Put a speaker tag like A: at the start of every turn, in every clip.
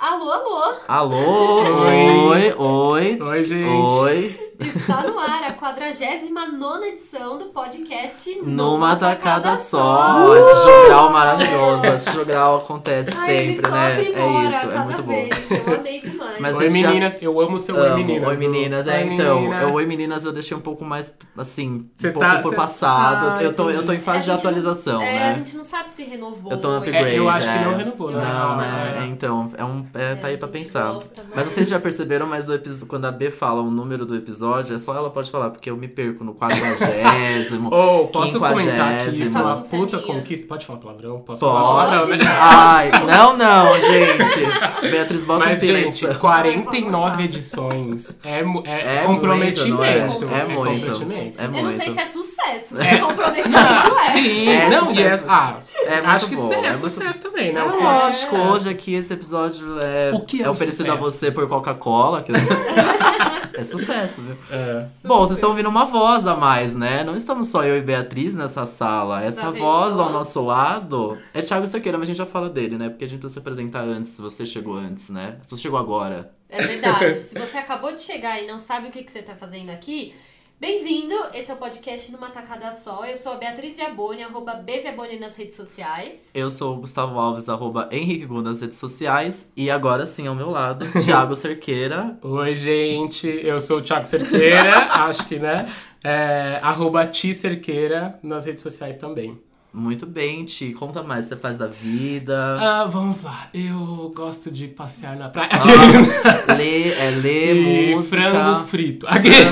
A: Alô, alô!
B: Alô, oi,
C: Oi.
B: oi,
C: Oi, gente.
B: oi.
A: Está no ar a 49 edição do podcast
B: Numa tacada só. Esse jogral maravilhoso. Esse jogral acontece
A: Ai, ele
B: sempre,
A: só
B: né?
A: aprimora
B: É isso, é
A: cada
B: muito bom.
A: vez. Eu amei demais.
B: Mas
C: Oi,
B: esse já-
C: meninas. Eu amo o seu
B: Amo.
C: Oi, meninas.
B: Oi,
C: viu?
B: meninas. É,
C: Oi,
B: então,
C: meninas.
B: eu, Oi, meninas, eu deixei um pouco mais, assim,
C: Cê
B: um pouco
C: tá-
B: por
C: cê-
B: passado.
C: Ah,
B: eu, tô, eu tô em
A: A
C: entendi.
B: fase de
A: gente não-
B: atualização,
A: é,
B: né?
A: A gente não sabe se renovou. né?
B: Eu tô no upgrade.
C: É, eu acho
B: é.
C: que não renovou, né?
B: Não,
C: né?
B: né? Então, é um. É, tá aí pra pensar. Mas
A: vocês
B: vocês já perceberam, mas o episo- quando a B fala o número do episódio, é só ela pode falar, porque eu me perco no quadragésimo.
C: Ou, posso comentar que isso é
B: Quinquagésima.
C: uma
A: Essa
C: puta
A: não sabia.
C: conquista? Pode falar palavrão? Posso falar
B: Pode.
C: palavrão? né?
B: Ai, não, não, gente. Beatriz bota
C: Mas,
B: um
C: gente,
B: silêncio.
C: 49 edições é, mu- é,
B: É muito,
C: comprometimento.
B: não é? É muito.
C: comprometimento.
B: É
A: Eu
B: muito.
A: não sei se é sucesso,
C: É.
A: é. comprometimento é.
C: Sim,
B: É
C: não, e é,
B: sucesso.
C: ah,
B: É
C: acho
B: muito
C: que
B: bom,
C: sim,
B: é
C: é,
B: muito-
C: sucesso também, né?
B: É
C: O sucesso.
B: lógico, hoje aqui esse episódio é,
C: O que é
B: é
C: um
B: oferecido a
C: sucesso?
B: você por Coca-Cola. que- é sucesso, viu?
C: É.
B: Bom, vocês estão ouvindo uma voz a mais, né? Não estamos só eu e Beatriz nessa sala. Essa
A: Tá bem
B: voz
A: só.
B: ao nosso lado é Thiago Cerqueira, mas a gente já fala dele, né? Porque a gente precisa se apresentar antes, se você chegou antes, né? Se você chegou agora.
A: É verdade. Se você acabou de chegar e não sabe o que, que você está fazendo aqui, bem-vindo. Esse é o podcast Numa Tacada Só. Eu sou a Beatriz Viaboni, arroba B Viaboni nas redes sociais.
B: Eu sou o Gustavo Alves, arroba Henrique Gu nas redes sociais. E agora sim, ao meu lado, Thiago Cerqueira.
C: Oi, gente, eu sou o Thiago Cerqueira, acho que, né? É, arroba Ti Cerqueira nas redes sociais também.
B: Muito bem, Ti. Conta mais, você faz da vida.
C: Ah, vamos lá, eu gosto de passear na praia.
B: Ah, lê, é lê,
C: e
B: música.
C: frango frito.
B: Frango frito,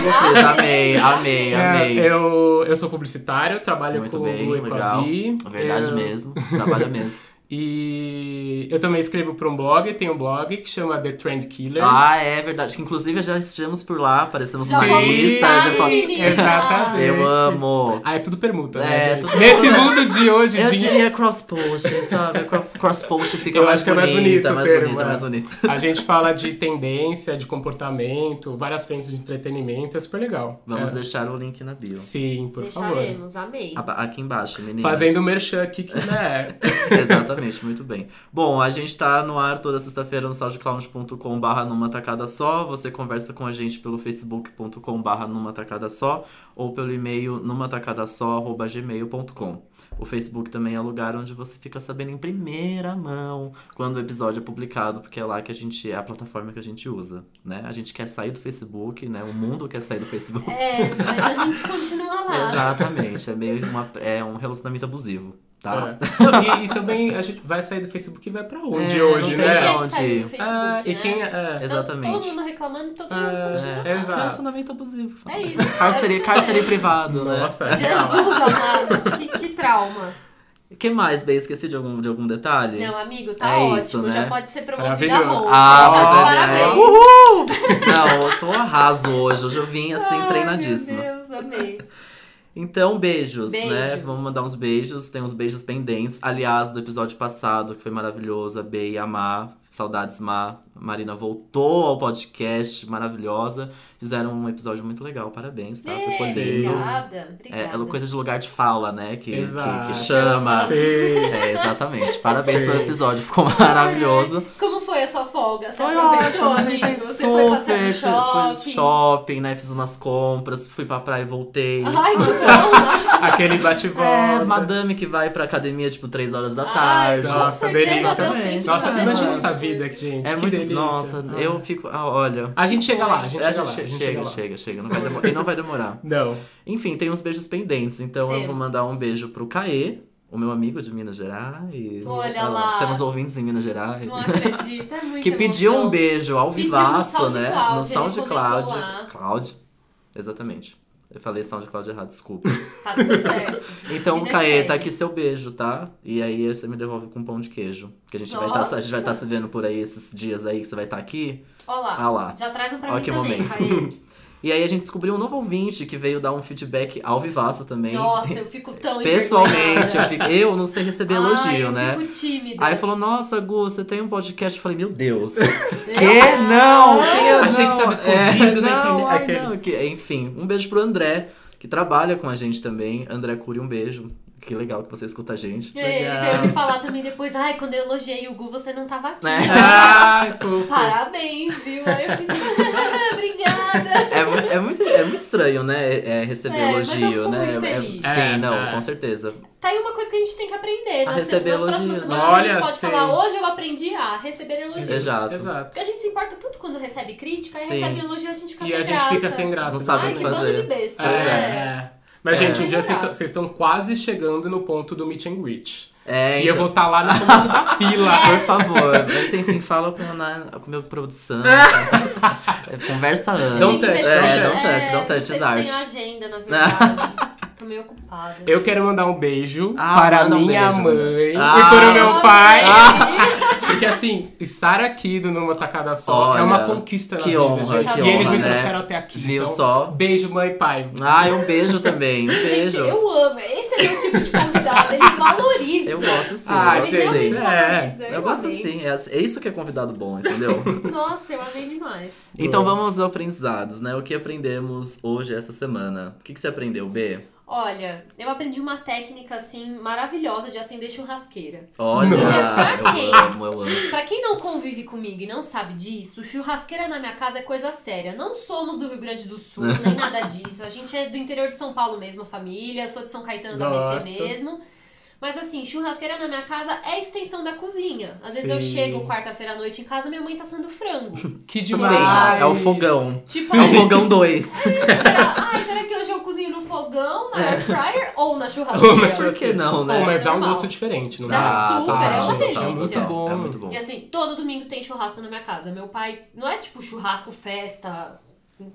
B: amei, amei, amei.
C: É, eu, eu sou publicitário, trabalho
B: Muito
C: com
B: bem,
C: o Lu e com a
B: legal.
C: Bi.
B: É Verdade
C: Eu-
B: mesmo, trabalha mesmo.
C: E eu também escrevo para um blog, tem um blog que chama The Trend Killers.
B: Ah, é verdade. Que inclusive já estivemos por lá, parecemos
A: Já
C: Sim.
A: fomos
B: revista, já
A: citados,
B: fomos.
A: meninas!
C: Exatamente.
B: Eu amo.
C: Ah, é tudo permuta,
B: É,
C: né?
B: tudo
C: Gente? Nesse
B: permuta.
C: mundo de hoje,
B: Eu
C: de-
B: diria cross-post, sabe? Cro- Cross-post fica
C: Eu
B: mais,
C: acho que é mais bonito
B: bonita,
C: o
B: mais
C: termo,
B: bonita,
C: é.
B: mais bonita.
C: a gente fala de tendência, de comportamento, várias frentes de entretenimento, é super legal.
B: Vamos
C: É.
B: deixar o link na bio.
C: Sim, por favor.
A: Deixaremos, amei.
B: Aba- Aqui embaixo, meninas.
C: Fazendo o merchan aqui que né?
B: Exatamente, muito bem. Bom, a gente tá no ar toda sexta-feira no soundcloud.com barra numa tacada só. Você conversa com a gente pelo facebook.com barra numa tacada só ou pelo e-mail numa tacada só arroba gmail.com. O Facebook também é o lugar onde você fica sabendo em primeira mão quando o episódio é publicado, porque é lá que a gente é a plataforma que a gente usa, né? A gente quer sair do Facebook, né? O mundo quer sair do Facebook.
A: É, mas a gente continua lá.
B: Exatamente, é meio uma, é um relacionamento abusivo, tá?
C: É. Não, e, e também a gente vai sair do Facebook e vai pra onde
B: É,
C: hoje,
A: Quem
B: não tem
C: né?
A: quer
B: onde?
A: sair do Facebook,
C: Ah, e
A: né?
C: quem é?
B: Exatamente. Ah.
A: Todo mundo reclamando, todo mundo
C: É,
A: continua.
C: é, exato.
B: Relacionamento abusivo.
A: É isso.
B: Cárcere, cárcere privado, né?
C: Nossa, real.
A: Jesus amado, que, que trauma.
B: O que mais, Bey? Esqueci de algum, de algum detalhe?
A: Não, amigo, tá
B: É
A: ótimo.
B: isso, né?
A: Já pode ser promovido a
C: Maravilhoso.
A: host.
B: Ah,
A: tá de
C: Olha,
A: parabéns.
B: Uhul! Não, eu tô arraso hoje. Hoje eu vim, assim, treinadíssima. Tá,
A: Ai, meu Deus, amei.
B: Então, beijos, né?
A: Beijos.
B: Vamos mandar uns beijos. Tem uns beijos pendentes. Aliás, do episódio passado, que foi maravilhoso. A Bey e a Má. Saudades, Má. A Marina voltou ao podcast. Maravilhosa. Fizeram um episódio muito legal. Parabéns, tá? Foi
A: Ei,
B: poder.
A: É, obrigada,
B: É,
A: obrigada.
B: é coisa de lugar de fala, né? Que, que, que
C: Exato.
B: chama.
C: Sim.
B: É, exatamente. Parabéns
C: Sim.
B: pelo episódio, ficou maravilhoso.
A: Como foi a sua folga? Você
B: Foi
A: aproveitou,
B: ótimo,
C: né?
A: amigo?
B: aproveitei
A: Você foi passear no
B: super.
A: shopping?
B: Fui shopping, né? Fiz umas compras, fui pra praia e voltei.
A: Ai, que bom! né?
C: Aquele bate-volta.
B: É, madame que vai pra academia, tipo, 3 horas da
A: Ai,
B: tarde.
A: Com
C: Nossa,
A: certeza
C: delícia.
A: deu tempo de
C: Nossa,
A: fazer
C: imagina
A: tudo.
C: essa vida, que, gente.
B: é
C: que
B: muito.
C: delícia.
B: Nossa,
C: Ah.
B: eu fico. ah, olha.
C: A gente chega lá, a gente
B: É,
C: chega lá.
B: che-
C: a gente
B: chega,
C: lá.
B: chega, chega, Não vai demorar. e não vai demorar.
C: Não.
B: Enfim, tem uns beijos pendentes. Então eu vou
A: Temos.
B: mandar um beijo pro Caê, o meu amigo de Minas Gerais.
A: Olha
B: Ah,
A: lá.
B: Temos ouvintes em Minas Gerais.
A: Não acredito, é muito
B: Que pediu um beijo ao
A: Pediu no
B: vivaço, né?
A: SoundCloud,
B: No
A: ele
B: SoundCloud.
A: comentou lá.
B: Cloud. Exatamente. Eu falei SoundCloud errado, desculpa.
A: Tá tudo certo.
B: Então,
A: Vida
B: Caê,
A: segue.
B: tá aqui seu beijo, tá? E aí você me devolve com pão de queijo. Que a gente vai tá, a gente vai estar se vendo por aí esses dias aí que você vai estar aqui.
A: Olha lá.
B: Ah lá.
A: Já traz um pra
B: Ó
A: mim
B: que
A: também,
B: momento.
A: Raí.
B: E aí a gente descobriu um novo ouvinte que veio dar um feedback ao vivaço também.
A: Nossa, eu fico tão
B: Pessoalmente, eu,
A: envergonhada.
B: fico- eu não sei receber
A: Ai,
B: elogio,
A: eu
B: né?
A: fico tímida.
B: Aí falou, nossa, Gu, você tem um podcast? Eu falei, meu Deus.
A: Eu-
B: Que não? Que eu
C: Achei
B: não.
C: que tava escondido
B: é,
C: na
B: não,
C: internet.
B: ai,
C: Aqueles.
B: não, que- enfim, um beijo pro André, que trabalha com a gente também. André Cury, um beijo. Que legal que você escuta a gente.
A: E aí, Ele
C: Legal.
A: veio me falar também depois, ai, quando eu elogiei o Gu, você não tava aqui.
B: Né?
C: Ai, Ah, fofo.
A: Parabéns, viu? Aí eu fiz, "Ah, obrigada.
B: É, mu- é muito, é muito estranho, né? é, receber
A: É, mas eu
B: elogio,
A: fico
B: né?
A: muito
B: É- é-
A: feliz.
B: sim,
C: É,
B: não,
C: é.
B: com certeza.
A: Tá aí uma coisa que a gente tem que aprender.
B: A
A: Nas,
B: receber
A: nas próximas
B: elogios,
A: semanas a gente
C: olha,
A: pode
C: sim.
A: falar, hoje eu aprendi a receber elogios.
B: Exato.
C: Exato.
A: Porque a gente se importa tanto quando recebe crítica, aí
B: Sim.
A: recebe elogio a gente fica
C: E
A: sem
C: a gente
A: graça.
C: fica sem graça.
B: Não
C: né?
B: sabe
A: Ai,
B: o
A: que
B: fazer.
A: bando de besta. né?
C: É. Mas,
B: É.
C: gente, um dia vocês estão- vocês estão quase chegando no ponto do meet and greet.
B: É,
C: E eu
B: então,
C: vou estar lá no começo da fila.
B: Por favor, mas enfim, fala com a com a minha produção. É, Conversa antes.
C: Dá um
A: Tem que
C: teste,
A: mexer.
C: dá um
B: É, dá um
C: teste.
B: teste, dá um
A: não
B: teste,
A: sei se
B: Zart.
A: tenho agenda, na verdade. Tô meio ocupada.
C: Eu quero mandar um beijo
B: Ah,
C: para
B: manda um
C: minha
B: beijo, manda.
C: mãe
B: Ah.
C: e para o meu
A: Olha
C: pai.
A: aí.
C: Porque assim, estar aqui do Numa Tacada Só
B: Olha,
C: é uma conquista na
B: que
C: vida,
B: honra,
C: gente.
A: que
C: e eles
A: honra,
C: me
A: né?
C: trouxeram até aqui.
B: Viu
C: então,
B: só?
C: Beijo, mãe e pai.
B: Ai, um beijo também, um
A: Gente,
B: beijo.
A: eu amo. Esse é meu tipo de convidado. Ele valoriza.
B: Eu gosto sim.
C: Ah,
B: eu
A: Ele
B: gosto
A: realmente
C: gente,
B: sim.
C: é.
A: valoriza.
B: Eu gosto
A: amei.
B: sim, é, é isso que é convidado bom, entendeu?
A: Nossa, eu amei demais.
B: então vamos aos aprendizados, né? O que aprendemos hoje, essa semana? O que, que você aprendeu, B?
A: Olha, eu aprendi uma técnica, assim, maravilhosa de acender churrasqueira.
B: Olha,
A: Pra quê?
B: eu amo, eu amo.
A: Pra quem não convive comigo e não sabe disso, churrasqueira na minha casa é coisa séria. Não somos do Rio Grande do Sul, nem nada disso. A gente é do interior de São Paulo mesmo, família. Sou de São Caetano da
C: Gosto.
A: ABC mesmo. Mas assim, churrasqueira na minha casa é a extensão da cozinha. Às vezes eu
C: Sim.
A: chego quarta-feira à noite em casa, minha mãe tá assando frango.
C: Que
B: Sim,
C: demais.
B: é o fogão.
A: Tipo,
B: É o fogão 2.
A: será, ai, será que hoje eu cozinho no fogão, na air fryer ou na churrasqueira?
C: Ou na
B: Por que não, né? Ah,
C: Bom, mas dá um
A: Normal.
C: gosto diferente, não
A: Dá, super, é uma
C: gente,
A: delícia.
C: muito bom.
B: É muito bom.
A: E assim, todo domingo tem churrasco na minha casa. Meu pai não é tipo churrasco, festa,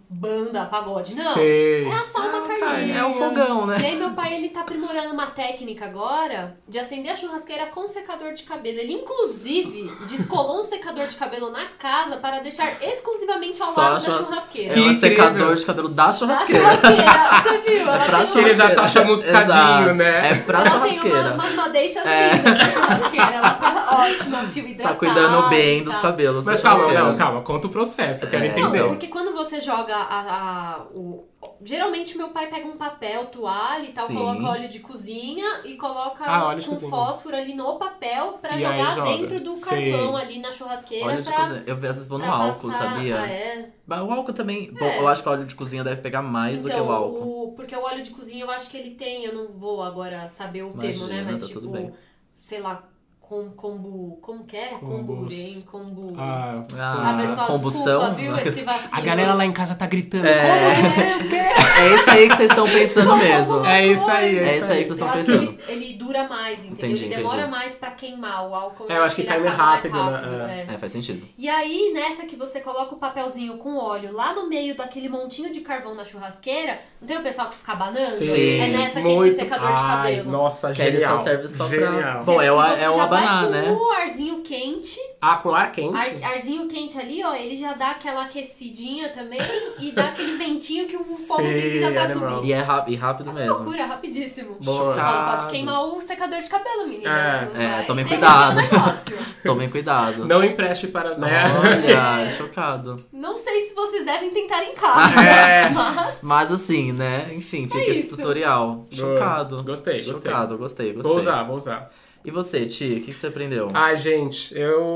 A: banda, pagode, não.
C: Sei.
A: É assar uma
B: Sim,
A: carninha.
B: é o fogão,
A: E
B: né?
A: aí meu pai, ele tá aprimorando uma técnica agora de acender a churrasqueira com secador de cabelo. Ele, inclusive, descolou um secador de cabelo na casa para deixar exclusivamente ao
B: Só a
A: lado da
B: churras-
A: churrasqueira.
B: É um
C: incrível.
B: secador de cabelo da
A: Da
B: churrasqueira.
A: churrasqueira, você viu? Ela
B: É pra
A: tem uma-
C: Ele já tá chamuscadinho,
B: Exato.
C: né?
B: É pra
A: ela tem uma,
B: churrasqueira. É.
A: uma, uma deixa linda da churrasqueira. Ela tá ótima, fio hidratado.
B: Tá cuidando bem
A: e
B: dos
A: tal.
B: cabelos
C: Mas
B: da
C: tá. calma,
B: churrasqueira.
C: não, calma, conta o processo, quero
B: É.
C: entender.
A: Não, porque quando você joga a, a- o... Geralmente meu pai pega um papel, toalha e tal,
B: Sim.
A: coloca óleo de cozinha e coloca
C: Ah, óleo de
A: com
C: cozinha.
A: fósforo ali no papel pra
C: E
A: jogar
C: aí joga.
A: dentro do
C: Sei.
A: carvão ali na churrasqueira
B: Óleo de
A: pra,
B: cozinha. Eu às vezes vou no
A: pra
B: álcool,
A: passar...
B: sabia?
A: Ah, é?
B: Mas o álcool também. Bom,
A: É.
B: eu acho que o óleo de cozinha deve pegar mais do que o álcool.
A: Então, o- porque o óleo de cozinha eu acho que ele tem, eu não vou agora saber o termo, né?
B: Imagina,
A: Mas
B: tá
A: tipo,
B: tudo bem.
A: sei lá, com, combo. Como que é?
C: Combos.
A: Comburem, combo.
C: Ah,
B: Ah,
A: Ah, pessoal,
B: combustão.
A: desculpa, viu? Esse vacilo.
C: a galera lá em casa tá gritando.
B: É.
C: "Como você
B: É isso aí que vocês estão pensando mesmo.
C: É isso aí,
B: É isso aí que vocês
A: Eu
B: estão
A: acho que
B: pensando.
A: ele, ele dura mais, entendeu?
B: Entendi,
A: ele demora
B: entendi.
A: mais pra queimar o álcool.
C: É, eu acho que
A: ele
C: cai mais
A: acaba mais
C: rápido, né?
A: rápido, é.
B: É, faz sentido.
A: E aí, nessa que você coloca o papelzinho com óleo lá no meio daquele montinho de carvão na churrasqueira, não tem o pessoal que fica abanando?
B: Sim.
A: É nessa que entra o
C: Muito...
A: secador de
C: Ai,
A: cabelo.
C: nossa,
B: Que ele
C: genial.
B: só serve só pra-
C: genial.
B: Bom, é o-
A: Você
B: é o
A: já
B: abanar,
A: vai com
B: né?
A: O arzinho quente,
C: Ah, com ar quente?
A: ar- arzinho quente ali, ó, ele já dá aquela aquecidinha também e dá aquele ventinho que o fogo
C: Sim,
A: precisa pra
C: animal.
A: subir.
B: E é rá- e rápido mesmo.
A: Loucura, rapidíssimo.
B: Boa.
A: Só não pode queimar o secador de cabelo, meninas.
C: Tá. É,
A: não
B: é,
A: vai.
B: tomem
A: Tem
B: cuidado.
A: um negócio.
B: Tomem cuidado.
C: Não empreste para... Né?
B: Olha, chocado.
A: Não sei se vocês devem tentar em casa,
C: É.
A: mas
B: Mas assim, né? Enfim, fica esse
A: É isso.
B: tutorial. Chocado.
C: Gostei, gostei.
B: Chocado, gostei, gostei.
C: Vou usar, vou usar.
B: E você, Ti, o que, que você aprendeu?
C: Ai, gente,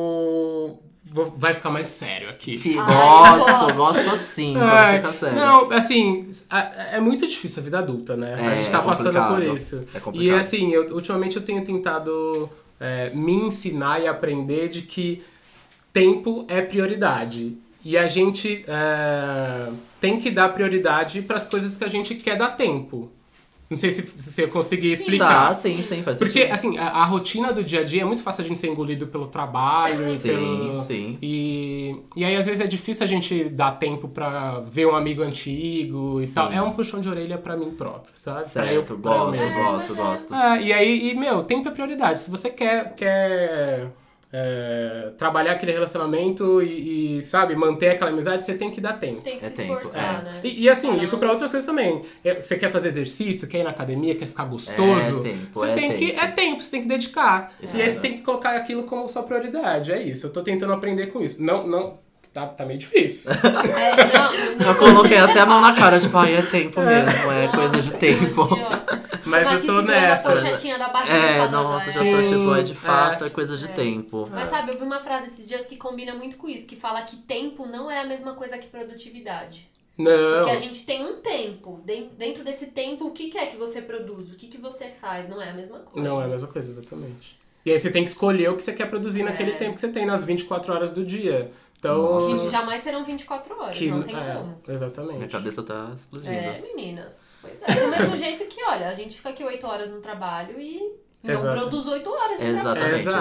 C: eu... vou- Vai ficar mais sério aqui.
B: Fi-
A: Ai,
B: gosto,
A: gosto.
B: gosto sim, quando
C: Ai,
B: fica sério.
C: Não, assim, a- é muito difícil a vida adulta, né?
B: É,
C: a gente tá
B: é
C: passando por
B: complicado.
C: isso.
B: É
C: E
B: complicado.
C: assim, eu- ultimamente eu tenho tentado é, me ensinar e aprender de que tempo é prioridade. E a gente é, tem que dar prioridade para as coisas que a gente quer dar tempo. Não sei se, se eu consegui
A: Sim.
C: explicar.
B: Tá, sim, sim, faz
C: Porque,
B: sentido.
C: assim, a, a rotina do dia a dia é muito fácil a gente ser engolido pelo trabalho, e
B: Sim,
C: pelo,
B: sim.
C: e, e aí, às vezes, é difícil a gente dar tempo pra ver um amigo antigo e
B: Sim.
C: tal. É um puxão de orelha pra mim próprio, sabe? Pra eu-
B: Certo,
C: pra eu
B: gosto,
C: mesmo.
B: gosto,
A: É, mas é.
B: gosto.
C: Ah, e aí, e, meu, tempo é prioridade. Se você quer, quer é, trabalhar aquele relacionamento e, e, sabe, manter aquela amizade, você tem que dar tempo.
A: tem que
B: É
A: se
B: tempo,
A: esforçar,
B: é.
A: né?
C: E, e, assim,
A: Não.
C: isso pra outras coisas também. É, Você quer fazer exercício, quer ir na academia, quer ficar gostoso.
B: É tempo,
C: você
B: é
C: tem
B: tempo.
C: que. É tempo, você tem que dedicar. E aí
B: Exato.
C: você tem que colocar aquilo como sua prioridade. É isso. Eu tô tentando aprender com isso. Não, não. Tá, tá meio difícil.
A: É, não, não
B: Eu coloquei
A: não é
B: até a mão na
A: fácil.
B: cara, tipo, aí é tempo mesmo, é coisa de
A: Nossa,
B: tempo.
A: aqui, ó.
C: Mas
A: Mas
C: eu
A: que
C: tô
A: segurando
C: nessa.
A: a pochetinha da barriga
B: É,
A: falando,
B: nossa,
A: é.
B: já tô
C: Sim,
B: tipo, é de
C: é.
B: fato, é coisa de tempo.
A: Mas sabe, eu vi uma frase esses dias que combina muito com isso, que fala que tempo não é a mesma coisa que produtividade.
C: Não.
A: Porque a gente tem um tempo. Den- Dentro desse tempo, o que que é que você produz? O que que você faz? Não é a mesma coisa.
C: Não é a mesma coisa, exatamente. E aí você tem que escolher o que você quer produzir naquele
A: É.
C: tempo que você tem, nas 24 horas do dia. Então.
B: Nossa.
A: Que jamais serão 24 horas, não tem
C: é,
A: como.
C: Exatamente.
B: Minha cabeça tá explodindo.
A: É, meninas. Pois é. Do mesmo jeito que, olha, a gente fica aqui 8 horas no trabalho e não
C: Exato.
A: produz 8 horas de trabalho.
B: Exatamente,
C: Exato.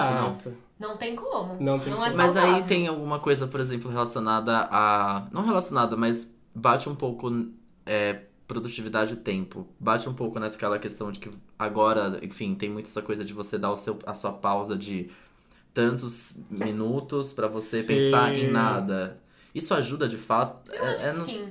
B: assim não.
A: Não tem como.
C: Não tem
A: não é
C: como.
B: Mas aí
A: saudável.
B: tem alguma coisa, por exemplo, relacionada a. Não relacionada, mas bate um pouco é, produtividade e tempo. Bate um pouco naquela questão de que agora, enfim, tem muito essa coisa de você dar o seu, a sua pausa de tantos minutos pra você
C: Sim.
B: pensar em nada. Isso ajuda de fato.
A: Eu acho
B: É- é
A: que
B: no-
A: sim.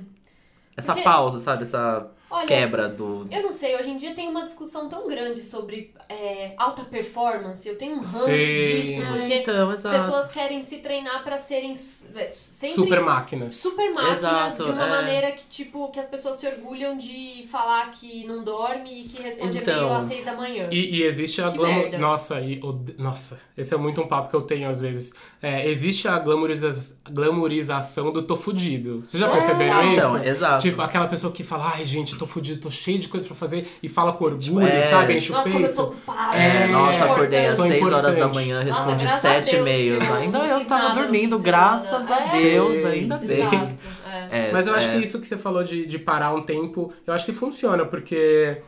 B: Essa
A: Porque- É,
B: pausa, sabe? Essa
A: Olha,
B: quebra do.
A: Eu não sei, hoje em dia tem uma discussão tão grande sobre é, alta performance. Eu tenho um ranço
C: Sim.
A: disso,
C: É,
A: porque
B: então, exato.
A: pessoas querem se treinar pra serem su- é, sempre
C: Super máquinas.
A: super máquinas
B: Exato,
A: de uma
B: é.
A: maneira que, tipo, que as pessoas se orgulham de falar que não dorme e que responde
B: Então.
A: e-mail às seis da manhã.
C: E, e existe a
A: Que
C: glamour.
A: merda.
C: Nossa, e, ode- nossa, esse é muito um papo que eu tenho às vezes. É, existe a glamouriza- glamourização do tô fudido. Vocês já
A: É.
C: perceberam isso?
B: Então, exato.
C: Tipo, aquela pessoa que fala, ai gente, tô fudido, tô cheio de coisa pra fazer, e fala com orgulho,
B: é.
C: sabe? Enche o
A: Nossa, como eu sou um
C: peito.
A: ocupada.
B: É,
C: É,
B: nossa,
C: sou
B: acordei às
C: importante.
B: 6 horas da
C: importante.
B: manhã,
A: Nossa,
B: respondi
A: graças a
B: 7
A: Deus
B: e-mails.
A: que eu
B: Ainda
A: não
B: eu
A: fiz
B: estava
A: nada no
B: dormindo,
A: fim de semana.
B: graças a
A: É.
B: Deus, ainda bem.
A: Exato, é.
B: É,
C: Mas eu acho
B: é,
C: que isso que você falou de, de parar um tempo, eu acho que funciona, porque.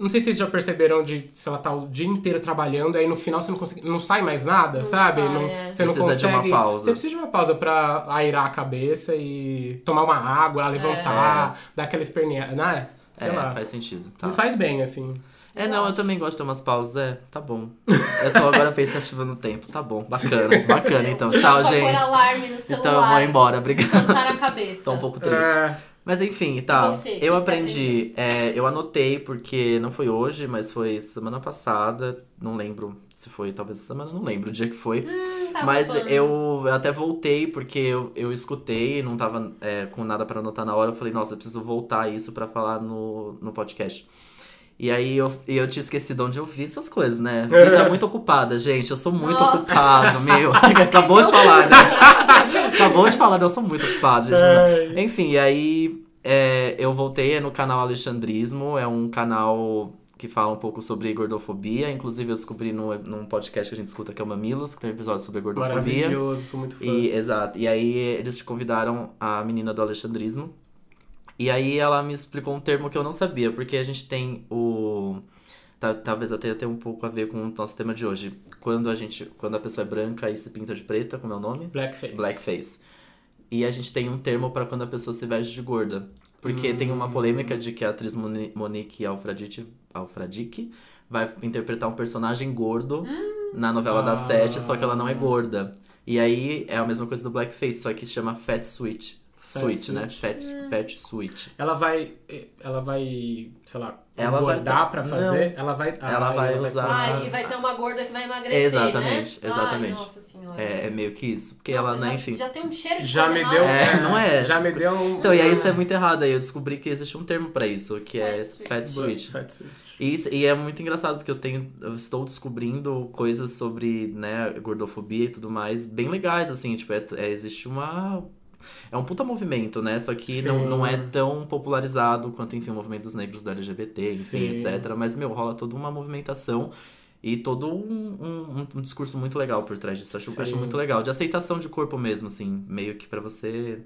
C: Não sei se vocês já perceberam de, sei lá, tá o dia inteiro trabalhando, aí no final você não consegue. Não sai mais nada,
A: Não
C: sabe?
A: sai,
C: Não-
A: é.
C: Você não
B: Precisa de uma
C: consegue.
B: pausa.
C: Você precisa de uma pausa pra airar a cabeça e tomar uma
A: É.
C: água, levantar, dar aquela esperneada, né? Sei
B: é,
C: lá.
B: faz sentido. Tá.
C: Me faz bem, assim.
B: É, não, eu também gosto de ter umas pausas. É, tá bom. Eu tô agora pensativa no tempo. Tá bom, bacana. Bacana, então. Tchau,
A: Pra pôr
B: gente.
A: alarme no
B: Então
A: celular.
B: eu vou embora, obrigado.
A: Descansar a cabeça.
B: Tô um pouco triste.
C: É,
B: Mas enfim, tá.
A: Você, o que
B: eu
A: você
B: aprendi, é, eu anotei porque não foi hoje, mas foi semana passada. Não lembro se foi, talvez essa semana, não lembro o dia que foi.
A: Hum, tá
B: mas
A: roubando.
B: eu até voltei porque eu, eu escutei, não tava é, com nada pra anotar na hora. Eu falei, nossa, eu preciso voltar isso pra falar no, no podcast. E aí eu, e eu tinha esquecido onde eu vi essas coisas, né? Vida muito ocupada, gente. Eu sou muito
A: Nossa.
B: ocupado, meu. Acabou
A: um
B: de falar, né? Acabou de falar, né? eu sou muito ocupado, gente. Não-
C: ai.
B: enfim, e aí é, eu voltei é no canal Alexandrismo, é um canal que fala um pouco sobre gordofobia. Inclusive, eu descobri no, num podcast que a gente escuta que é o Mamilos, que tem um episódio sobre gordofobia.
C: Maravilhoso, sou muito fã.
B: E, exato. E aí eles te convidaram a menina do Alexandrismo. E aí ela me explicou um termo que eu não sabia, porque a gente tem o. ta- Talvez até tenha um pouco a ver com o nosso tema de hoje. Quando a gente. Quando a pessoa é branca e se pinta de preta, como é o nome?
C: Blackface.
B: Blackface. E a gente tem um termo pra quando a pessoa se veste de gorda. Porque tem
A: Hum.
B: uma polêmica de que a atriz Moni- Monique Alfradique, Alfradique vai interpretar um personagem gordo
A: Hum.
B: na novela das
C: Ah.
B: sete, só que ela não é gorda. E aí é a mesma coisa do blackface, só que se chama fat switch.
C: Fat
B: switch, né?
C: switch.
B: Fat, fat switch.
C: Ela vai. Ela vai. Sei lá.
B: Ela vai-
C: engordar pra fazer. Ela vai.
B: Ela
C: ai,
B: vai usar-
A: Ah, e vai ser uma gorda que vai emagrecer,
B: Exatamente,
A: né?
B: exatamente.
A: Ai, nossa senhora.
B: É, é meio que isso. Porque
A: Nossa,
B: ela, né,
A: já,
B: enfim.
A: Já tem um cheiro de
C: Já
A: coisa
C: me
A: errada.
C: deu. né?
B: É, não é?
C: Já me deu um.
B: Então, e aí isso é muito errado. Aí eu descobri que existe um termo pra isso, que é
A: Fat switch.
B: fat switch.
C: Fat switch.
B: E, isso- e é muito engraçado, porque eu tenho. Eu estou descobrindo coisas sobre, né, gordofobia e tudo mais, bem legais, assim, tipo, é, é- existe uma. É um puta movimento, né? Só que não,
C: Sim.
B: não é tão popularizado quanto, enfim, o movimento dos negros da LGBT, enfim,
C: Sim.
B: etc. Mas, meu, rola toda uma movimentação e todo um, um, um discurso muito legal por trás disso. Acho,
C: Sim.
B: acho muito legal. De aceitação de corpo mesmo, assim, meio que pra você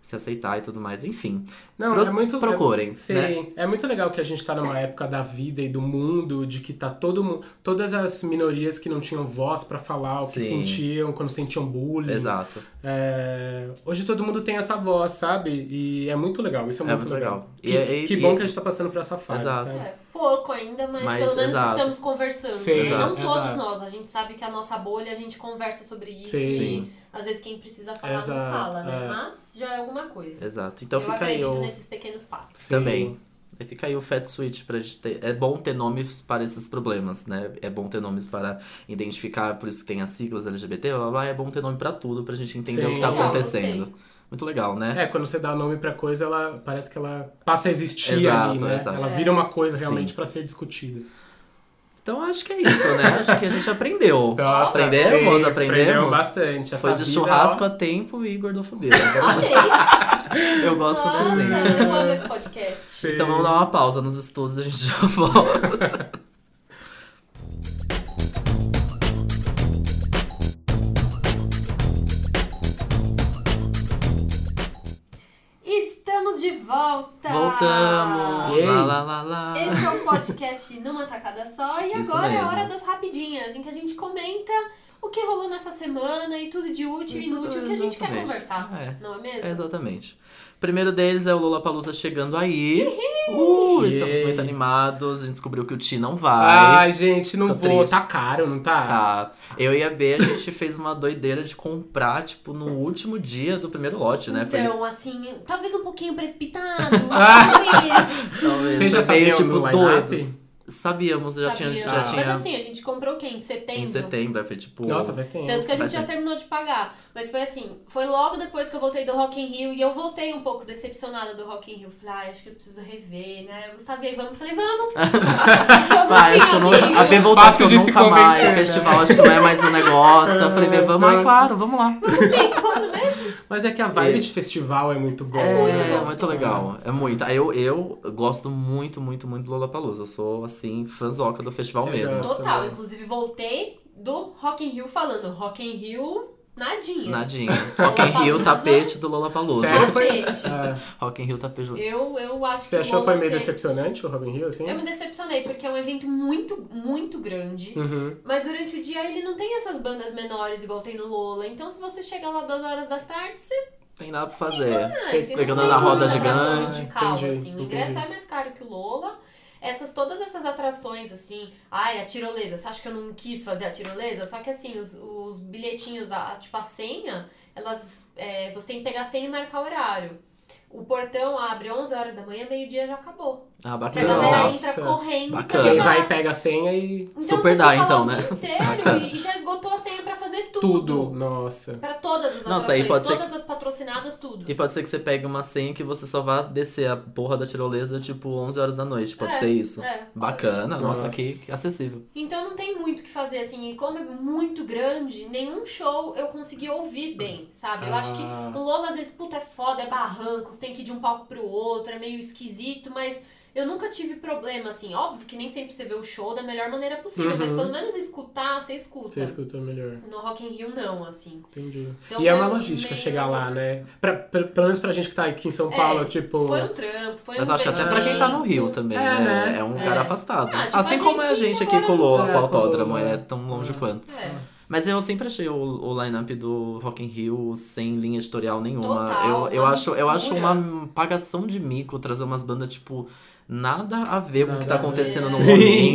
B: se aceitar e tudo mais. Enfim,
C: Não,
B: Pro-
C: é muito.
B: procurem,
C: é- sim,
B: né?
C: é muito legal que a gente tá numa época da vida e do mundo de que tá todo mundo. Todas as minorias que não tinham voz pra falar o que
B: Sim.
C: sentiam quando sentiam bullying.
B: exato.
C: É, hoje todo mundo tem essa voz, sabe? E é muito legal. Isso é
B: É
C: muito,
B: muito legal.
C: Que,
B: E- e-
C: que
B: e-
C: bom que a gente tá passando por essa fase.
B: Exato.
C: sabe?
A: É, pouco ainda, mas,
B: Mas,
A: pelo menos
B: exato.
A: estamos conversando.
C: Sim,
A: né? Não
C: exato.
A: todos
C: Exato.
A: nós, a gente sabe que a nossa bolha, a gente conversa sobre isso
C: Sim.
A: e às vezes quem precisa falar não
C: Exato,
A: fala, né?
C: é.
A: Mas já é alguma coisa.
B: Exato. Então
A: eu
B: fica aí
A: acredito
B: o.
A: nesses pequenos passos.
C: Sim.
B: Também. Aí Fica aí o Fat Switch pra gente ter. É bom ter nomes para esses problemas, né? É bom ter nomes para identificar, por isso que tem as siglas LGBT, blá blá, blá. é bom ter nome pra tudo, pra gente entender
C: Sim.
B: o que tá
C: Legal,
B: acontecendo. Muito legal, né?
C: É, quando você dá nome pra coisa, ela parece que ela passa a existir
B: Exato,
C: ali, né?
B: exato.
C: Ela
A: É.
C: vira uma coisa realmente
B: Sim.
C: pra ser discutida.
B: Então acho que é isso, né? acho que a gente aprendeu.
C: Nossa,
B: Então, aprendemos,
C: sim, aprendeu
B: aprendemos.
C: bastante. Essa
B: Foi de
C: vida,
B: churrasco
C: ó.
B: a tempo e gordofobia.
A: Amei.
B: Eu gosto
A: Nossa,
B: quando eu sei.
A: eu amo esse podcast.
C: Sim.
B: Então vamos dar uma pausa nos estudos, a gente já volta.
A: Estamos de volta!
B: Voltamos!
C: Yay.
B: Lá, lá, lá, lá.
A: Tá. Esse é o podcast numa tacada só e
B: Isso
A: agora é a
B: mesmo.
A: hora das rapidinhas, em que a gente comenta o que rolou nessa semana e tudo de útil e
B: E tudo,
A: inútil que a gente quer
B: exatamente.
A: conversar.
B: É.
A: Não é
B: É,
A: mesmo?
B: exatamente. Primeiro deles é o Lula Palusa chegando aí. Uh, estamos
C: Yay.
B: muito animados. A gente descobriu que o Ti não vai.
C: Ai, gente, não
B: Tô
C: vou.
B: triste.
C: Tá caro, não tá?
B: Tá. Eu e a B, a gente fez uma doideira de comprar, tipo, no último dia do primeiro lote, né? Foi-
A: Então, assim, talvez um pouquinho precipitado, talvez.
B: Talvez.
C: Vocês já
B: foi meio,
C: sabiam no line-up?
B: Sabíamos, já tinha.
A: Sabia.
B: Já
C: Tá.
B: tinha
A: Mas assim, a gente comprou o quê? Em setembro?
B: em setembro, foi tipo.
C: Nossa, faz tempo.
A: Tanto que a gente
B: Faz
A: já
B: tempo.
A: terminou de pagar. Mas foi assim, foi logo depois que eu voltei do Rock in Rio e eu voltei um pouco decepcionada do Rock in Rio. Falei, ai, acho que eu preciso rever, né? Eu Gustavo, e aí, vamos? Falei, vamos! Vamos
B: Ai,
A: sim,
C: Ah,
B: Ah, acho que eu não,
A: amigo.
B: a B voltou, acho que eu
C: Fácil de se
B: nunca mais.
C: convencer, né?
B: Festival, acho que não é mais um negócio. Eu falei, B, vamos, ai,
C: Nossa.
B: claro, vamos lá.
A: Sim, quando mesmo?
C: Mas é que a vibe
B: É.
C: de festival é muito boa.
B: É,
C: eu
B: é muito
C: gosto.
B: legal. É muito. Ah, Eu, eu gosto muito, muito, muito do Lollapalooza. Eu sou, assim, fãzoca do festival
C: Eu
B: mesmo.
C: gosto.
A: Total,
C: também.
A: inclusive voltei do Rock in Rio falando, Rock in Rio, nadinha.
B: Nadinha. Rock in Rio,
A: Lollapalooza.
B: tapete do Lollapalooza.
C: Sério? Foi-
A: Tapete.
C: Ah,
B: Rock in Rio, tapete do
A: Eu, eu acho
C: você
A: que
C: achou
A: o
C: que foi
A: Lola
C: meio
A: sempre-
C: decepcionante o Robin Hill, assim?
A: Eu me decepcionei, porque é um evento muito, muito grande.
B: É.
C: Uhum.
A: Mas durante o dia ele não tem essas bandas menores igual tem no Lola. Então se você chegar lá 2 horas da tarde, você
B: Tem nada pra fazer.
A: ah, entendeu?
B: pegando
A: Não
B: na
A: tem
B: roda
A: muita atração
B: gigante.
A: musical,
C: Entendi,
A: assim. O ingresso
C: entendi.
A: é mais caro que o Lola. Essas, todas essas atrações, assim, ai, a tirolesa, você acha que eu não quis fazer a tirolesa? Só que assim, os, os bilhetinhos, a, a- tipo a senha, elas. é, você tem que pegar a senha e marcar o horário. O portão abre 11 horas da manhã, meio-dia já acabou.
B: Ah,
A: Porque
B: bacana.
A: a galera
C: Nossa,
A: entra correndo. pra
B: bacana.
C: Quem
A: pegar.
C: vai, pega a senha e
A: Então,
B: Super
A: você
B: dá,
A: fica lá
B: então,
A: o
B: né?
A: dia inteiro e, e já esgotou a senha pra fazer
C: tudo. Nossa.
A: Pra todas as
B: Nossa,
A: atrações,
B: aí pode ser
A: todas as patrocinadas, tudo.
B: E pode ser que você pegue uma senha que você só vá descer a porra da tirolesa, tipo, 11 horas da noite. Pode
A: É,
B: ser isso.
A: É.
B: Bacana, nossa,
C: Nossa.
B: que que acessível.
A: Então não tem muito o que fazer, assim, e como é muito grande, nenhum show eu consegui ouvir bem, sabe? Eu
C: Ah.
A: acho que o Lola às vezes, puta, é foda, é barrancos, tem que ir de um palco pro outro, é meio esquisito, mas eu nunca tive problema, assim, óbvio que nem sempre você vê o show da melhor maneira possível,
C: Uhum.
A: mas pelo menos escutar, você escuta.
C: Você escutou melhor.
A: No Rock in Rio não, assim.
C: Entendi.
A: Então,
C: e é uma
A: foi
C: logística
A: meio-
C: chegar lá, né? Pra, pra- pelo menos pra gente que tá aqui em São
A: É,
C: Paulo, tipo.
A: Foi um trampo, foi
B: Mas
A: um
B: eu acho que até pra quem tá no Rio também,
C: É,
B: né?
C: né?
B: É um lugar
A: É.
B: afastado.
A: Ah, tipo,
B: assim
A: a
B: como é a
A: gente
B: gente aqui
A: mora
B: colou
C: no-
B: o
C: É,
B: autódromo,
C: colou, né?
B: é tão longe
C: É.
B: quanto.
A: É.
B: Mas eu sempre achei o, o line-up do Rock in Rio sem linha editorial nenhuma.
A: Total,
B: eu eu
A: uma
B: acho eu acho
A: mistura.
B: uma pagação de mico trazer umas bandas, tipo, nada a ver com o que
C: Nada
B: tá
C: a ver.
B: acontecendo no
C: Sim.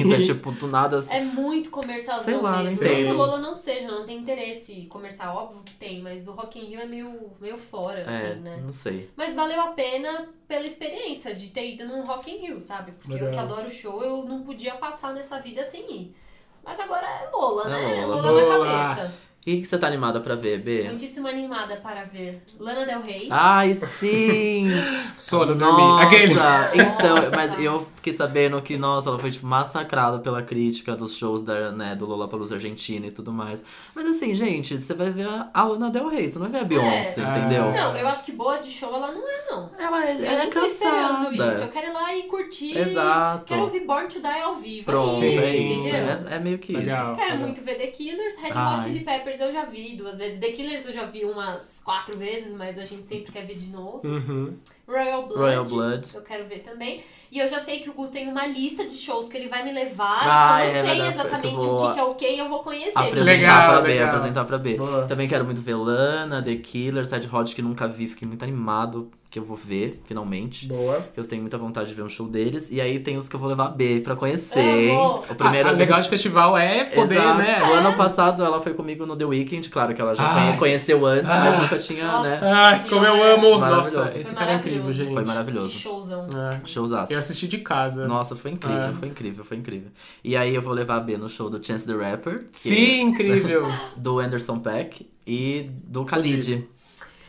B: momento. É tipo, do nada. assim.
A: É muito comercialzão
B: Sei lá,
A: mesmo.
B: não
A: Não que
B: sei.
A: o Lola não seja, não tem interesse comercial, óbvio que tem, mas o Rock in Rio é meio, meio fora,
B: É,
A: assim, né?
B: não sei.
A: Mas valeu a pena pela experiência de ter ido num Rock in Rio, sabe? Porque eu que
C: Legal.
A: adoro show, eu não podia passar nessa vida sem ir. Mas agora é Lola,
B: É
A: né?
B: Lola.
A: Lola,
C: Lola.
A: na cabeça.
B: E o que você tá animada pra ver, B?
A: Muitíssimo animada para ver Lana Del Rey.
B: Ai, sim!
C: Sono, dormir.
B: Nossa,
C: Aqueles.
B: então,
A: Nossa.
B: mas eu fiquei sabendo que, nossa, ela foi, tipo, massacrada pela crítica dos shows da, né, do Lollapalooza Argentina e tudo mais. Mas assim, gente, você vai ver a- a Lana Del Rey, você não vai ver a Beyoncé,
A: É.
B: entendeu?
A: Não, eu acho que boa de show ela não é, não.
B: Ela é,
A: Eu
B: ela é
A: nem tô esperando isso. Eu
B: cansada.
A: quero ir lá e curtir.
B: Exato.
A: Quero ouvir Born to Die ao vivo.
B: Pronto,
A: aqui,
B: é
C: Sim.
B: isso.
A: entendeu?
B: É, é meio que
C: Legal.
A: Quero muito ver The Killers, Red
B: Ai.
A: Hot Chili Peppers eu já vi duas vezes. The Killers eu já vi umas quatro vezes, mas a gente sempre quer ver de novo.
C: Uhum.
A: Royal Blood.
B: isso. Royal Blood.
A: Eu quero ver também. E eu já sei que o Gu tem uma lista de shows que ele vai me levar.
B: Ah,
A: e que eu
B: é
A: não sei
B: verdade,
A: exatamente
B: que eu vou Ah,
A: o que, que é o que eu vou conhecer. tipo
B: Apresentar
C: Legal,
B: pra B,
C: legal.
B: apresentar pra B.
C: Boa.
B: Também quero muito ver Lana, The Killers, Red Hot, que nunca vi, fiquei muito animado, que eu vou ver, finalmente.
C: Boa.
B: que eu tenho muita vontade de ver um show deles. E aí tem os que eu vou levar a B pra conhecer.
A: Amo!
B: O primeiro
C: Ah, o legal de festival é poder,
B: Exato.
C: né?
B: O ano passado ela foi comigo no The Weeknd, claro que ela já
C: Ai.
B: conhe- conheceu antes, mas
C: Ah.
B: nunca tinha, né?
A: Nossa.
C: Ai, como eu amo! Nossa,
B: Maravilhoso.
C: esse
A: Foi
C: cara é incrível,
A: maravilhoso.
C: gente.
B: Foi
A: Que
B: maravilhoso.
A: showzão.
C: É.
B: Showzaço.
C: Eu assisti de casa.
B: Nossa, foi incrível,
C: É.
B: foi incrível, foi incrível. E aí eu vou levar a B no show do Chance the Rapper, que- é
C: Sim, incrível.
B: do Anderson Peck e do Khalid.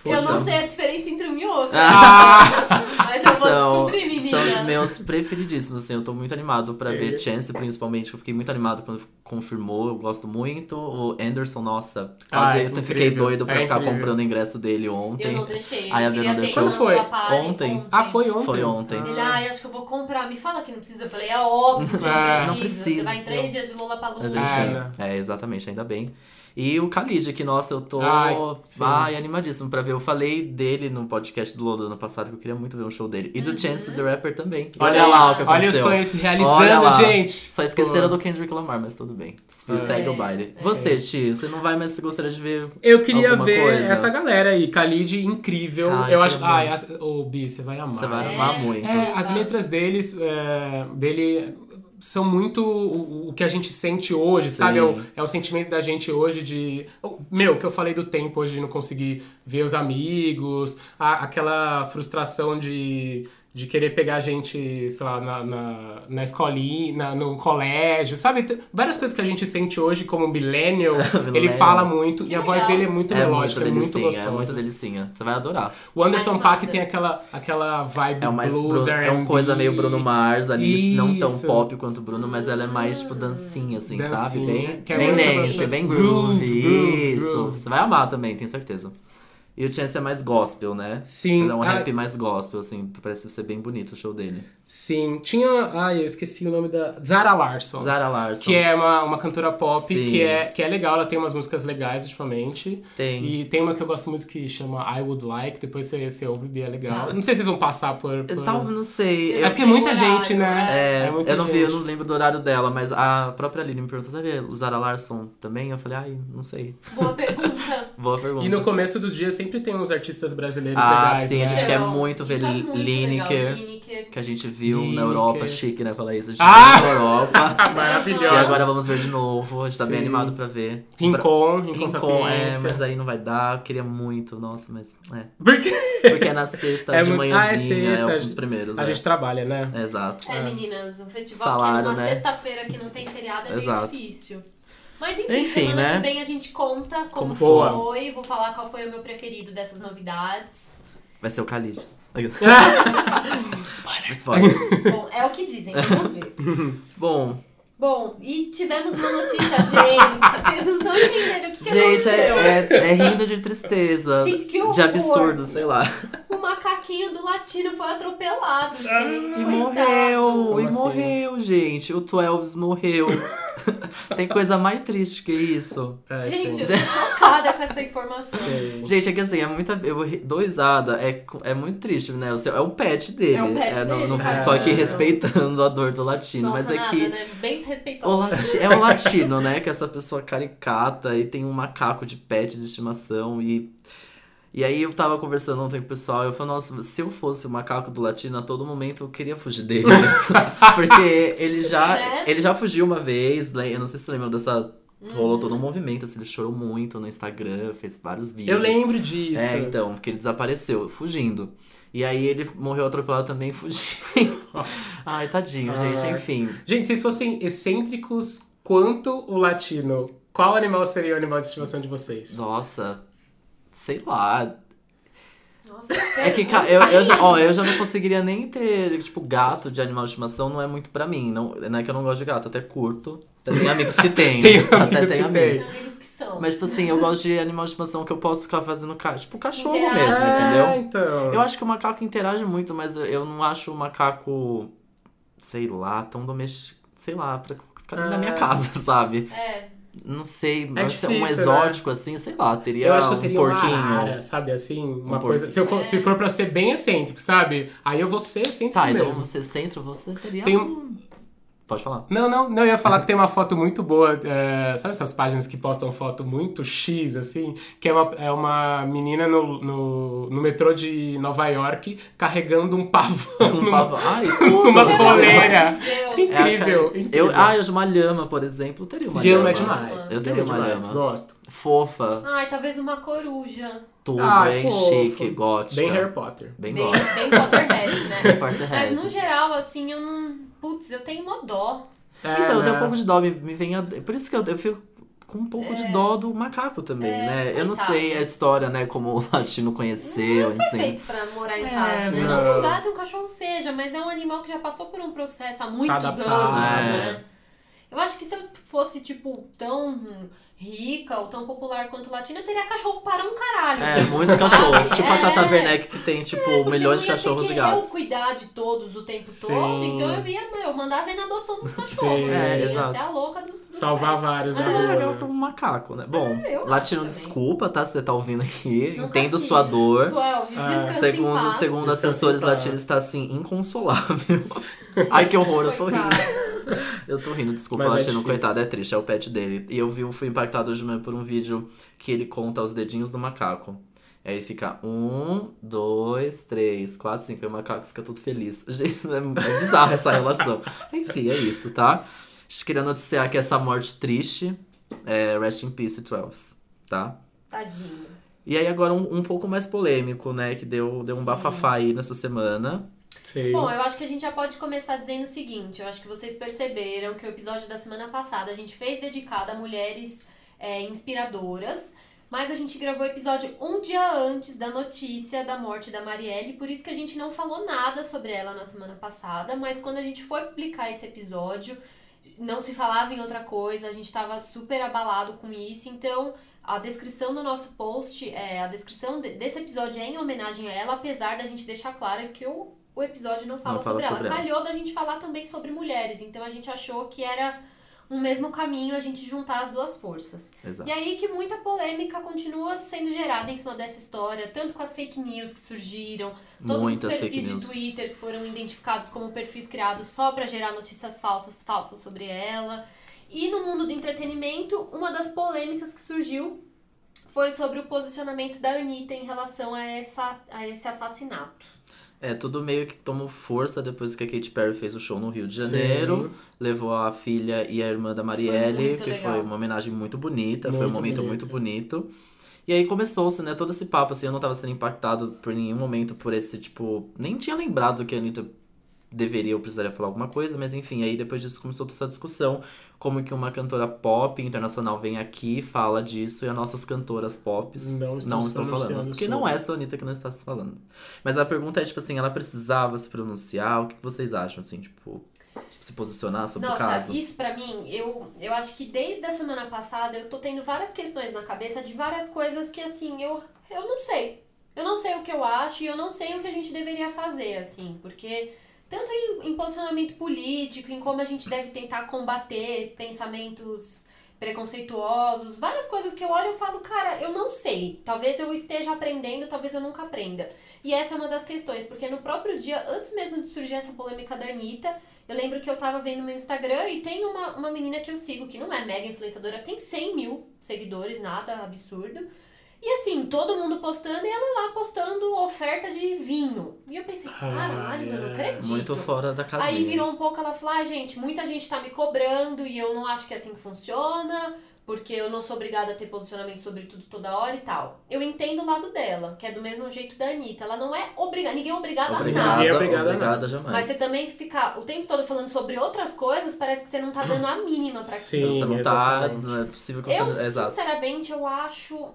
A: Eu não
B: Forçamos.
A: sei a diferença entre um e outro.
C: Ah!
A: Mas eu vou
B: São,
A: descobrir, menina.
B: são os meus preferidíssimos, assim. Eu tô muito animado pra ver
C: É.
B: Chance, principalmente. Eu fiquei muito animado quando confirmou, eu gosto muito. O Anderson, nossa, quase
C: Ah, é
B: eu até fiquei
C: incrível.
B: doido pra
C: É
B: ficar
C: incrível.
B: comprando o ingresso dele
A: Eu
B: ontem.
A: não deixei.
B: Ai, a
A: eu
B: Bia
A: queria
B: não
A: ter
B: deixou.
A: mandado
C: Quando foi?
A: ela parar
B: Ontem?
C: ah, foi ontem.
B: Foi ontem.
A: Ele,
C: é
A: ah, eu acho que eu vou comprar. Me fala que não precisa. Eu falei, é óbvio que
C: Ah.
A: não, precisa.
B: Não precisa.
A: Você vai em três dias de Lula pra
B: Mas
C: Ah,
B: enfim,
C: né?
B: é, exatamente, ainda bem. E o Khalid, que nossa, eu tô
C: Ai,
B: ai,
C: sim.
B: animadíssimo pra ver. Eu falei dele no podcast do Lodo ano passado que eu queria muito ver um show dele. E do
A: Uhum.
B: Chance the Rapper também. Olha,
C: Olha
B: lá o que aconteceu.
C: Olha o sonho se
B: Olha
C: realizando,
B: lá.
C: gente.
B: Só esqueceram
C: Pô.
B: do Kendrick Lamar, mas tudo bem.
C: É.
B: Segue o baile.
A: É.
B: Você, Ti, você não vai, mas você gostaria de ver.
C: Eu queria
B: Alguma
C: ver
B: coisa.
C: essa galera aí. Khalid, incrível.
B: Ai,
C: eu
B: que
C: acho.
B: amor.
C: Ai, as... ô, Bi, você vai amar.
B: Você vai
A: É.
B: amar muito.
C: É, as letras deles, é, dele são muito o, o que a gente sente hoje, sabe? É o, é o sentimento da gente hoje de. Meu, que eu falei do tempo hoje de não conseguir ver os amigos, a- aquela frustração de. De querer pegar a gente, sei lá, na, na, na escolinha, na- no colégio, sabe? Tem Várias coisas que a gente sente hoje como millennial, ele
B: Millennial.
C: fala muito e a voz
A: legal.
C: dele é muito
B: É muito
C: melódica, é muito
B: delicinha, é
C: gostosa.
B: muito delicinha. Você vai adorar.
C: O Anderson
A: Ai, que
C: Paak
A: massa.
C: tem aquela, aquela vibe
B: É uma
C: blues,
B: é uma
C: R&B.
B: coisa meio Bruno Mars ali, não tão
C: Isso.
B: pop quanto o Bruno, mas ela é mais tipo dancinha, assim, sabe?
C: Dancinha.
B: Bem,
C: Que é
B: bem
A: muito
B: dance,
A: gostoso.
B: bem
C: Groove,
B: groove.
C: groove,
B: isso.
C: groove.
B: Você vai amar também, tenho certeza. E o Chance é mais gospel, né?
C: Sim,
B: Ele é um
C: ah,
B: rap mais gospel, assim, parece ser bem bonito o show dele.
C: sim. Tinha. Ai, eu esqueci o nome da. Zara Larson.
B: Zara Larson.
C: Que é uma, uma cantora pop
B: Sim.
C: que é, que é legal, ela tem umas músicas legais ultimamente.
B: Tem.
C: E tem uma que eu gosto muito que chama I Would Like, depois você, você ouve, Bia, é legal. Não sei se vocês vão passar por. por-
B: Tal, não sei.
C: É
B: Tá. eu-
C: porque
A: sei
C: é
A: o
C: muita
A: horário,
C: gente, né?
B: É,
C: muita
B: eu não vi, eu
C: gente.
B: não lembro do horário dela, mas a própria Lili me perguntou, sabe o Zara Larson também? Eu falei, ai, não sei.
A: Boa pergunta.
B: Boa pergunta.
C: E no começo dos dias sempre tem uns artistas brasileiros
B: Ah,
C: legais.
B: sim, a
C: né?
B: gente quer muito ver
A: Isso é muito
B: Lineker.
A: legal, Lineker.
B: Que a gente viu
C: Lineker.
B: na Europa, chique, né? Falar isso, a gente
C: Ah!
B: viu na Europa. e
C: Maravilhosa.
B: agora vamos ver de novo, a gente tá bem
C: Sim.
B: animado pra ver.
C: Rincon, Rincon,
B: Rincon, é,
C: Sapiência.
B: mas aí não vai dar, eu queria muito, nossa, mas é.
C: Porque
B: Porque é na sexta,
C: É
B: de
C: muito- ah, é
B: manhãzinha, é,
C: sexta, a
B: um dos
C: gente-
B: primeiros,
C: a
B: é.
C: gente trabalha, né?
B: É, Exato.
A: É, meninas, um festival que
B: Salário,
A: é numa
B: né?
A: sexta-feira que não tem feriado é
B: Exato.
A: meio difícil. Mas enfim,
B: Enfim,
A: semana
B: né?
A: que vem a gente conta como,
B: Como
C: foi.
A: foi. Vou falar qual foi o meu preferido dessas novidades.
B: Vai ser o Khalid.
C: É,
B: Spoiler, spoiler.
A: Bom, é o que dizem, vamos ver.
B: Bom,
A: Bom, e tivemos uma notícia, gente. Vocês não estão entendendo o que, que
B: gente, é,
A: aconteceu.
B: é- é rindo de tristeza.
A: Gente, que
B: de
A: horror.
B: absurdo, sei lá.
A: O macaquinho do latino foi atropelado, gente.
B: E
A: coitado.
B: morreu, e
C: assim?
B: morreu, gente. O Twelves morreu. Tem coisa mais triste que isso.
C: É,
A: Gente,
C: tem-
A: eu tô chocada com essa informação.
C: Sei.
B: Gente, é que assim, é muita. Eu ri- dou risada, é, co- é muito triste, né? O seu, é um pet dele.
A: É um pet
B: no, no,
A: dele,
B: Só que
A: cara.
B: respeitando a dor do latino.
A: Nossa,
B: mas é
A: nada,
B: que.
A: né? Bem
B: O
A: desrespeitoso.
B: lati- é o latino, né? Que é essa pessoa caricata e tem um macaco de pet de estimação e. E aí eu tava conversando ontem com o pessoal, eu falei, nossa, se eu fosse o macaco do latino a todo momento, eu queria fugir dele. Porque ele já,
A: Né?
B: ele já fugiu uma vez, né? Eu não sei se você lembra dessa. Rolou
A: Uhum.
B: todo um movimento, assim, ele chorou muito no Instagram, fez vários vídeos.
C: Eu lembro disso.
B: É, então, porque ele desapareceu, fugindo. E aí ele morreu atropelado também, fugindo. Ai, tadinho, gente,
C: Ah.
B: enfim.
C: Gente, se vocês fossem excêntricos quanto o latino, qual animal seria o animal de estimação de vocês?
B: Nossa, sei lá.
A: Nossa,
B: É que ca- eu, eu, já, ó, eu já não conseguiria nem ter, tipo, gato de animal de estimação não é muito pra mim. Não, não é que eu não gosto de gato, até curto. Até tenho amigos que têm.
C: Tem
B: até
C: amigos
B: tenho
C: que têm.
B: amigos.
A: Tem amigos que são.
B: Mas, tipo assim, eu gosto de animal de estimação que eu posso ficar fazendo, ca- tipo, cachorro
A: Interage.
B: mesmo, entendeu?
C: É, então.
B: Eu acho que o macaco interage muito, mas eu- eu não acho o macaco, sei lá, tão doméstico. Sei lá, pra ficar dentro da minha
C: Ah.
B: casa, sabe?
A: É,
B: Não sei, mas se é um
C: difícil, né?
B: exótico assim, sei lá, teria
C: Eu acho que eu teria
B: um
C: uma
B: porquinho. Um
C: arara, sabe assim? Uma
B: porquinho.
C: coisa. Se, eu for, se for pra ser bem excêntrico, sabe? Aí eu vou ser excêntrico
B: Tá, então
C: mesmo.
B: se você centro, você teria
C: Tem
B: um... Pode falar.
C: Não, não, não, eu ia falar que tem uma foto muito boa, é, sabe essas páginas que postam foto muito X, assim? Que é uma, é uma menina no, no, no metrô de Nova York carregando um pavão
B: Um
C: numa,
B: pavão. Ai,
C: numa
B: tudo.
C: coleira.
A: Meu Deus.
C: Incrível,
B: É,
C: incrível.
B: eu, ah, eu uma lhama, por exemplo, eu teria uma lhama.
C: Lhama é demais.
B: Eu
C: Lhama
B: teria
C: é
B: uma
C: demais,
B: lhama.
C: Gosto.
B: Fofa,
A: Ai, talvez uma coruja.
B: tudo,
C: Ah,
B: bem
C: fofo.
B: chique, gótica.
C: Bem Harry Potter.
B: Bem É,
A: Bem,
B: gótica.
A: bem Potterhead, né? Mas
B: Potterhead.
A: no geral, assim, eu não. Putz, eu tenho mó dó.
C: É,
B: Então, eu
C: né?
B: tenho um pouco de dó, me, me vem a... Por isso que eu, eu fico com um pouco de dó do macaco também, né? Eu não
A: É. coitado.
B: sei a história, né? Como o latino conheceu,
A: Foi
B: enfim.
A: feito pra morar em
B: É,
A: casa, né? Não
C: não.
A: que um gato e um cachorro seja, mas é um animal que já passou por um processo há muitos
C: Adaptar,
A: anos,
B: é.
A: né? Eu acho que se eu fosse, tipo, tão hum, rica ou tão popular quanto latina, eu teria cachorro para um caralho.
B: É, muitos cachorros.
A: Sabe?
B: Tipo a Tata
A: É.
B: Werneck, que tem, tipo,
A: Porque
B: milhões
A: não
B: de
A: ia ter
B: cachorros
A: que
B: e gatos.
A: Eu cuidar de todos o tempo
C: Sim.
A: todo, então eu ia eu mandava ver na adoção dos cachorros.
C: Sim.
A: né?
B: É,
A: Eu ia
B: exato.
A: ser a louca dos, dos
C: Salvar
A: pets.
C: vários, né?
B: Mas
A: Ah,
B: é
C: Boa,
B: legal
C: né?
B: que é um macaco, né? Bom,
A: É, eu
B: Latino,
A: acho também.
B: desculpa, tá? Se você tá ouvindo aqui.
A: nunca
B: entendo
A: quis.
B: sua dor.
A: Tu, Elvis,
C: Ah.
A: descansa em
B: Segundo,
A: paz.
B: segundo
C: Descanse em
B: assessores
C: paz.
B: latinos, está assim, inconsolável. Ai, que horror, eu tô rindo.
A: Coitado.
B: Eu tô rindo, desculpa,
C: Mas é
B: Latino,
C: difícil.
B: coitado, é triste, é o pet dele. E eu vi, fui impactado hoje mesmo por um vídeo que ele conta os dedinhos do macaco. Aí fica um, dois, três, quatro, cinco, e o macaco fica todo feliz. Gente, é, é bizarro essa relação. Enfim, é isso, tá? Just Queria noticiar que essa morte triste é Rest in Peace, 12, tá?
A: Tadinho.
B: E aí agora um, um pouco mais polêmico, né? Que deu, deu um
A: Sim.
B: bafafá aí nessa semana.
C: Sim.
A: Bom, é eu acho que a gente já pode começar dizendo o seguinte: eu acho que vocês perceberam que o episódio da semana passada a gente fez dedicado a mulheres é, inspiradoras, mas a gente gravou o episódio um dia antes da notícia da morte da Marielle, por isso que a gente não falou nada sobre ela na semana passada, mas quando a gente foi publicar esse episódio, não se falava em outra coisa, a gente estava super abalado com isso, então a descrição do nosso post, é, a descrição de- desse episódio é em homenagem a ela, apesar da gente deixar claro que o, o episódio não fala,
B: Não fala
A: sobre,
B: sobre
A: ela.
B: ela.
A: Calhou da gente falar também sobre mulheres, então a gente achou que era um mesmo caminho a gente juntar as duas forças.
B: Exato.
A: E aí que muita polêmica continua sendo gerada em cima dessa história, tanto com as fake news que surgiram, todos
B: Muitas
A: os
B: fake
A: perfis de
B: news.
A: Twitter que foram identificados como perfis criados só pra gerar notícias falsas, falsas sobre ela. E no mundo do entretenimento, uma das polêmicas que surgiu foi sobre o posicionamento da Anitta em relação a, essa, a esse assassinato.
B: É, tudo meio que tomou força depois que a Katy Perry fez o show no Rio de Janeiro.
C: Sim.
B: Levou a filha e a irmã da
A: Foi
B: Marielle,
A: muito
B: que
A: legal.
B: foi uma homenagem muito bonita, foi um
C: Muito
B: momento
C: bonito.
B: muito bonito. E aí começou-se, né, todo esse papo, assim, eu não tava sendo impactado por nenhum momento por esse, tipo... Nem tinha lembrado que a Anitta deveria ou precisaria falar alguma coisa, mas enfim, aí depois disso começou toda essa discussão. Como que uma cantora pop internacional vem aqui, fala disso, e as nossas cantoras pop
C: Não estão
B: não
C: se
B: estão falando.
C: pronunciando
B: Porque
C: sobre.
B: não é só a Anitta que não está se falando. Mas a pergunta é, tipo assim, ela precisava se pronunciar? O que que vocês acham, assim, tipo, se posicionar sobre o
A: Nossa,
B: caso?
A: isso pra mim, eu, eu acho que desde a semana passada eu tô tendo várias questões na cabeça de várias coisas que, assim, eu, eu não sei. Eu não sei o que eu acho e eu não sei o que a gente deveria fazer, assim, porque tanto em, em posicionamento político, em como a gente deve tentar combater pensamentos preconceituosos, várias coisas que eu olho e falo, cara, eu não sei. Talvez eu esteja aprendendo, talvez eu nunca aprenda. E essa é uma das questões, porque no próprio dia, antes mesmo de surgir essa polêmica da Anitta, eu lembro que eu tava vendo meu Instagram e tem uma, uma menina que eu sigo, que não é mega influenciadora, tem 100 mil seguidores, nada absurdo. E assim, todo mundo postando e ela lá postando oferta de vinho. E eu pensei, caralho, mano, eu não
C: é.
A: acredito.
B: Muito fora da casinha.
A: Aí virou um pouco, ela falou, ah, gente, muita gente tá me cobrando e eu não acho que é assim que funciona, porque eu não sou obrigada a ter posicionamento sobre tudo toda hora e tal. Eu entendo o lado dela, que é do mesmo jeito da Anitta. Ela não é obrigada, ninguém é obrigada a
B: Obrigada,
A: nada.
C: Ninguém é
B: obrigada,
C: obrigada,
B: jamais.
A: Mas você tá- também ficar o tempo todo falando sobre outras coisas, parece que você não tá dando a mínima pra
C: Sim.
A: aquilo.
B: Então, você não
C: exatamente.
B: tá. Não é possível que você.
A: Eu,
B: Exato.
A: sinceramente, eu acho.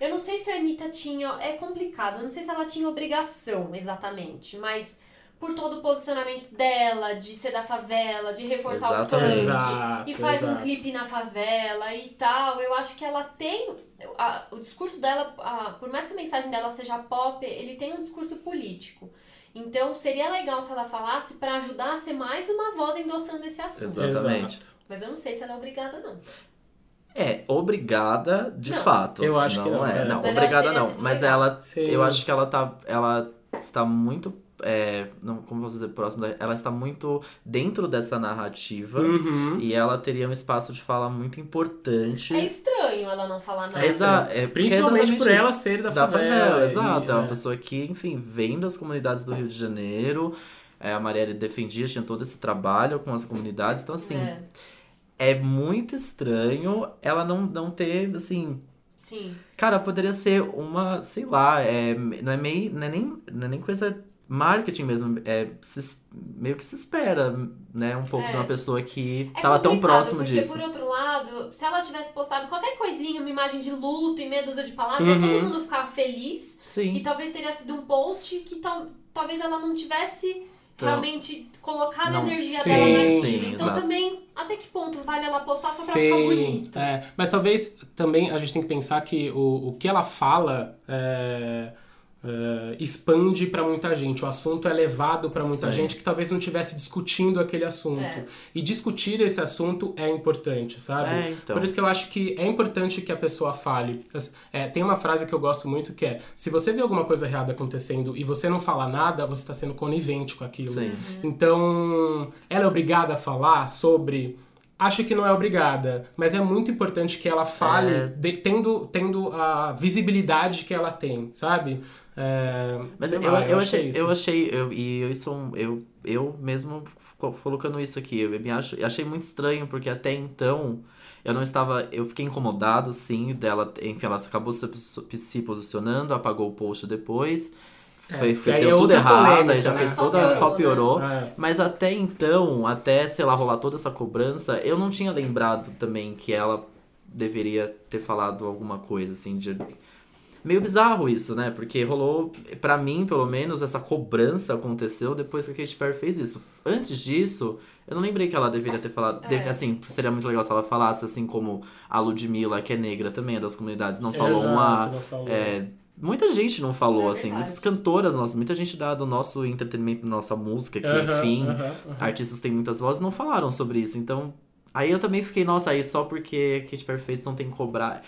A: Eu não sei se a Anitta tinha. É complicado, eu não sei se ela tinha obrigação exatamente, mas por todo o posicionamento dela, de ser da favela, de reforçar
B: Exatamente.
A: o funk,
C: Exato,
A: e faz um
C: exato.
A: clipe na favela e tal. Eu acho que ela tem. a- o discurso dela, a- por mais que a mensagem dela seja pop, ele tem um discurso político. Então seria legal se ela falasse pra ajudar a ser mais uma voz endossando esse assunto.
B: Exato. Exatamente.
C: Exato.
A: Mas eu não sei se ela é obrigada, não.
B: É, obrigada de
A: Não.
B: fato.
C: Eu acho que não,
B: é.
C: é.
B: Não,
C: Mas eu
A: acho
B: obrigada
A: que teria
B: não.
A: sido
B: Mas
A: legal.
B: ela.
C: Sim.
B: Eu acho que ela tá. Ela está muito. é, não, como posso dizer, próximo da, Ela está muito dentro dessa narrativa.
C: Uhum.
B: E ela teria um espaço de fala muito importante.
A: É estranho ela não falar nada.
C: É isso.
B: Exa- é, porque é
C: Principalmente
B: exatamente
C: por
B: isso.
C: ela ser da,
B: da favela,
C: e-
B: exato. É uma
C: é.
B: pessoa que, enfim, vem das comunidades do Rio de Janeiro. É, a Marielle defendia, tinha todo esse trabalho com as comunidades. Então, assim, é,
A: É,
B: muito estranho ela não, não ter, assim.
A: sim.
B: Cara, poderia ser uma, sei lá, é, não, é meio, não, é nem, não é nem coisa marketing mesmo. É, se es- meio que se espera, né? Um pouco
A: É.
B: de uma pessoa que
A: É
B: tava tão
A: complicado,
B: próximo
A: porque,
B: disso.
A: Por outro lado, postado, se ela tivesse postado qualquer coisinha, uma imagem de luto e meia dúzia de palavras,
C: Uhum.
A: todo mundo ficava feliz. E
B: Sim.
A: talvez teria sido um post que tal, talvez ela não tivesse
B: Então,
A: realmente colocado a
B: não,
A: energia
C: sim,
A: dela naquilo.
B: sim,
A: então
B: exato.
A: também, até que ponto vale ela postar só pra ficar bonita?
C: é, mas talvez também a gente tem que pensar que o, o que ela fala é, é, expande pra muita gente. O assunto é levado pra muita
B: Sim.
C: gente que talvez não estivesse discutindo aquele assunto.
A: É.
C: E discutir esse assunto é importante, sabe?
B: É, então.
C: Por isso que eu acho que é importante que a pessoa fale. As- é, tem uma frase que eu gosto muito que é: se você vê alguma coisa errada acontecendo e você não fala nada, você está sendo conivente com aquilo.
B: Sim.
C: Então, ela é obrigada a falar sobre. Acho que não é obrigada, mas é muito importante que ela fale,
B: É.
C: de- tendo, tendo a visibilidade que ela tem, sabe? É,
B: Mas
C: sei
B: eu,
C: lá,
B: eu, achei,
C: é isso.
B: eu achei, eu- e eu isso é um- eu, eu mesmo co- colocando isso aqui, eu me acho, eu achei muito estranho porque até então eu não estava, eu fiquei incomodado sim dela, enfim, ela acabou se, se posicionando, apagou o post depois.
C: É,
B: foi, foi-
C: que aí
B: deu
C: é
B: tudo
C: outra
B: errado, aí
C: polêmica,
B: já
C: né?
B: fez
A: Só
B: toda, só
A: piorou, né?
B: piorou.
C: É.
B: Mas até então, até, sei lá, rolar toda essa cobrança, eu não tinha lembrado também que ela deveria ter falado alguma coisa, assim, de. Meio bizarro isso, né? Porque rolou, pra mim, pelo menos, essa cobrança aconteceu depois que a Katy Perry fez isso. Antes disso, eu não lembrei que ela deveria ter falado.
A: É.
B: deve- assim, seria muito legal se ela falasse, assim como a Ludmilla, que é negra também, é das comunidades, não
A: Sim.
B: falou
C: Exato,
B: uma.
C: não falou.
B: É, muita gente não falou,
A: É
B: assim,
A: verdade.
B: muitas cantoras nossas, muita gente da, do nosso entretenimento, da nossa música, que
C: Aham,
B: enfim,
C: aham, aham.
B: artistas têm muitas vozes, não falaram sobre isso. Então, aí eu também fiquei, nossa, aí só porque Kate Perfeito não tem que cobrar.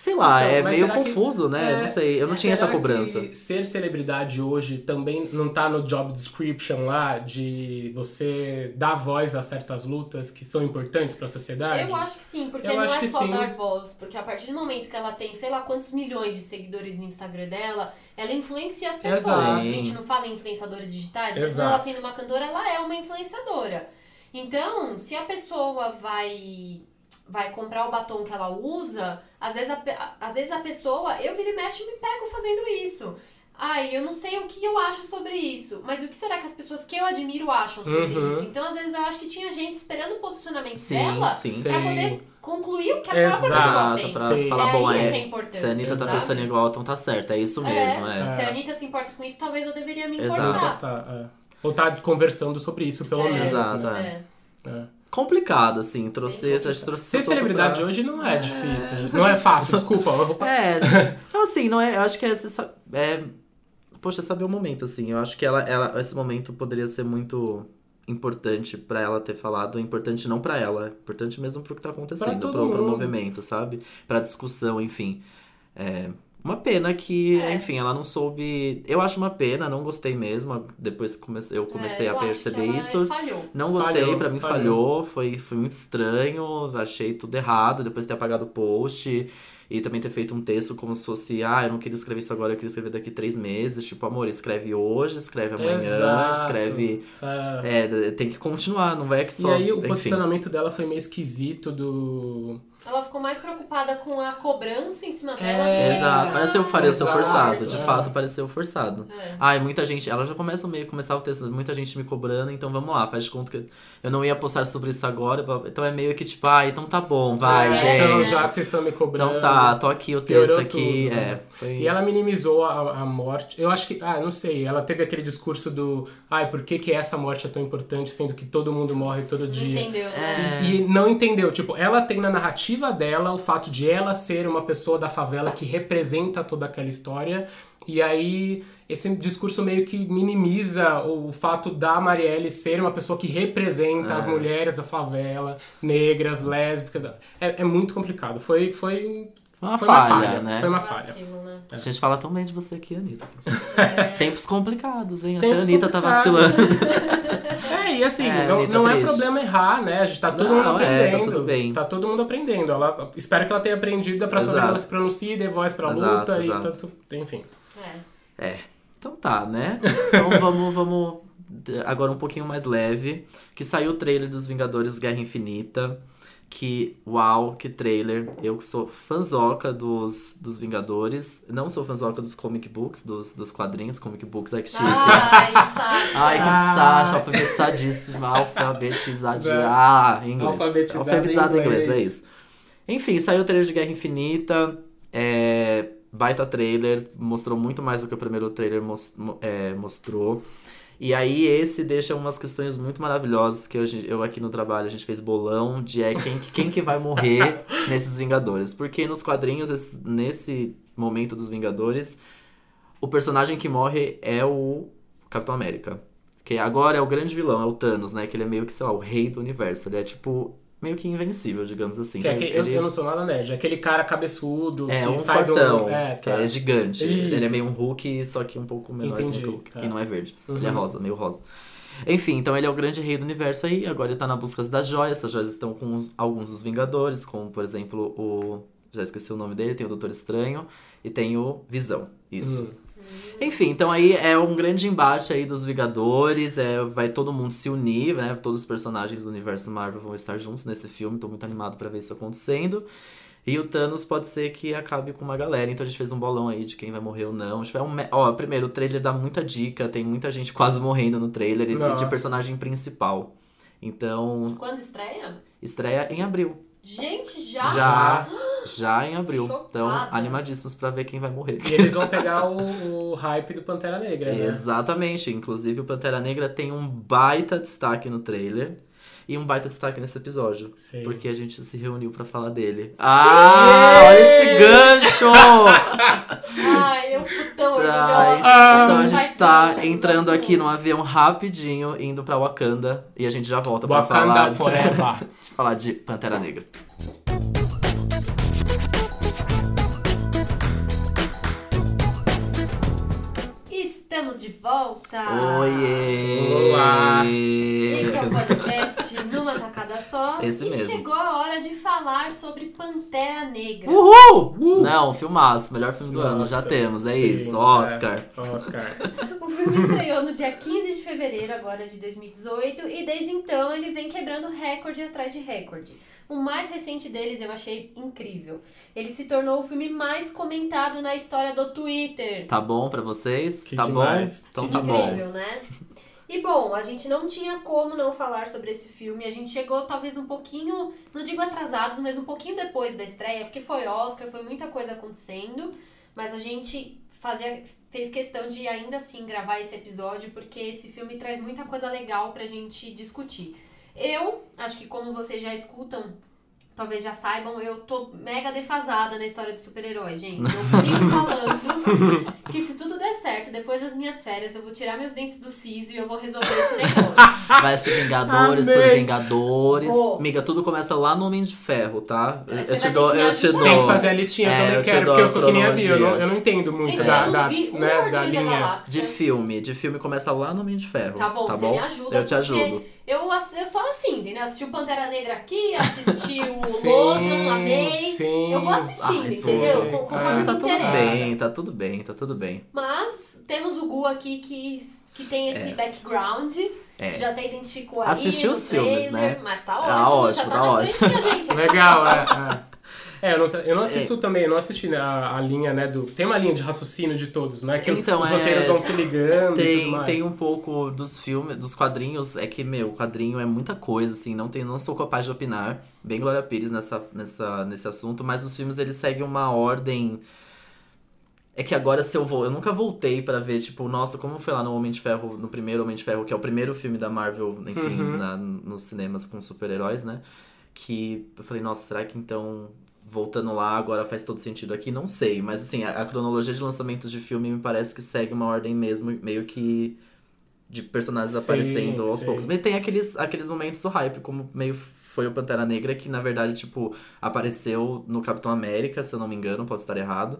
B: Sei lá,
C: Então,
B: é
C: mas
B: meio
C: será que-
B: confuso, né?
C: é,
B: não sei, eu não tinha essa
C: Será
B: cobrança.
C: que é ser celebridade hoje também não tá no job description lá de você dar voz a certas lutas que são importantes pra sociedade?
A: Eu acho que sim, porque
C: Eu
A: não
C: acho
A: é
C: que
A: só
C: sim.
A: dar voz, porque a partir do momento que ela tem, sei lá, quantos milhões de seguidores no Instagram dela, ela influencia as pessoas.
C: Exato.
A: A gente não fala em influenciadores digitais, mas
C: Exato.
A: ela sendo uma cantora, ela é uma influenciadora. Então, se a pessoa vai vai comprar o batom que ela usa, às vezes a, pe- às vezes a pessoa, eu viro e mexo e me pego fazendo isso. Ai, eu não sei o que eu acho sobre isso, mas o que será que as pessoas que eu admiro acham sobre
C: Uhum.
A: isso? Então, às vezes, eu acho que tinha gente esperando o posicionamento
B: Sim,
A: dela
B: sim.
A: pra
C: Sim.
A: poder concluir o que a
C: Exato,
A: própria pessoa
B: Exato,
A: tem.
B: pra
C: Sim.
B: falar, bom,
A: é isso que é
B: é.
A: importante.
B: Se a Anitta tá
A: sabe?
B: pensando igual, então tá certo, é isso
A: É.
B: mesmo, é.
A: Se a Anitta se importa com isso, talvez eu deveria me
B: Exato.
C: Não
A: importar.
C: importar, é. Ou tá conversando sobre isso, pelo
A: É.
C: menos.
B: Exato,
C: né?
A: É.
C: É.
B: Complicado, assim, trouxe.
A: Bem
B: trouxe, trouxe
C: Ser
B: assunto
C: celebridade
B: pra-
C: hoje não é, difícil. gente. Não é fácil, desculpa. eu-
B: É, não, assim, não é. Eu acho que é, esse sa- é. Poxa, saber o momento, assim. Eu acho que ela, ela, esse momento poderia ser muito importante pra ela ter falado. Importante não pra ela, importante mesmo pro que tá acontecendo,
C: todo
B: pro, pro
C: mundo.
B: movimento, sabe? Pra discussão, enfim. É, Uma pena que,
A: É.
B: enfim, ela não soube. Eu acho uma pena, não gostei mesmo. Depois que come... eu comecei
A: É, eu
B: a
A: acho
B: perceber
A: que ela
B: isso.
A: Falhou.
B: Não gostei,
C: Falhou,
B: pra mim falhou,
C: falhou.
B: foi, foi muito estranho, achei tudo errado, depois ter apagado o post e também ter feito um texto como se fosse, ah, eu não queria escrever isso agora, eu queria escrever daqui três meses. Tipo, amor, escreve hoje, escreve amanhã,
C: Exato.
B: escreve.
C: É.
B: É, d- tem que continuar, não vai que
C: E
B: só.
C: aí o
B: enfim.
C: posicionamento dela foi meio esquisito do.
A: Ela ficou mais preocupada com a cobrança em cima dela. do
C: É,
A: que-
B: Exato, pareceu, pareceu
C: Exato,
B: forçado, de
C: é.
B: fato pareceu forçado.
A: É.
B: Ai, muita gente. Ela já começa meio, começava o texto, muita gente me cobrando, então vamos lá, faz de conta que eu não ia postar sobre isso agora. blá, blá. Então é meio que tipo, ah, então tá bom, vai,
A: É.
B: gente.
C: Então, já que vocês estão me cobrando.
B: Então tá, tô aqui o
C: Piorou
B: texto aqui.
C: tudo,
B: é,
C: né?
B: foi-
C: E ela minimizou a, a morte. Eu acho que, ah, não sei, ela teve aquele discurso do, ai, por que, que essa morte é tão importante, sendo que todo mundo morre todo
A: Não
C: dia.
A: entendeu, né?
B: É,
C: E não entendeu, tipo, ela tem na narrativa dela o fato de ela ser uma pessoa da favela que representa toda aquela história. E aí, esse discurso meio que minimiza o fato da Marielle ser uma pessoa que representa
B: É.
C: as mulheres da favela, negras, lésbicas. É, é muito complicado. Foi, foi,
B: Uma
C: foi
B: falha,
C: uma falha,
B: né?
C: Foi uma falha.
A: Vacilo, né?
B: A gente fala tão bem de você aqui, Anitta.
A: É.
B: Tempos complicados, hein? Até a
C: Tempos
B: Anitta tá
C: complicados.
B: vacilando.
C: É, e assim,
B: É,
C: não,
B: Anitta
C: não é
B: triste.
C: problema errar, né? A gente tá todo
B: Não,
C: mundo
B: é,
C: aprendendo.
B: tá tudo bem.
C: Tá todo mundo aprendendo. Ela, espero que ela tenha aprendido da próxima vez
B: Exato.
C: ela se pronuncie, dê voz pra
B: Exato,
C: luta
B: exato.
C: e tanto. Enfim.
A: É.
B: É. Então tá, né? Então vamos, vamos. Agora um pouquinho mais leve. Que saiu o trailer dos Vingadores Guerra Infinita. Que, uau, que trailer. Eu que sou fanzoca dos, dos Vingadores. Não sou fanzoca dos comic books, dos, dos quadrinhos, comic books, ai que chique.
A: Ah, Ai, Sasha.
B: Ai, que
C: Ah. Né?
B: Sasha, alfabetizadíssima, alfabetizadíssima. Ah, inglês.
C: Alfabetizada em
B: Alfabetizada em inglês,
C: inglês.
B: é isso. Enfim, saiu o trailer de Guerra Infinita. É, baita trailer. Mostrou muito mais do que o primeiro trailer mos- mo- é, mostrou. E aí esse deixa umas questões muito maravilhosas que hoje, eu aqui no trabalho a gente fez bolão de é quem, quem que vai morrer nesses Vingadores. Porque nos quadrinhos, esse- nesse momento dos Vingadores, o personagem que morre é o Capitão América. Que agora é o grande vilão, é o Thanos, né? Que ele é meio que, sei lá, o rei do universo. Ele é tipo, meio que invencível, digamos assim.
C: Que é
B: Então,
C: aquele- eu,
B: ele-
C: eu não sou nada nerd, é aquele cara cabeçudo
B: é,
C: que
B: um
C: sai
B: fortão,
C: do. É,
B: que
C: tá.
B: é gigante.
C: Isso.
B: Ele é meio um Hulk, só que um pouco menor
C: Entendi,
B: que o Hulk,
C: tá.
B: que não é verde. Ele é
C: Uhum.
B: rosa, meio rosa. Enfim, então ele é o grande rei do universo aí, agora ele tá na busca das joias, essas joias estão com os- alguns dos Vingadores, como, por exemplo, o... já esqueci o nome dele, tem o Doutor Estranho e tem o Visão, isso.
C: Hum.
B: Enfim, então aí é um grande embate aí dos Vingadores, é, vai todo mundo se unir, né? Todos os personagens do universo Marvel vão estar juntos nesse filme, tô muito animado pra ver isso acontecendo. E o Thanos pode ser que acabe com uma galera, então a gente fez um bolão aí de quem vai morrer ou não. Tipo, é um me- Ó, primeiro, o trailer dá muita dica, tem muita gente quase morrendo no trailer e- e de
C: Nossa.
B: personagem principal. Então,
A: Quando estreia?
B: estreia em abril.
A: Gente, já?
B: Já, já em abril. Então,
A: Chocada.
B: animadíssimos pra ver quem vai morrer.
C: E eles vão pegar o, o hype do Pantera Negra, né?
B: Exatamente. Inclusive, o Pantera Negra tem um baita destaque no trailer. E um baita destaque nesse episódio.
C: Sim.
B: Porque a gente se reuniu pra falar dele. Ah, olha esse gancho!
A: Ai, eu fui tão
B: Tá,
A: orgulhosa.
C: Ah.
B: Então a
A: vai
B: gente tá
A: finalizar os
B: entrando
C: assim.
B: aqui num
A: assuntos.
B: avião rapidinho, indo pra Wakanda. E a gente já volta pra falar
C: Wakanda
B: de,
C: Forever.
B: falar de Pantera Negra.
A: Estamos de volta.
B: Oiê!
C: Ah. Olá!
A: Esse é o podcast numa tacada só.
B: Esse
A: e
B: mesmo.
A: chegou a hora de falar sobre Pantera Negra.
B: Uh! Uhul! Não, filmaço, melhor filme do ano, já
C: Nossa,
B: temos, é
C: sim,
B: isso, Oscar.
C: é, Oscar.
A: O filme estreou no dia 15 de fevereiro agora de 2018 e desde então ele vem quebrando recorde atrás de recorde. O mais recente deles eu achei incrível. Ele se tornou o filme mais comentado na história do Twitter.
B: Tá bom pra vocês?
C: Que
B: tá
C: demais.
B: bom? Então
C: Que
B: tá bom.
A: Incrível, né? E bom, a gente não tinha como não falar sobre esse filme. A gente chegou talvez um pouquinho, não digo atrasados, mas um pouquinho depois da estreia, porque foi Oscar, foi muita coisa acontecendo, mas a gente fazia fez questão de ainda assim gravar esse episódio porque esse filme traz muita coisa legal pra gente discutir. Eu, acho que como vocês já escutam, talvez já saibam, eu tô mega defasada na história de super-heróis, gente. Eu sigo falando que se tudo der certo, depois das minhas férias, eu vou tirar meus dentes do siso e eu vou resolver esse negócio.
B: Vai assistir Vingadores por
C: Amei.
B: Vingadores.
A: Vou.
B: Amiga, tudo começa lá no Homem de Ferro, tá? Eu,
A: Você
B: eu te
A: vai
B: dou,
A: ter que me
B: eu te
A: ajudar.
B: dou.
C: Tem que fazer a listinha,
B: É,
C: eu
B: eu
C: também
B: te
C: quero,
B: dou
C: porque eu sou que nem a Bia,
B: cronologia.
C: eu não, eu não entendo muito
A: gente,
C: da,
A: eu
C: da,
A: não vi um
C: né,
A: Guardiões
C: da
A: da,
C: linha.
A: Galáxia.
B: De filme, de filme começa lá no Homem de Ferro.
A: Tá bom, você
B: bom?
A: me ajuda,
B: Eu
A: porque-
B: te ajudo.
A: Eu, ass- eu só assim, né? Assisti o Pantera Negra aqui, assisti o
C: Sim,
A: Logan, amei.
C: sim.
A: Eu vou assistir,
B: Ai,
A: entendeu?
C: sim.
A: Com- Conforme
C: Ah,
B: Ah,
A: me
B: tá tudo
A: interessa.
B: bem, tá tudo bem, tá tudo bem.
A: Mas temos o Gu aqui que, que tem esse background.
B: É.
A: Já até identificou aí.
B: Assistiu
A: no
B: os filmes,
A: trailer,
B: né?
A: Mas tá ótimo,
B: Tá
A: já
B: ótimo,
A: tá,
B: tá
A: na
B: ótimo.
A: frentinha, gente.
C: Legal, é. é. É, eu não, sei- eu não assisto também, eu não assisti né, a, a linha, né, do... Tem uma linha de raciocínio de todos, né, que os-
B: Então,
C: os
B: é,
C: roteiros vão se ligando e tudo
B: Tem,
C: mais.
B: tem um pouco dos filmes, dos quadrinhos, é que, meu, quadrinho é muita coisa, assim, não, tem, não sou capaz de opinar. Bem Glória Pires nessa, nessa, nesse assunto, mas os filmes eles seguem uma ordem. É que agora se eu vou. Eu nunca voltei pra ver, tipo, nossa, como foi lá no Homem de Ferro, no primeiro Homem de Ferro, que é o primeiro filme da Marvel, enfim,
C: Uhum.
B: na- nos cinemas com super-heróis, né? Que eu falei, nossa, será que então. Voltando lá, agora faz todo sentido aqui, não sei. Mas assim, a, a cronologia de lançamentos de filme me parece que segue uma ordem mesmo, meio que de personagens
C: Sim,
B: aparecendo aos
C: sim.
B: poucos. Mas tem aqueles, aqueles momentos do hype, como meio foi o Pantera Negra, que na verdade, tipo, apareceu no Capitão América, se eu não me engano, posso estar errado.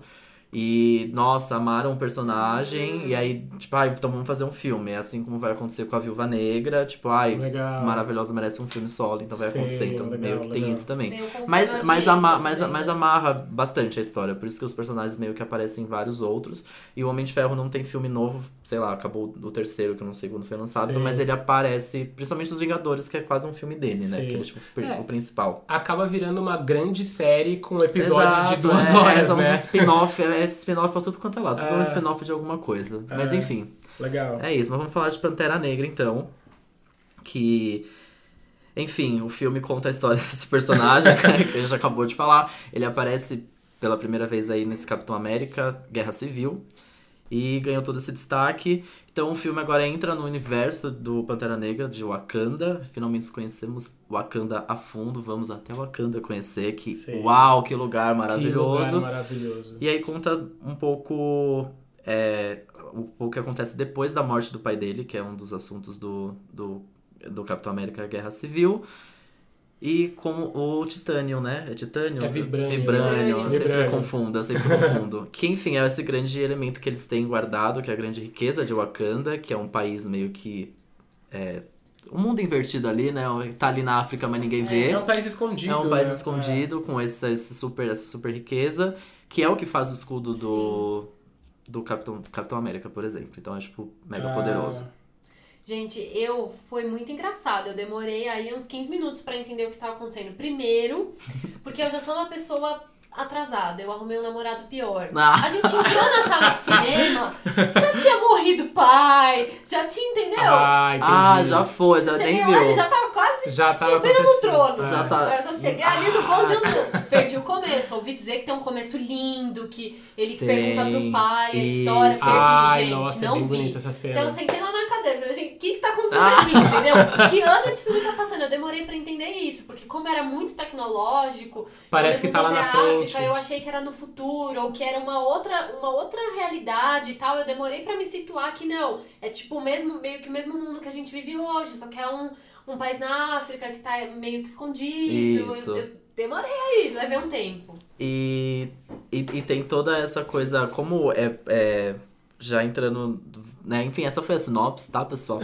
B: E, nossa, amaram o personagem.
C: Uhum.
B: E aí, tipo, ai, então vamos fazer um filme. É assim como vai acontecer com a Viúva Negra. Tipo, ai,
C: Legal.
B: maravilhosa, merece um filme solo, então vai
C: Sim,
B: acontecer. Então,
C: legal,
B: meio que tem
C: legal.
B: isso também.
A: Meio conforme
B: Mas,
A: a
B: mas,
A: audiência
B: ama,
A: também,
B: mas,
A: né?
B: mas amarra bastante a história. Por isso que os personagens meio que aparecem em vários outros. E o Homem de Ferro não tem filme novo, sei lá, acabou o terceiro, que eu não sei quando foi lançado.
C: Sim.
B: Mas ele aparece, principalmente os Vingadores, que é quase um filme dele, né?
C: Sim.
B: Que ele é tipo, pr-
C: É.
B: o principal.
C: Acaba virando uma grande série com episódios
B: Exato,
C: de duas
B: é,
C: horas,
B: são uns
C: né?
B: spin-off, é spin-off pra tudo quanto é lá. Tudo é um
C: É.
B: spin-off de alguma coisa. Mas
C: É.
B: enfim.
C: Legal.
B: É isso, mas vamos falar de Pantera Negra então. Que Enfim, o filme conta a história desse personagem, né, que a gente acabou de falar. Ele aparece pela primeira vez aí nesse Capitão América, Guerra Civil. E ganhou todo esse destaque. Então o filme agora entra no universo do Pantera Negra, de Wakanda. Finalmente nos conhecemos Wakanda a fundo. Vamos até Wakanda conhecer. Que
C: Sim.
B: uau, que lugar
C: Que
B: maravilhoso.
C: lugar maravilhoso.
B: E aí conta um pouco é, o, o que acontece depois da morte do pai dele, que é um dos assuntos do, do, do Capitão América Guerra Civil. E como o Titânio, né? É Titânio?
C: É Vibranium.
B: Vibranium. Eu Sempre
C: Vibranium.
B: confundo, eu sempre confundo. que, enfim, é esse grande elemento que eles têm guardado, que é a grande riqueza de Wakanda, que é um país meio que... É, o mundo invertido ali, né? Tá ali na África, mas ninguém vê.
C: É um país escondido.
B: É um país
C: né?
B: escondido com essa, esse super, essa super riqueza, que é o que faz o escudo do, do Capitão, Capitão América, por exemplo. Então é, tipo, mega
C: Ah.
B: poderoso.
A: Gente, eu foi muito engraçado. Eu demorei aí uns 15 minutos pra entender o que tava acontecendo. Primeiro, porque eu já sou uma pessoa atrasada. Eu arrumei um namorado pior.
B: Ah.
A: A gente entrou na sala de cinema, já tinha morrido o pai, já tinha, entendeu?
C: Ah, entendi.
B: Ah, já foi, já nem
A: Cheguei lá, ele
B: viu.
A: já tava quase
C: Já tava
A: subindo no
C: acontecendo.
A: trono.
B: Já tá-
A: Eu só cheguei ali no bonde andando. Perdi o começo. Ouvi dizer que tem um começo lindo, que ele
B: Tem.
A: pergunta pro pai a história.
B: Isso.
A: Perdi,
C: Ai,
A: gente,
C: nossa, é
A: não
C: bem
A: vi.
C: bonita essa cena.
A: Então eu sentei lá na cadeira, falei, gente, o que que tá acontecendo
C: Ah.
A: aqui, entendeu? Que ano esse filme tá passando? Eu demorei pra entender isso, porque como era muito tecnológico...
C: Parece
A: eu
C: que tá lá na
A: levantei pra
C: frente.
A: África, Eu achei que era no futuro, ou que era uma outra, uma outra realidade e tal. Eu demorei pra me situar que não. É tipo o mesmo, meio que o mesmo mundo que a gente vive hoje, só que é um, um país na África que tá meio que escondido.
B: Isso.
A: Eu, eu demorei aí, levei um tempo.
B: E, e, e tem toda essa coisa, como é, é, já entrando, né? Enfim, essa foi a sinopse, tá, pessoal?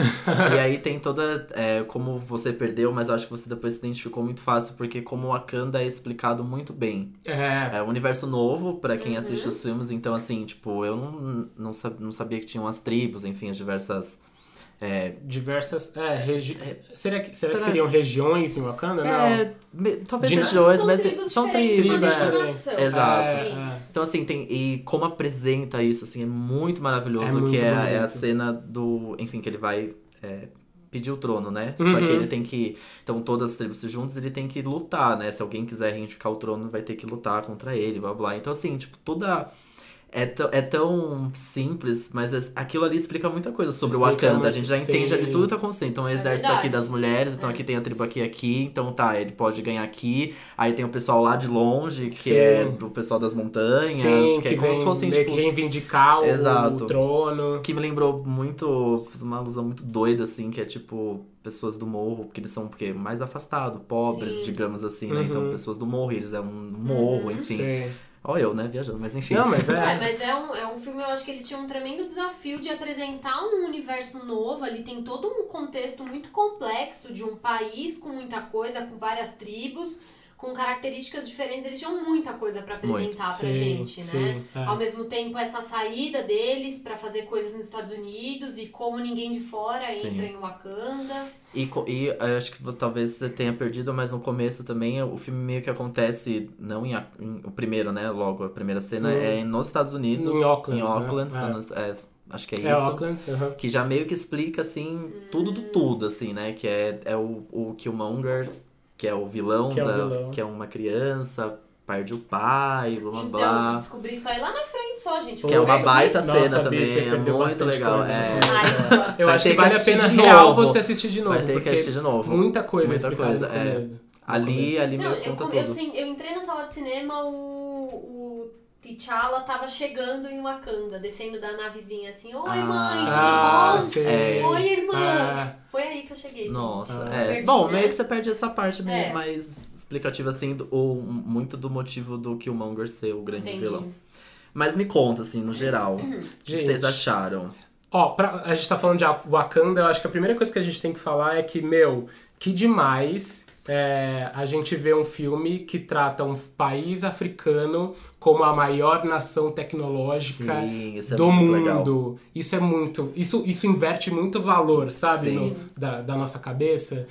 B: e aí tem toda, é, como você perdeu, mas eu acho que você depois se identificou muito fácil, porque como Wakanda é explicado muito bem.
C: É.
B: É um universo novo pra quem
A: Uhum.
B: assiste os filmes, então assim, tipo, eu não, não, sab- não sabia que tinham as tribos, enfim, as diversas. É,
C: Diversas. É, regi... será, que, será,
B: Será-
C: que seriam regiões em Wakanda?
A: tá.
C: Não.
B: é, me- talvez
C: De-
B: sejam dois,
A: São
B: mas
A: tribos
B: são
A: diferentes,
B: tribos,
A: mas
C: é.
A: uma
B: né?
A: nação.
B: Exato.
A: É
C: É,
A: isso.
B: Então assim, tem. E como apresenta isso, assim, é muito maravilhoso,
C: É muito
B: que é, a- é a
C: bonito.
B: cena do. Enfim, que ele vai. é, pedir o trono, né? Só
C: Uhum.
B: que ele tem que. Então todas as tribos se juntas, ele tem que lutar, né? Se alguém quiser reivindicar o trono, vai ter que lutar contra ele, blá blá. Então, assim, tipo, toda. É, tão- é tão simples, mas é- aquilo ali explica muita coisa sobre o
C: Explica
B: Wakanda. A
C: muito,
B: gente já
C: sim.
B: entende ali tudo que tá acontecendo. Então, o exército
A: É verdade.
B: aqui das mulheres, então
A: É.
B: aqui tem a tribo aqui aqui, então tá, ele pode ganhar aqui. Aí tem o pessoal lá de longe, que
C: Sim.
B: é do pessoal das montanhas,
C: Sim,
B: que,
C: que,
B: é como
C: vem
B: se fossem,
C: meio
B: tipo,
C: que reivindicar o,
B: Exato.
C: o trono.
B: que me lembrou muito, fiz uma alusão muito doida, assim, que é tipo, pessoas do morro, porque eles são, porque mais afastados, pobres,
A: Sim.
B: digamos assim, né?
C: Uhum.
B: Então, pessoas do morro, eles é um morro,
A: Uhum.
B: enfim.
C: Sim.
B: Ó eu, né, viajando, mas enfim.
C: Não, mas
A: É,
C: é.
A: mas é um, é um filme, eu acho que ele tinha um tremendo desafio de apresentar um universo novo. Ali tem todo um contexto muito complexo de um país com muita coisa, com várias tribos, com características diferentes. Eles tinham muita coisa pra
B: Muito.
A: apresentar Tá pra
C: sim,
A: gente, né?
C: sim, é.
A: Ao mesmo tempo, essa saída deles pra fazer coisas nos Estados Unidos e como ninguém de fora
B: Sim.
A: entra em Wakanda.
B: E, co- e eu acho que vo- talvez você tenha perdido, mas no começo também o filme meio que acontece, não em, a- em- o primeiro, né? Logo, a primeira cena
C: No-
B: é nos Estados Unidos.
C: Uhum. em Auckland,
B: Em
C: né?
B: Auckland,
C: É.
B: são nos- é, acho que é,
C: É
B: isso.
C: Auckland. aham.
B: Que já meio que explica, assim, tudo
A: Hum.
B: do tudo, assim, né? Que é, é o, o Killmonger, que é o vilão,
C: Que é o
B: da-
C: vilão.
B: que é uma criança, perde o pai, blá blá
A: Então,
B: blá.
A: eu descobri isso aí lá na frente só, gente.
B: Que é uma
A: Porque-
B: baita
C: Nossa,
B: cena
C: Bia, você
B: também, é
C: perdeu
B: muito
C: bastante
B: legal.
C: coisa.
B: é.
A: Ai,
C: Eu
B: Vai
C: acho
B: ter
C: que
B: que
C: vale a
B: assistir
C: pena
B: de
C: real
B: novo.
C: você assistir de novo.
B: Vai ter que
C: porque
B: assistir de novo.
C: Muita coisa
B: Muita
C: explicada
B: coisa,
C: no
B: é.
C: começo.
B: Ali,
C: começo.
B: ali
A: Não,
B: meio
A: eu,
B: conta
A: come- eu,
B: tudo.
A: sen- eu entrei na sala de cinema, o, o T'Challa tava chegando em Wakanda, descendo da navezinha assim, Oi mãe, tudo
B: é.
C: Ah,
A: bom?
C: sim.
A: Oi irmã!
C: Ah.
A: Foi aí que eu cheguei. gente.
B: Nossa,
C: Ah.
B: é.
A: Perdi,
B: Bom,
A: né?
B: meio que você perde essa parte meio
A: É.
B: mais explicativa, assim, do- ou muito do motivo do Killmonger ser o grande
A: Entendi.
B: vilão. Mas me conta, assim, no geral, o que
C: Gente.
B: vocês acharam?
C: Ó, pra- a gente tá falando de Wakanda, eu acho que a primeira coisa que a gente tem que falar é que, meu, que demais é, a gente vê um filme que trata um país africano como a maior nação tecnológica
B: Sim, isso é
C: do
B: muito
C: mundo.
B: legal.
C: Isso é muito. Isso, isso inverte muito valor, sabe?
B: Sim.
C: no- da, da nossa cabeça.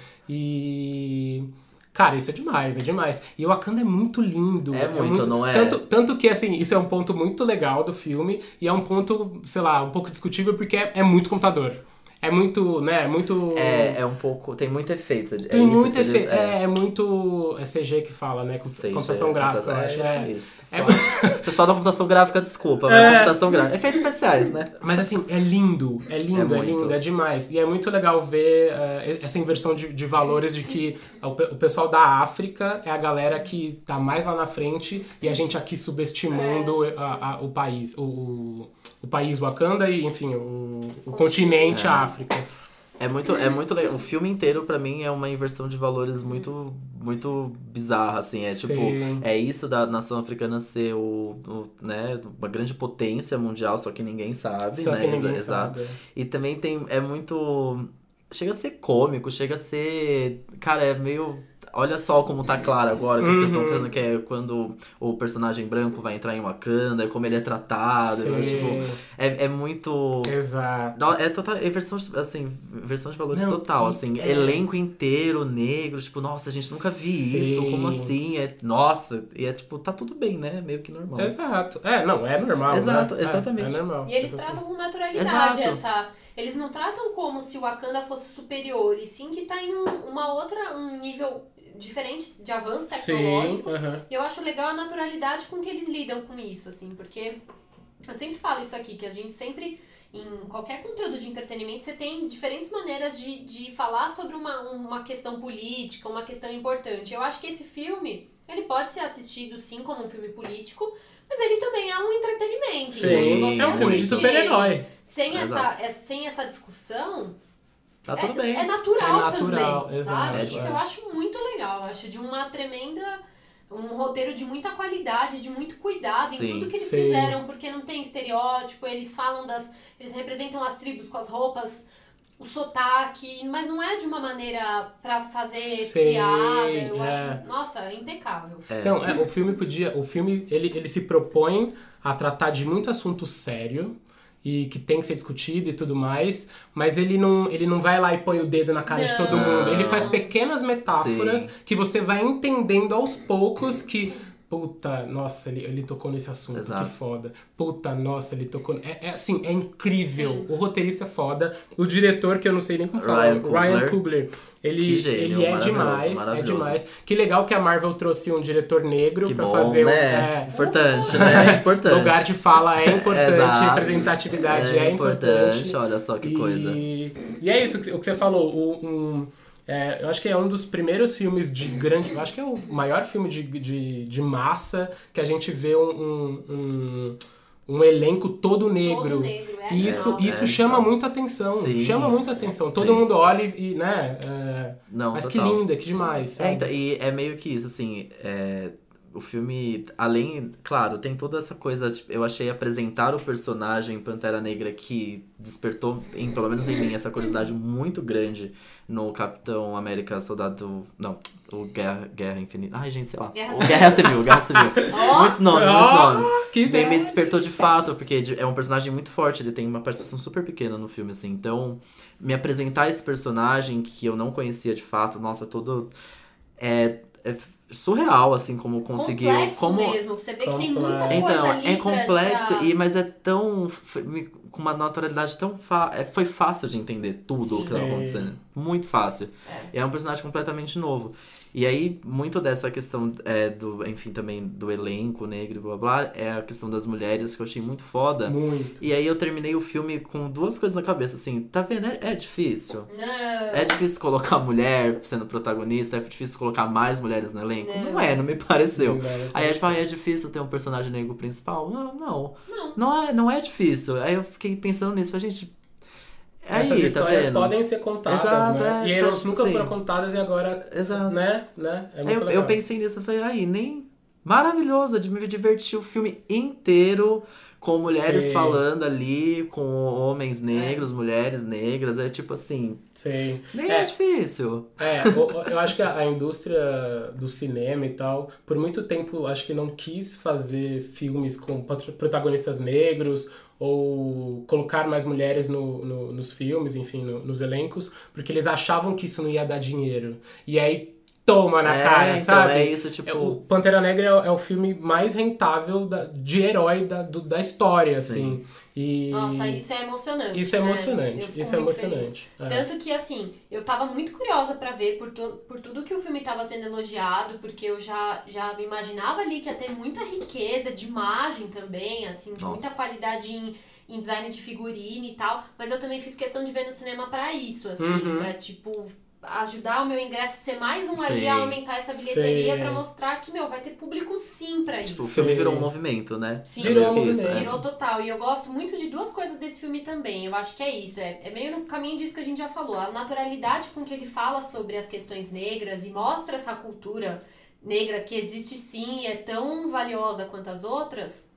C: E. Cara, isso é demais, é demais. E o Wakanda é muito lindo.
B: É muito, não é?
C: Tanto, tanto que, assim, isso é um ponto muito legal do filme. E é um ponto, sei lá, um pouco discutível, porque é, é muito computador. É muito, né? É muito.
B: É, é um pouco. Tem muito efeito.
C: Tem
B: é isso
C: muito
B: que você diz?
C: efe- é. é muito. É CG que fala, né? Com-
B: Seja,
C: Computação gráfica, eu
B: é,
C: acho.
B: é
C: né?
B: isso mesmo. Pessoal, pessoal da computação gráfica, desculpa, mas
C: É.
B: computação gráfica. Efeitos especiais, né?
C: Mas assim, é lindo, é lindo,
B: É
C: é,
B: muito.
C: lindo, é demais. E é muito legal ver eh, essa inversão de, de valores de que o, pe- o pessoal da África é a galera que tá mais lá na frente e a gente aqui subestimando
A: É.
C: a- a- o país, o, o, o país Wakanda e, enfim, o, o continente África.
B: É muito, é muito legal. O filme inteiro, pra mim, é uma inversão de valores muito, muito bizarra, assim. É tipo,
C: Sim.
B: é isso da nação africana ser o, o, né, uma grande potência mundial, só que ninguém sabe,
C: Só
B: né?
C: que ninguém
B: Exa- Exato.
C: é sabe.
B: E também tem, é muito, chega a ser cômico, chega a ser, cara, é meio... Olha só como tá claro agora que as pessoas estão
C: Uhum.
B: pensando que é quando o personagem branco vai entrar em Wakanda, como ele é tratado,
C: Sim.
B: tipo, é, é muito...
C: Exato.
B: Não, é total, é versão, de- assim, versão de valores
C: Não,
B: total,
C: e-
B: assim,
C: é.
B: elenco inteiro negro, tipo, nossa, a gente nunca vi isso,
C: Sim.
B: como assim? É, nossa, e é tipo, tá tudo bem, né? Meio que normal.
C: Exato. É, não, é normal.
B: Exato,
C: né? É,
B: exatamente.
C: É, normal.
A: E eles
C: Exatamente.
A: tratam com naturalidade
B: Exato.
A: essa. Eles não tratam como se o Wakanda fosse superior, e sim que tá em um, uma outra, um nível diferente de avanço
C: Sim,
A: tecnológico.
C: aham.
A: E eu acho legal a naturalidade com que eles lidam com isso, assim, porque eu sempre falo isso aqui, que a gente sempre, em qualquer conteúdo de entretenimento, você tem diferentes maneiras de, de falar sobre uma, uma questão política, uma questão importante. Eu acho que esse filme, ele pode ser assistido sim como um filme político, mas ele também é um entretenimento.
B: Sim,
A: Então, se você
C: é um filme de
A: assistir
C: super-herói.
A: sem essa,
B: Exato.
A: é- sem essa discussão,
B: Tá tudo
A: é,
B: bem.
A: é natural,
C: É natural,
A: também,
C: exato,
A: sabe? Isso
C: é.
A: eu acho muito legal. Eu acho de uma tremenda... Um roteiro de muita qualidade, de muito cuidado
B: Sim,
A: em tudo que eles
C: sim.
A: fizeram, porque não tem estereótipo, eles falam das... Eles representam as tribos com as roupas, o sotaque, mas não é de uma maneira pra fazer
C: Sim,
A: piada. Eu
C: é.
A: acho, nossa, é impecável.
B: É.
C: Não, é, o filme podia. O filme ele, ele se propõe a tratar de muito assunto sério e que tem que ser discutido e tudo mais, mas ele não, ele não vai lá e põe o dedo na cara de todo
B: Não.
C: mundo. Ele faz pequenas metáforas
B: Sim.
C: que você vai entendendo aos poucos que. Puta, nossa, ele, ele tocou nesse assunto,
B: Exato.
C: que foda. Puta, nossa, ele tocou. É, é assim, é incrível. O roteirista é foda. O diretor, que eu não sei nem como falar,
B: Ryan
C: Ryan
B: Coogler.
C: Coogler, ele,
B: Que gênio,
C: ele é
B: maravilhoso,
C: demais, é
B: maravilhoso.
C: demais. Que legal que a Marvel trouxe um diretor negro
B: Que
C: pra
B: bom,
C: fazer o
B: né?
C: é,
B: Importante, né? Importante.
C: lugar de fala é importante,
B: Exato.
C: representatividade é, importante.
B: importante. Olha só que coisa.
C: E, e é isso que- o que você falou. o- um, é, eu acho que é um dos primeiros filmes de grande. Eu acho que é o maior filme de, de, de massa que a gente vê um, um, um, um elenco todo
A: Todo
C: negro.
A: negro, é
C: E isso,
A: legal.
C: isso
B: é,
C: chama
B: então.
C: muita atenção.
B: Sim.
C: Chama muita atenção. Todo
B: Sim.
C: mundo olha e, né? é,
B: Não,
C: mas que
B: total.
C: linda, que demais.
B: É,
C: sabe?
B: então, e é meio que isso, assim, é, o filme, além, claro, tem toda essa coisa, tipo, eu achei apresentar o personagem Pantera Negra que despertou, em, pelo menos em mim, essa curiosidade muito grande no Capitão América Soldado, não, o Guerra, Guerra Infinita, ai gente, sei lá,
A: Guerra
B: o Guerra Civil, Guerra Civil,
A: Ó,
B: muitos nomes, muitos
C: Ah,
B: nomes.
C: que
B: E daí
C: ideia.
B: me despertou de fato, porque de- é um personagem muito forte, ele tem uma participação super pequena no filme, assim. Então, me apresentar esse personagem que eu não conhecia de fato, nossa, todo. É, é surreal, assim, como conseguiu.
A: Complexo
B: como.
A: mesmo, que você vê que tem muita
C: Complexo.
A: coisa tá.
B: Então,
A: ali
B: é
A: pra-
B: complexo,
A: pra-
B: e mas é tão. f- me- com uma naturalidade tão. Fa é, foi fácil de entender tudo o que
A: Sim.
B: estava acontecendo. Muito fácil.
A: É.
B: E é um personagem completamente novo. E aí, muito dessa questão é, do, enfim, também do elenco negro, blá blá, é a questão das mulheres que eu achei muito foda.
C: Muito.
B: E aí eu terminei o filme com duas coisas na cabeça, assim, tá vendo? É, é difícil.
A: Não.
B: É difícil colocar mulher sendo protagonista, é difícil colocar mais mulheres no elenco. Não, é, não me pareceu. Aí eu tipo, ah, é difícil ter um personagem negro principal? Não, não.
A: Não.
B: Não é, não é difícil. Aí eu fiquei pensando nisso, falei, gente. É
C: Essas
B: aí, tá
C: histórias
B: vendo?
C: podem ser contadas,
B: Exato,
C: né?
B: é,
C: e elas nunca
B: sim.
C: foram contadas e agora,
B: Exato.
C: né? né? É
B: Aí
C: muito
B: eu,
C: legal.
B: eu pensei nisso, eu falei, aí, nem. Maravilhoso, de me divertir o filme inteiro com mulheres
C: Sim. É.
B: falando ali, com homens negros, mulheres negras. É tipo assim,
C: Sim.
B: nem
C: É.
B: é difícil.
C: É, o- o- eu acho que a, a indústria do cinema e tal, por muito tempo, acho que não quis fazer filmes com patro- protagonistas negros ou colocar mais mulheres no, no- nos filmes, enfim, no- nos elencos, porque eles achavam que isso não ia dar dinheiro. E aí toma na
B: é,
C: cara,
B: então,
C: sabe?
B: É isso, tipo.
C: É, o Pantera Negra é, o- é o filme mais rentável da- de herói da, do- da história, assim. E
A: Nossa, isso é emocionante.
C: isso é
A: né?
C: emocionante.
A: Eu fico
C: Isso é
A: muito feliz.
C: emocionante. É.
A: Tanto que, assim, eu tava muito curiosa pra ver por, tu- por tudo que o filme tava sendo elogiado, porque eu já, já me imaginava ali que ia ter muita riqueza de imagem também, assim, de
B: Nossa.
A: muita qualidade em, em design de figurino e tal, mas eu também fiz questão de ver no cinema pra isso, assim,
C: Uhum.
A: pra, tipo, ajudar o meu ingresso a ser mais um
B: Sei.
A: ali a aumentar essa bilheteria
C: Sei.
A: pra mostrar que, meu, vai ter público sim pra isso.
B: Tipo, o filme
C: Sei.
B: virou um movimento, né?
A: Sim.
B: É meio
C: Virou um
B: que isso,
C: movimento.
B: é.
A: Virou total. E eu gosto muito de duas coisas desse filme também. Eu acho que é isso. É, é meio no caminho disso que a gente já falou. A naturalidade com que ele fala sobre as questões negras e mostra essa cultura negra que existe sim e é tão valiosa quanto as outras.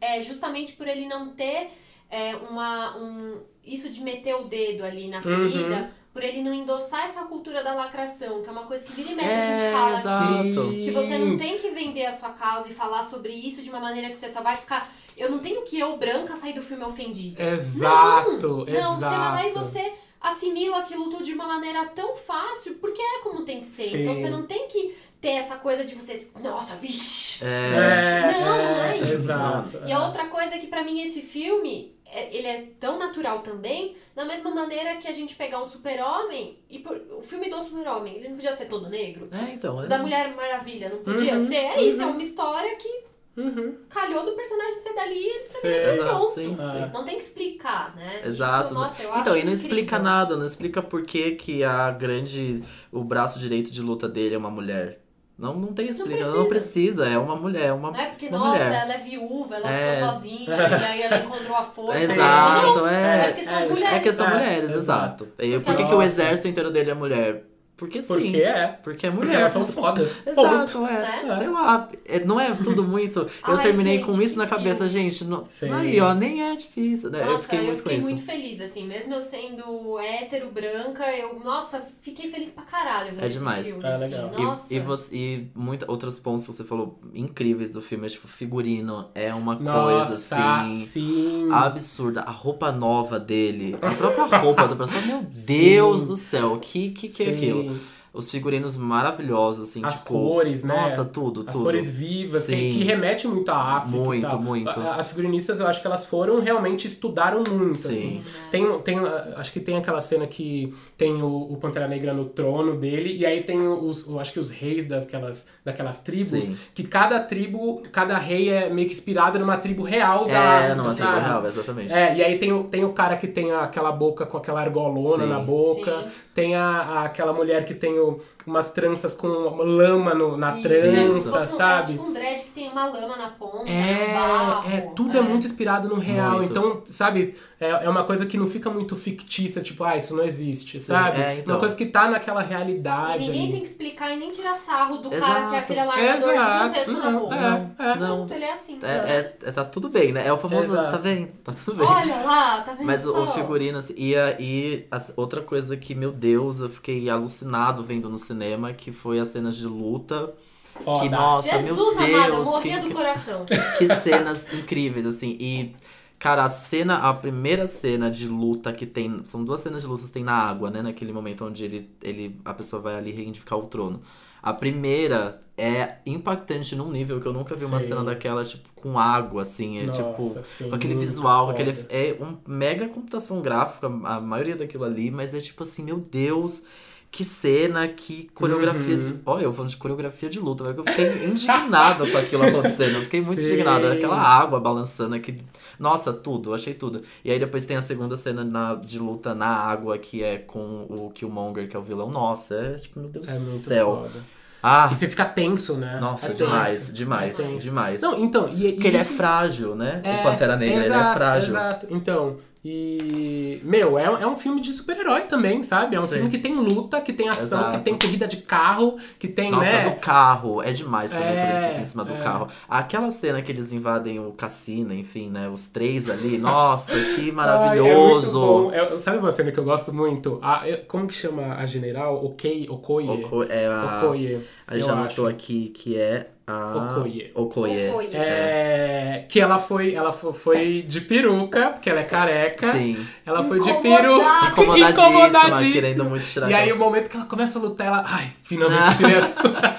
A: É justamente por ele não ter é, uma, um, isso de meter o dedo ali na
C: Uhum.
A: ferida. Por ele não endossar essa cultura da lacração, que é uma coisa que vira e mexe a gente
B: É,
A: fala
B: exato.
A: que você não tem que vender a sua causa e falar sobre isso de uma maneira que você só vai ficar. Eu não tenho que eu, branca, sair do filme ofendida.
C: Exato,
A: não,
C: exato.
A: Não, você vai lá e você assimila aquilo tudo de uma maneira tão fácil, porque é como tem que ser.
C: Sim.
A: Então você não tem que ter essa coisa de vocês. Nossa, vixi!
B: É.
C: É,
A: Não, não é isso.
C: Exato.
A: E a outra coisa é que pra mim esse filme, é- ele é tão natural também, da mesma maneira que a gente pegar um super-homem e por- o filme do super-homem, ele não podia ser todo negro.
B: É, então.
A: O
B: é.
A: Da Mulher Maravilha, não podia
C: Uhum,
A: ser? É isso,
C: uhum.
A: é uma história que
C: Uhum.
A: calhou do personagem ser dali e ele
C: Sim.
A: também é
B: Exato,
A: pronto.
B: sim,
C: É.
B: sim.
A: Não tem que explicar, né?
B: Exato,
A: Isso,
B: né?
A: nossa, eu
B: Então,
A: acho
B: e não explica
A: incrível.
B: nada, não explica por que, que a grande. o braço direito de luta dele é uma mulher. Não, não tem explicação, não precisa, é uma mulher, é uma.
A: Não é porque,
B: uma
A: nossa,
B: mulher.
A: ela é viúva, ela
B: É.
A: ficou sozinha, e aí ela encontrou a força. né? entendeu?
B: Exato,
A: É
B: é.
A: porque são as
C: é,
A: mulheres.
B: É que são
C: É,
B: mulheres,
C: exato.
B: exato. E por que,
A: elas-
B: que o exército inteiro dele é mulher? Porque sim.
C: Porque é.
B: Porque é mulher.
C: Porque elas são fodas. Ponto.
B: Exato, é.
C: Né?
B: Sei lá, é- não é tudo muito. Eu
A: Ai,
B: terminei
A: gente,
B: com isso na
A: que
B: cabeça, gente. Não,
C: Sim.
B: aí, ó, nem é difícil. né? eu
A: Nossa,
B: fiquei muito com isso.
A: feliz, assim, mesmo eu sendo hétero, branca, eu, nossa, fiquei feliz pra caralho vendo
B: É
A: esse
B: demais.
A: filme,
C: Ah,
A: assim,
C: legal.
B: E-
A: nossa.
B: E, você, e muita, outros pontos que você falou incríveis do filme, é tipo, figurino é uma
C: Nossa, Hum.
B: coisa assim.
C: sim.
B: Absurda, a roupa nova dele, a própria roupa do personagem, meu Deus
C: Sim.
B: do céu, que que, que é
C: Sim.
B: aquilo? Os figurinos maravilhosos, assim,
C: As
B: tipo,
C: cores, né?
B: nossa, tudo,
C: As
B: tudo.
C: cores vivas, que,
B: Sim.
C: que remete muito à África. e
B: Muito,
C: tal.
B: muito.
C: A- As figurinistas, eu acho que elas foram realmente estudaram muito,
B: Sim.
C: assim.
A: né?
C: Tem, tem, ah, acho que tem aquela cena que tem o, o Pantera Negra no trono dele, e aí tem os, eu acho que os reis daquelas, daquelas tribos,
B: Sim.
C: que cada tribo, cada rei é meio que inspirado numa tribo real da
B: É,
C: África,
B: numa tribo
C: sabe?
B: real, exatamente.
C: É, e aí tem o, tem o cara que tem aquela boca com aquela argolona
B: Sim.
C: na boca,
A: Sim.
C: tem a, a- aquela mulher que tem o- umas tranças com uma lama no- na
A: Isso, é como se
C: trança,
A: fosse um- É
C: sabe?
A: tipo um dread que tem uma lama na ponta, um barro. né?
C: É, é, tudo é. muito inspirado no real.
B: Muito.
C: Então, sabe, é, é uma coisa que não fica muito fictícia, tipo, ah, isso não existe, sabe?
B: é, então.
C: Uma coisa que tá naquela
A: E
C: realidade.
A: ninguém
C: ali.
A: tem que explicar e nem tirar sarro do cara que é
B: Exato. Uhum.
A: aquele alargador
C: Exato.
A: gigantesco na
C: Não,
A: boca.
C: é, é.
B: Não,
A: Ele é assim.
B: é, é- é- tá tudo bem, né? É o famoso,
C: Exato.
B: tá vendo? Tá tudo bem.
A: Olha lá, tá vendo
B: Mas o,
A: só?
B: o figurino, assim, e, a- e as- outra coisa que, meu Deus, eu fiquei alucinado vendo no cinema, que foi as cenas de luta.
C: Foda.
B: Que, nossa,
A: Jesus
B: meu
A: amado, eu
B: Deus,
A: morria do
B: que,
A: coração.
B: que cenas incríveis, assim. E, cara, a cena, a primeira cena de luta que tem, são duas cenas de luta que tem na água, né, naquele momento onde ele, ele, a pessoa vai ali reivindicar o trono. A primeira é impactante num nível que eu nunca vi uma
C: Sim.
B: cena daquela, tipo, com água, assim, é
C: Nossa,
B: tipo
C: sim,
B: com aquele
C: muito
B: visual, com
C: foda.
B: aquele. É um mega computação gráfica, a maioria daquilo ali, mas é tipo assim, meu Deus, que cena, que coreografia.
C: Uhum.
B: Olha, eu falando de coreografia de luta, mas eu fiquei indignado com aquilo acontecendo. Eu fiquei muito
C: Sim.
B: indignado. Aquela água balançando aqui. Nossa, tudo, eu achei tudo. E aí depois tem a segunda cena na- de luta na água, que é com o Killmonger, que é o vilão. Nossa, é tipo, meu Deus
C: É
B: do
C: muito
B: céu.
C: foda.
B: Ah,
C: E você fica tenso, né?
B: nossa,
C: É tenso.
B: demais, demais,
C: É tenso.
B: demais.
C: Não, então, e, e
B: Porque ele é
C: isso-
B: frágil, né?
C: É,
B: o Pantera Negra, ele é
C: exato,
B: frágil.
C: Exato. Então, e. Meu, é, é um filme de super-herói também, sabe? É um
B: Sim.
C: filme que tem luta, que tem ação,
B: Exato.
C: que tem corrida de carro, que tem,
B: Nossa,
C: né?
B: do carro. É demais também quando
C: É,
B: ele fica em cima do
C: é.
B: carro. Aquela cena que eles invadem o cassino, enfim, né? Os três ali. Nossa, que maravilhoso.
C: Ai, é muito bom. É, sabe uma cena que eu gosto muito? A, eu- como que chama a general? Okei, Okoye.
B: Oko- é a,
C: Okoye.
B: a gente
C: eu
B: já anotou
C: acho.
B: aqui que é a.
C: Okoye.
B: Okoye.
A: Okoye.
C: É, que ela foi, ela fo- foi de peruca, porque ela é careca.
B: Sim.
C: Ela foi de
A: Incomodada.
C: peruca.
B: Incomodadíssima,
C: Incomodadíssima.
B: querendo muito tirar
C: E aí,
B: aquela-
C: o momento que ela começa a lutar, ela. Ai, finalmente tirei essa.
B: É demais,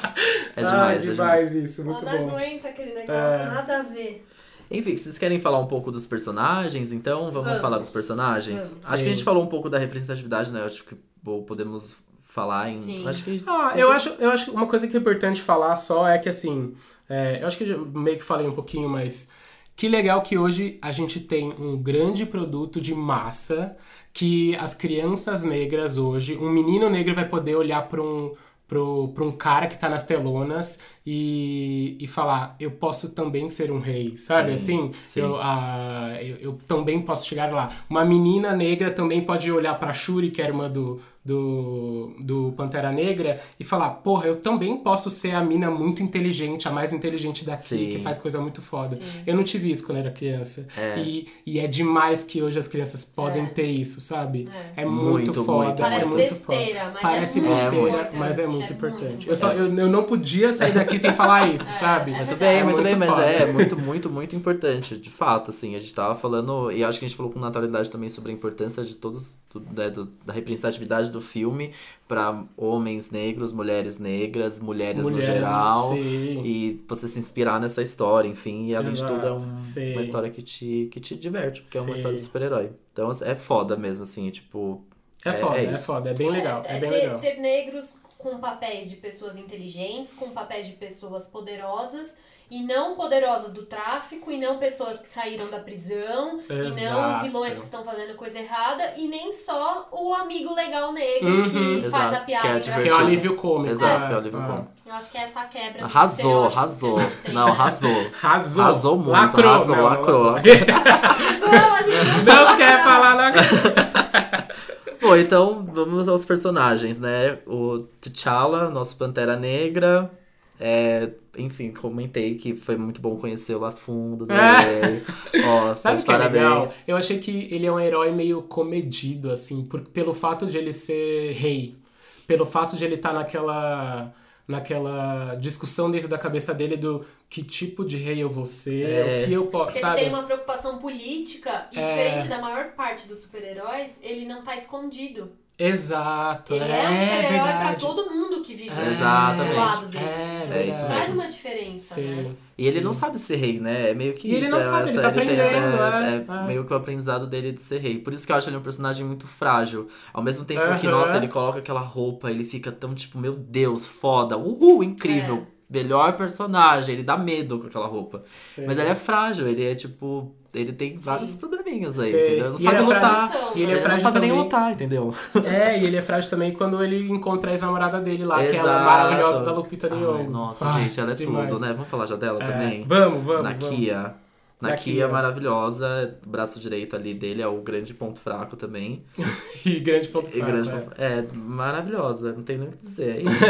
B: é
C: Ai, Ah, demais,
B: demais.
C: isso, muito
A: Ela não
C: bom.
A: aguenta aquele negócio,
C: É.
A: nada a ver.
B: Enfim, vocês querem falar um pouco dos personagens, então? Vamos,
A: Vamos.
B: falar dos personagens?
A: Vamos.
B: Acho que a gente
C: Sim.
B: falou um pouco da representatividade, né? Acho que bom, podemos falar em.
A: Sim.
B: Acho que.
C: Ah, eu acho, eu acho que uma coisa que é importante falar só é que assim, é, eu acho que eu já meio que falei um pouquinho, mas que legal que hoje a gente tem um grande produto de massa que as crianças negras hoje, um menino negro vai poder olhar para um pro, pra um cara que tá nas telonas e, e falar, eu posso também ser um rei, sabe?
B: Sim,
C: assim,
B: sim.
C: Eu, ah, eu, eu também posso chegar lá. Uma menina negra também pode olhar pra Shuri, que é irmã do, do, do Pantera Negra, e falar, porra, eu também posso ser a mina muito inteligente, a mais inteligente daqui,
B: Sim.
C: que faz coisa muito foda.
A: Sim.
C: Eu não tive isso quando era criança.
B: É.
C: E, e é demais que hoje as crianças podem
A: É.
C: ter isso, sabe? É, muito,
B: Muito,
C: foda.
B: muito,
C: é
A: Parece
C: muito foda.
A: besteira, mas
C: Parece
A: é muito
C: besteira,
A: importante,
C: mas é muito importante. Eu,
A: importante.
C: só, eu, eu não podia sair daqui sem falar isso, sabe?
A: é
B: Muito bem,
C: É
B: muito,
C: muito
B: bem, mas
C: foda.
B: é muito, muito, muito importante, de fato, assim, a gente tava falando, e acho que a gente falou com naturalidade também sobre a importância de todos, do- né, do- da representatividade do filme pra homens negros, mulheres negras, mulheres, no geral,
C: Sim.
B: e você se inspirar nessa história, enfim, e além de tudo é
C: Exato,
B: um-
C: sim.
B: uma história que te, que te diverte, porque é uma
C: Sim.
B: história de super-herói. Então é foda mesmo, assim, tipo,
C: É
B: É-
C: foda,
B: é
C: é,
B: isso.
C: foda, é bem legal, é, bem
A: ter,
C: legal.
A: ter negros com papéis de pessoas inteligentes, com papéis de pessoas poderosas, e não poderosas do tráfico, e não pessoas que saíram da prisão, um e não
C: Exato. é
A: vilões que estão fazendo coisa errada, e nem só o amigo legal negro
C: Uhum.
A: que faz
B: Exato,
A: a piada.
B: que é
C: Que é o
A: engraçada.
B: divertido.
C: alívio cômico.
B: exato,
C: é,
B: que é o livro
C: é.
B: bom.
A: Eu acho que é essa quebra do
B: Arrasou,
A: estereótipo
B: arrasou.
A: que a gente tem.
B: Não, arrasou.
C: Arrasou.
B: Arrasou muito,
C: lacrou,
B: arrasou,
C: não,
B: lacrou.
A: Não, a gente não,
C: Não quer falar lacrou.
B: Bom, então vamos aos personagens, né? O T'Challa, nosso Pantera Negra. É, enfim, comentei que foi muito bom conhecê-lo a fundo. adorei. Ó,
C: É. Sabe
B: seus
C: o que é
B: parabéns.
C: legal? Eu achei que ele é um herói meio comedido, assim, por, pelo fato de ele ser rei. Pelo fato de ele estar naquela. Naquela discussão dentro da cabeça dele do que tipo de rei eu vou ser,
B: É.
C: o que eu posso.
A: Porque
C: Sabe? É.
A: ele tem uma preocupação política e, diferente da maior parte dos super-heróis, ele não tá escondido.
C: Exato.
A: Ele é,
C: é
A: um super-herói pra
C: verdade.
A: todo mundo que vive
C: É,
B: Exatamente.
A: do lado dele.
C: É,
A: Então,
B: É
A: isso
B: isso
A: faz
B: mesmo.
A: uma diferença,
C: Sim.
A: né?
B: E ele não sabe ser rei, né? É meio que
C: E ele
B: isso,
C: não
B: é
C: sabe, ele tá
B: ele tem
C: aprendendo,
B: essa-
C: é, é.
B: meio que o aprendizado dele de ser rei. Por isso que eu acho ele um personagem muito frágil. Ao mesmo tempo que,
C: Aham.
B: nossa, ele coloca aquela roupa, ele fica tão tipo, meu Deus, foda, uhul, incrível.
C: É.
B: Melhor personagem, ele dá medo com aquela roupa.
C: Sim.
B: Mas ele é frágil, ele é tipo. Ele tem
A: Sim.
B: vários probleminhas aí,
C: Sei.
B: entendeu? Não
C: E
B: sabe
C: ele é
B: lutar.
A: frágil.
C: E ele é
B: Ele não
C: frágil
B: sabe nem
C: também.
B: lutar, entendeu?
C: É, e ele é frágil também quando ele encontra a ex-namorada dele lá, aquela
B: Exato.
C: maravilhosa da Lupita
B: Ai,
C: Nyong'o.
B: nossa,
C: Ai,
B: gente, ela é
C: Ah, demais.
B: tudo, né? Vamos falar já dela
C: É,
B: também.
C: Vamos, vamos,
B: Na
C: vamos.
B: Kia. Na
C: Na
B: Kia
C: Kia.
B: maravilhosa, o braço direito ali dele é o grande ponto fraco também.
C: E grande ponto
B: e
C: fraco.
B: grande
C: é.
B: ponto- é. maravilhosa, não tem nem o que dizer. é isso.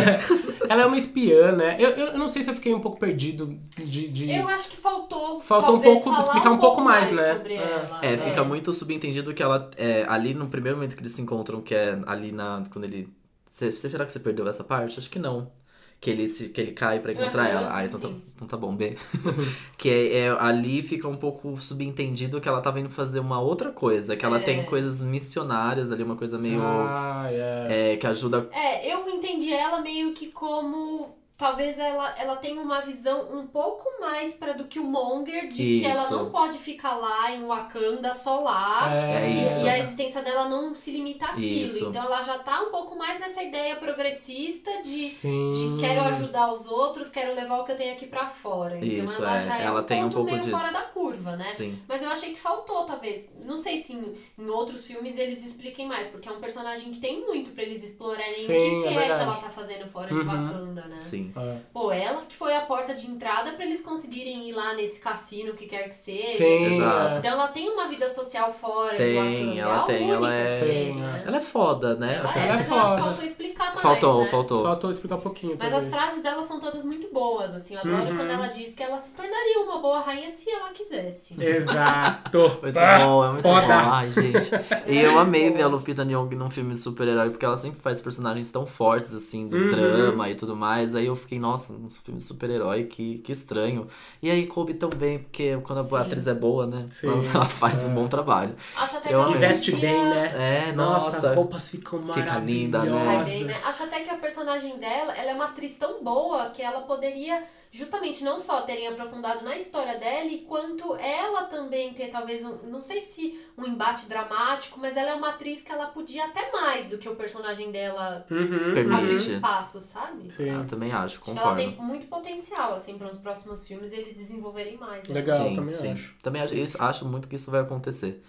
C: Ela é uma espiã, né? Eu, eu eu não sei se eu fiquei um pouco perdido de... de-
A: Eu acho que faltou.
C: Faltou um
A: talvez,
C: pouco-
A: falar
C: explicar um pouco mais, né?
A: Sobre
C: É.
A: ela.
B: É, fica muito subentendido que ela. é, ali no primeiro momento que eles se encontram, que é ali na. Quando ele. Cê, cê- será que você perdeu essa parte? Acho que não. Que ele, se, que ele cai pra encontrar
A: Aham,
B: ela.
A: sim,
B: ah, então, Tá,
A: sim.
B: então tá bom, B. que é, é- ali fica um pouco subentendido que ela tava indo fazer uma outra coisa. Que ela
A: É.
B: tem coisas missionárias ali, uma coisa meio.
C: Ah, é.
B: é, que ajuda.
A: É, eu entendi ela meio que como. Talvez ela, ela tenha uma visão um pouco mais para do que o Monger, de que ela
B: Isso.
A: não pode ficar lá em Wakanda só lá.
B: é
A: Ah, E,
B: isso.
A: e a existência dela não se limita àquilo.
B: Isso.
A: Então ela já tá um pouco mais nessa ideia progressista de
C: Sim.
A: De quero ajudar os outros, quero levar o que eu tenho aqui pra fora. Então
B: Isso,
A: ela
B: é.
A: já é
B: Ela
A: um
B: tem um
A: ponto
B: pouco
A: meio
B: disso.
A: fora da curva, né?
B: Sim.
A: Mas eu achei que faltou, talvez. Não sei se em, em outros filmes eles expliquem mais, porque é um personagem que tem muito pra eles explorarem
C: Sim,
A: o que
C: é
A: que é, que
C: verdade.
A: ela tá fazendo fora de
C: Uhum.
A: Wakanda, né?
B: Sim.
C: É.
A: Pô, ela que foi a porta de entrada pra eles conseguirem ir lá nesse cassino, o que quer que seja.
C: Sim,
B: Exato.
A: Então ela tem uma vida social fora
B: Tem,
A: de Wakanda.
B: ela
A: é a
B: tem,
A: única
B: ela é-
A: que tem,
C: Sim,
A: né?
B: Ela é foda, né?
A: Ela
C: é
A: é, mas eu acho que
C: foda.
A: faltou explicar mais,
B: faltou,
A: né?
C: é.
B: faltou.
C: Só tô explicar um pouquinho,
A: Mas as
C: talvez.
A: frases dela são todas muito boas, assim. Eu adoro
C: Uhum.
A: quando ela diz que ela se tornaria uma boa rainha se ela quisesse.
C: É. Exato.
B: Muito
C: Ah,
B: bom, é muito
C: foda.
B: bom. Ai, gente. E eu amei ver a Lupita Nyong'o num filme de super-herói, porque ela sempre faz personagens tão fortes, assim, do
C: Uhum.
B: drama e tudo mais. Aí eu fiquei, nossa, um filme de super-herói, que, que estranho. E aí coube tão bem, porque quando a
A: Sim.
B: atriz é boa, né?
C: Sim. É.
B: Nossa, ela faz um bom trabalho.
A: Acho até
B: Eu
A: que ela
B: amei.
C: Investe
A: podia-
C: bem, né?
B: É,
C: Nossa,
B: nossa.
C: as roupas ficam
B: Fica linda,
C: maravilhosas.
B: né?
A: Vai bem, né? Acho acho até que a personagem dela, ela é uma atriz tão boa que ela poderia justamente não só terem aprofundado na história dela, e quanto ela também ter talvez, um, não sei se um embate dramático, mas ela é uma atriz que ela podia até mais do que o personagem dela
C: Uhum,
B: Permite.
A: abrir
C: uhum.
A: espaço, sabe?
C: Sim.
B: Eu Ah, também acho,
A: Acho que ela
B: concordo.
A: tem muito potencial, assim, para os próximos filmes eles desenvolverem mais. né?
C: Legal, também acho.
B: Também acho, isso- acho muito que isso vai acontecer.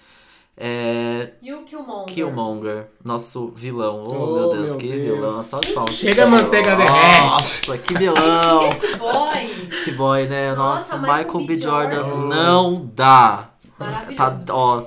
B: É,
A: E o Killmonger?
B: Killmonger, nosso vilão. Oh,
C: Oh,
B: meu Deus,
C: meu
B: que
C: Deus.
B: vilão. Só de palmas.
C: Chega a manteiga derrete.
B: Nossa, que vilão.
A: Gente, que esse boy!
B: que boy, né? Nossa,
A: Nossa,
B: Michael,
A: Michael
B: B.
A: B.
B: Jordan,
C: Jordan.
B: não dá. Tá,
A: Maravilhoso.
B: ó.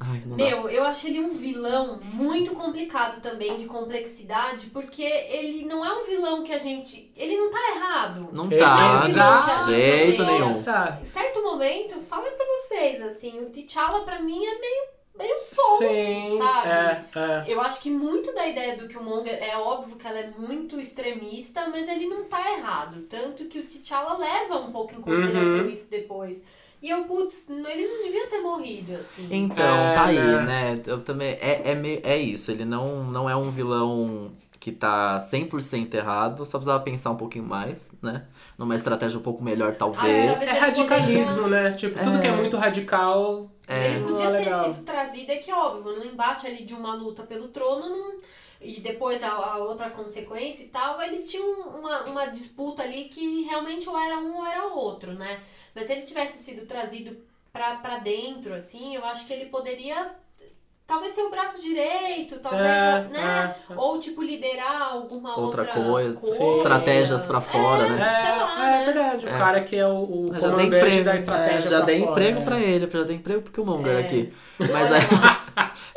B: Ai, não dá.
A: Meu, eu acho ele um vilão muito complicado também, de complexidade, porque ele não é um vilão que a gente. Ele não tá errado.
B: Não
C: Ele
B: dá,
C: é
B: de
A: vilão.
B: jeito
A: Nossa.
B: nenhum.
C: Nossa,
A: Em certo momento, falei pra vocês, assim, o T'Challa pra mim é meio, meio solto, assim,
C: sim,
A: sabe?
C: é, é.
A: Eu acho que muito da ideia do Killmonger é óbvio que ela é muito extremista, mas ele não tá errado. Tanto que o T'Challa leva um pouco em consideração
C: Uhum.
A: isso depois. E eu, putz, não- ele não devia ter morrido, assim.
B: Então,
C: É,
B: tá aí,
C: né?
B: né? Eu também. É, é, meio- é isso, ele não, não é um vilão que tá 100% errado, só precisava pensar um pouquinho mais, né? Numa estratégia um pouco melhor, talvez.
A: talvez-
C: É radicalismo, né? Tipo, tudo que é muito radical.
A: Ele
C: Não
A: podia
C: é
A: ter
C: legal.
A: sido trazido, é que óbvio, no embate ali de uma luta pelo trono, não- e depois a, a outra consequência e tal, eles tinham uma, uma disputa ali que realmente ou era um ou era outro, né? Mas se ele tivesse sido trazido pra, pra dentro, assim, eu acho que ele poderia talvez ser o braço direito, talvez,
C: É,
A: né?
C: é.
A: Ou, tipo, liderar alguma outra,
B: Outra coisa,
C: Sim.
B: estratégias pra fora, né?
A: sei lá,
C: é, é
A: né?
C: verdade,
B: É.
C: o cara que é o, o
B: Mas
C: comandante da estratégia.
B: é, já
C: pra
B: dei
C: fora,
B: emprego
C: né?
B: pra ele, já dei emprego pro Killmonger
A: É.
B: aqui. Mas é.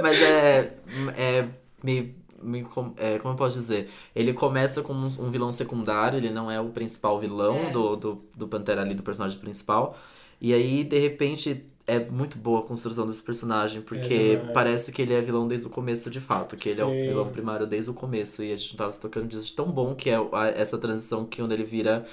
B: mas é. é me, me com- é, como eu posso dizer? Ele começa como um um vilão secundário, ele não é o principal vilão
A: É.
B: do, do, do Pantera ali, do personagem principal. E aí, de repente. É muito boa a construção desse personagem, porque
C: demais.
B: parece que ele é vilão desde o começo, de fato. Que ele é o
C: Sim.
B: vilão primário desde o começo. E a gente não tava se tocando disso de tão bom que é o- a- essa transição que quando ele vira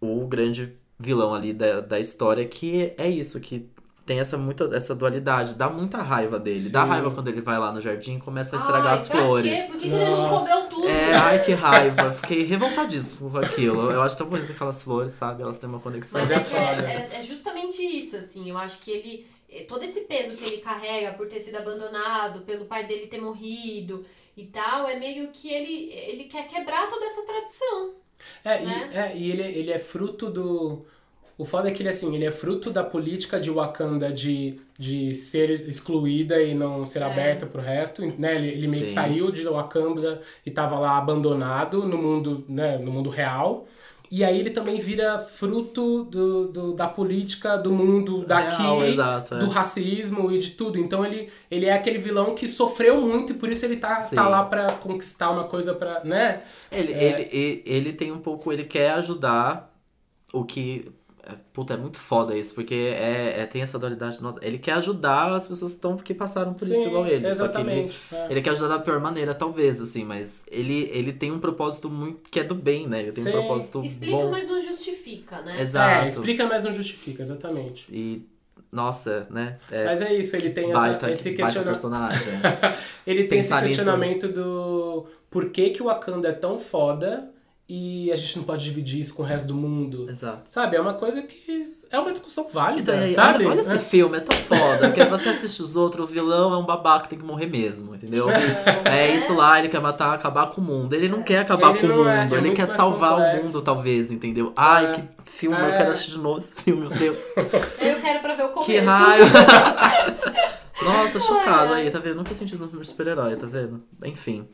B: o grande vilão ali da, da história, que é isso, que tem essa, muita, essa dualidade. Dá muita raiva dele. Dá
C: Sim.
B: raiva quando ele vai lá no jardim e começa a estragar
A: Ai,
B: as
A: pra quê?
B: flores.
A: Por que, que ele não
C: Nossa.
A: comeu tudo?
B: É, ai que raiva. Fiquei revoltadíssimo com aquilo. Eu acho tão bonito aquelas flores, sabe? Elas têm uma conexão.
A: Mas
C: é
A: é, que
C: foda.
A: é, é- é justamente isso, assim. Eu acho que ele. eh, Todo esse peso que ele carrega por ter sido abandonado, pelo pai dele ter morrido e tal, é meio que ele, ele quer quebrar toda essa tradição.
C: É,
A: né?
C: e, é, e ele, ele é fruto do. O foda é que ele, assim, ele é fruto da política de Wakanda de, de ser excluída e não ser
A: É.
C: aberta pro resto, né? Ele, ele meio que
B: Sim.
C: saiu de Wakanda e tava lá abandonado no mundo, né, no mundo real. E aí ele também vira fruto do, do- da política do mundo daqui,
B: Real, exato, é.
C: do racismo e de tudo. Então ele, ele é aquele vilão que sofreu muito e por isso ele tá,
B: Sim.
C: tá lá pra conquistar uma coisa pra, né?
B: Ele, ele, ele, ele tem um pouco. Ele quer ajudar o que. é, Puta, é muito foda isso, porque é, é- tem essa dualidade. Nossa, Ele quer ajudar as pessoas que, estão, que passaram por isso igual ele. Só que ele-
C: exatamente. é.
B: Ele quer ajudar da pior maneira, talvez, assim, mas ele, ele tem um propósito muito que é do bem, né? Ele tem um
C: Sim.
B: propósito
A: Explica,
B: bom.
A: mas não justifica, né?
B: Exato.
C: É, explica, mas não justifica, exatamente.
B: E, nossa, né? É,
C: Mas é isso, ele tem
B: baita,
C: essa, esse
B: baita
C: questionamento.
B: personagem.
C: ele tem esse
B: Pensar nisso. né?
C: questionamento do por que, que o Wakanda é tão foda e a gente não pode dividir isso com o resto do mundo.
B: Exato.
C: Sabe? É uma coisa que. É uma discussão válida,
B: Então, e aí,
C: sabe?
B: olha, olha esse
C: É.
B: filme, é tão foda. Porque você assiste os outros, o vilão é um babaca, tem que morrer mesmo, entendeu?
A: Então, né?
B: É isso lá, ele quer matar, acabar com o mundo. Ele não quer acabar
C: Ele
B: com o
C: não é, é
B: mundo, ele
C: muito
B: quer
C: mais
B: salvar o
C: complexo.
B: mundo, talvez, entendeu? Ai,
C: É.
B: que filme, eu
C: É.
B: quero assistir de novo esse filme, meu Deus.
A: Eu quero pra ver o começo.
B: Que raio! Nossa, chocado aí, tá vendo? Nunca senti isso no filme de super-herói, tá vendo? Enfim.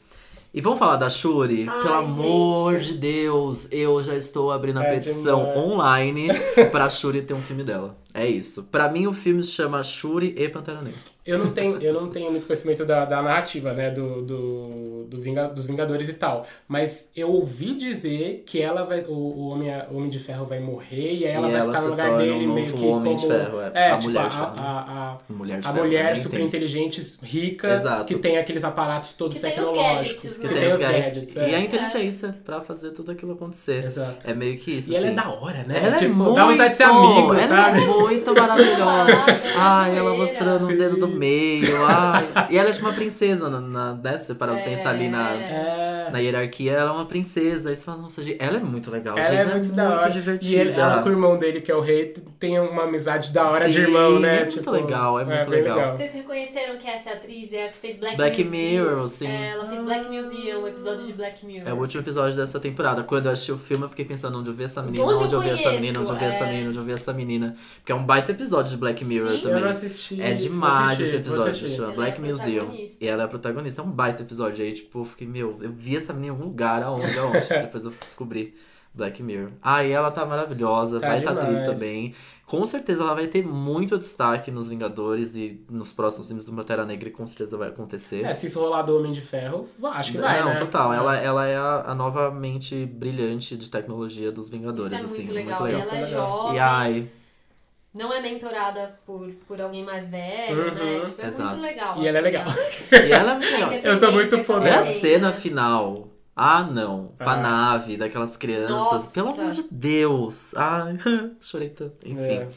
B: E vamos falar da Shuri?
A: Ai,
B: Pelo amor
A: gente.
B: de Deus, eu já estou abrindo a
C: É
B: petição
C: demais.
B: online pra Shuri ter um filme dela. É isso. Pra mim, o filme se chama Shuri e Pantera Negra.
C: Eu não tenho, eu não tenho muito conhecimento da, da narrativa, né? Do, do, do Vinga- dos Vingadores e tal. Mas eu ouvi dizer que ela vai. O, o homem, o Homem de Ferro vai morrer e aí ela
B: E
C: vai
B: ela
C: ficar
B: se
C: no lugar
B: torna um
C: dele, meio
B: novo
C: que.
B: Homem
C: como,
B: de Ferro, é.
C: é,
B: A
C: tipo,
B: Mulher
C: a,
B: de Ferro, né?
C: a- a-
B: Mulher de
C: a
B: Ferro,
C: mulher
B: né?
C: super
B: Tem-
C: inteligente, rica,
B: Exato.
C: que tem aqueles aparatos todos
A: Que tem os
C: tecnológicos,
A: gadgets,
B: Que
A: né?
B: tem os gadgets.
C: gadgets,
B: E
C: é.
B: a inteligência pra fazer tudo aquilo acontecer.
C: Exato.
B: É meio que isso.
C: E ela é
B: assim.
C: da hora, né?
B: Ela
C: tipo,
B: é muito,
C: dá vontade de ser amigo,
B: ela
C: sabe?
B: é muito maravilhosa.
A: Brasileira.
B: Ai, ela mostrando o dedo do
C: Sim.
B: meio. Ai. E ela é tipo uma princesa, na, na, né? Se você parar pra pensar ali na,
C: É.
B: na hierarquia, ela é uma princesa. Aí você fala, nossa, gente, ela é muito legal.
C: Ela
B: gente,
C: é muito da hora.
B: divertida.
C: E ele- ela com o irmão dele, que é o rei, tem uma amizade da hora de
B: Sim,
C: irmão, né?
B: é muito legal, é muito
C: bem
B: legal.
A: Vocês reconheceram que essa atriz é a que fez Black,
B: Black
A: Museum?
B: Mirror, sim.
A: É, ela fez Black Museum, um episódio de Black Mirror.
B: É o último episódio dessa temporada. Quando eu assisti o filme, eu fiquei pensando onde eu vi essa menina,
A: Onde eu
B: onde, eu vi essa
A: conheço,
B: menina, onde eu vi essa
A: é.
B: menina, onde eu vi essa menina. Porque é um baita episódio de Black Mirror
A: Sim.
B: também.
C: Eu não assisti.
B: É
C: preciso
B: demais
C: assistir,
B: esse
C: vou
B: episódio,
C: assistir.
B: chama
A: Ela é
B: Black
A: a
B: Museum.
A: protagonista.
B: E ela é a protagonista, é um baita episódio. Aí, tipo, eu fiquei, meu, eu vi essa menina em algum lugar, aonde, aonde. Depois eu descobri Black Mirror. Aí ela tá maravilhosa,
C: Tá
B: baita atriz
C: demais.
B: também. Com certeza ela vai ter muito destaque nos Vingadores e nos próximos filmes do Pantera Negra, e com certeza vai acontecer.
C: É, se isso rolar do Homem de Ferro, vai- acho que vai,
B: não,
C: né?
B: total. Ela, ela é a, a nova mente brilhante de tecnologia dos Vingadores,
A: Isso é
B: assim,
A: muito legal.
B: muito legal.
A: Ela é
C: Isso é legal.
A: jovem,
B: E ai,
A: não é mentorada por, por alguém mais velho, né?
C: Uhum.
A: Tipo, é
B: Exato.
A: muito legal.
C: E ela é
A: assim,
C: legal.
B: e ela é muito
A: a
B: legal.
A: independência
C: Eu sou muito fã
A: que ela
B: É
C: dela.
B: a
A: tem,
B: cena
A: né?
B: final. Ah, não. Com a
C: Ah.
B: nave daquelas crianças.
A: Nossa.
B: Pelo amor de Deus. Ai, chorei tanto. Enfim.
C: É.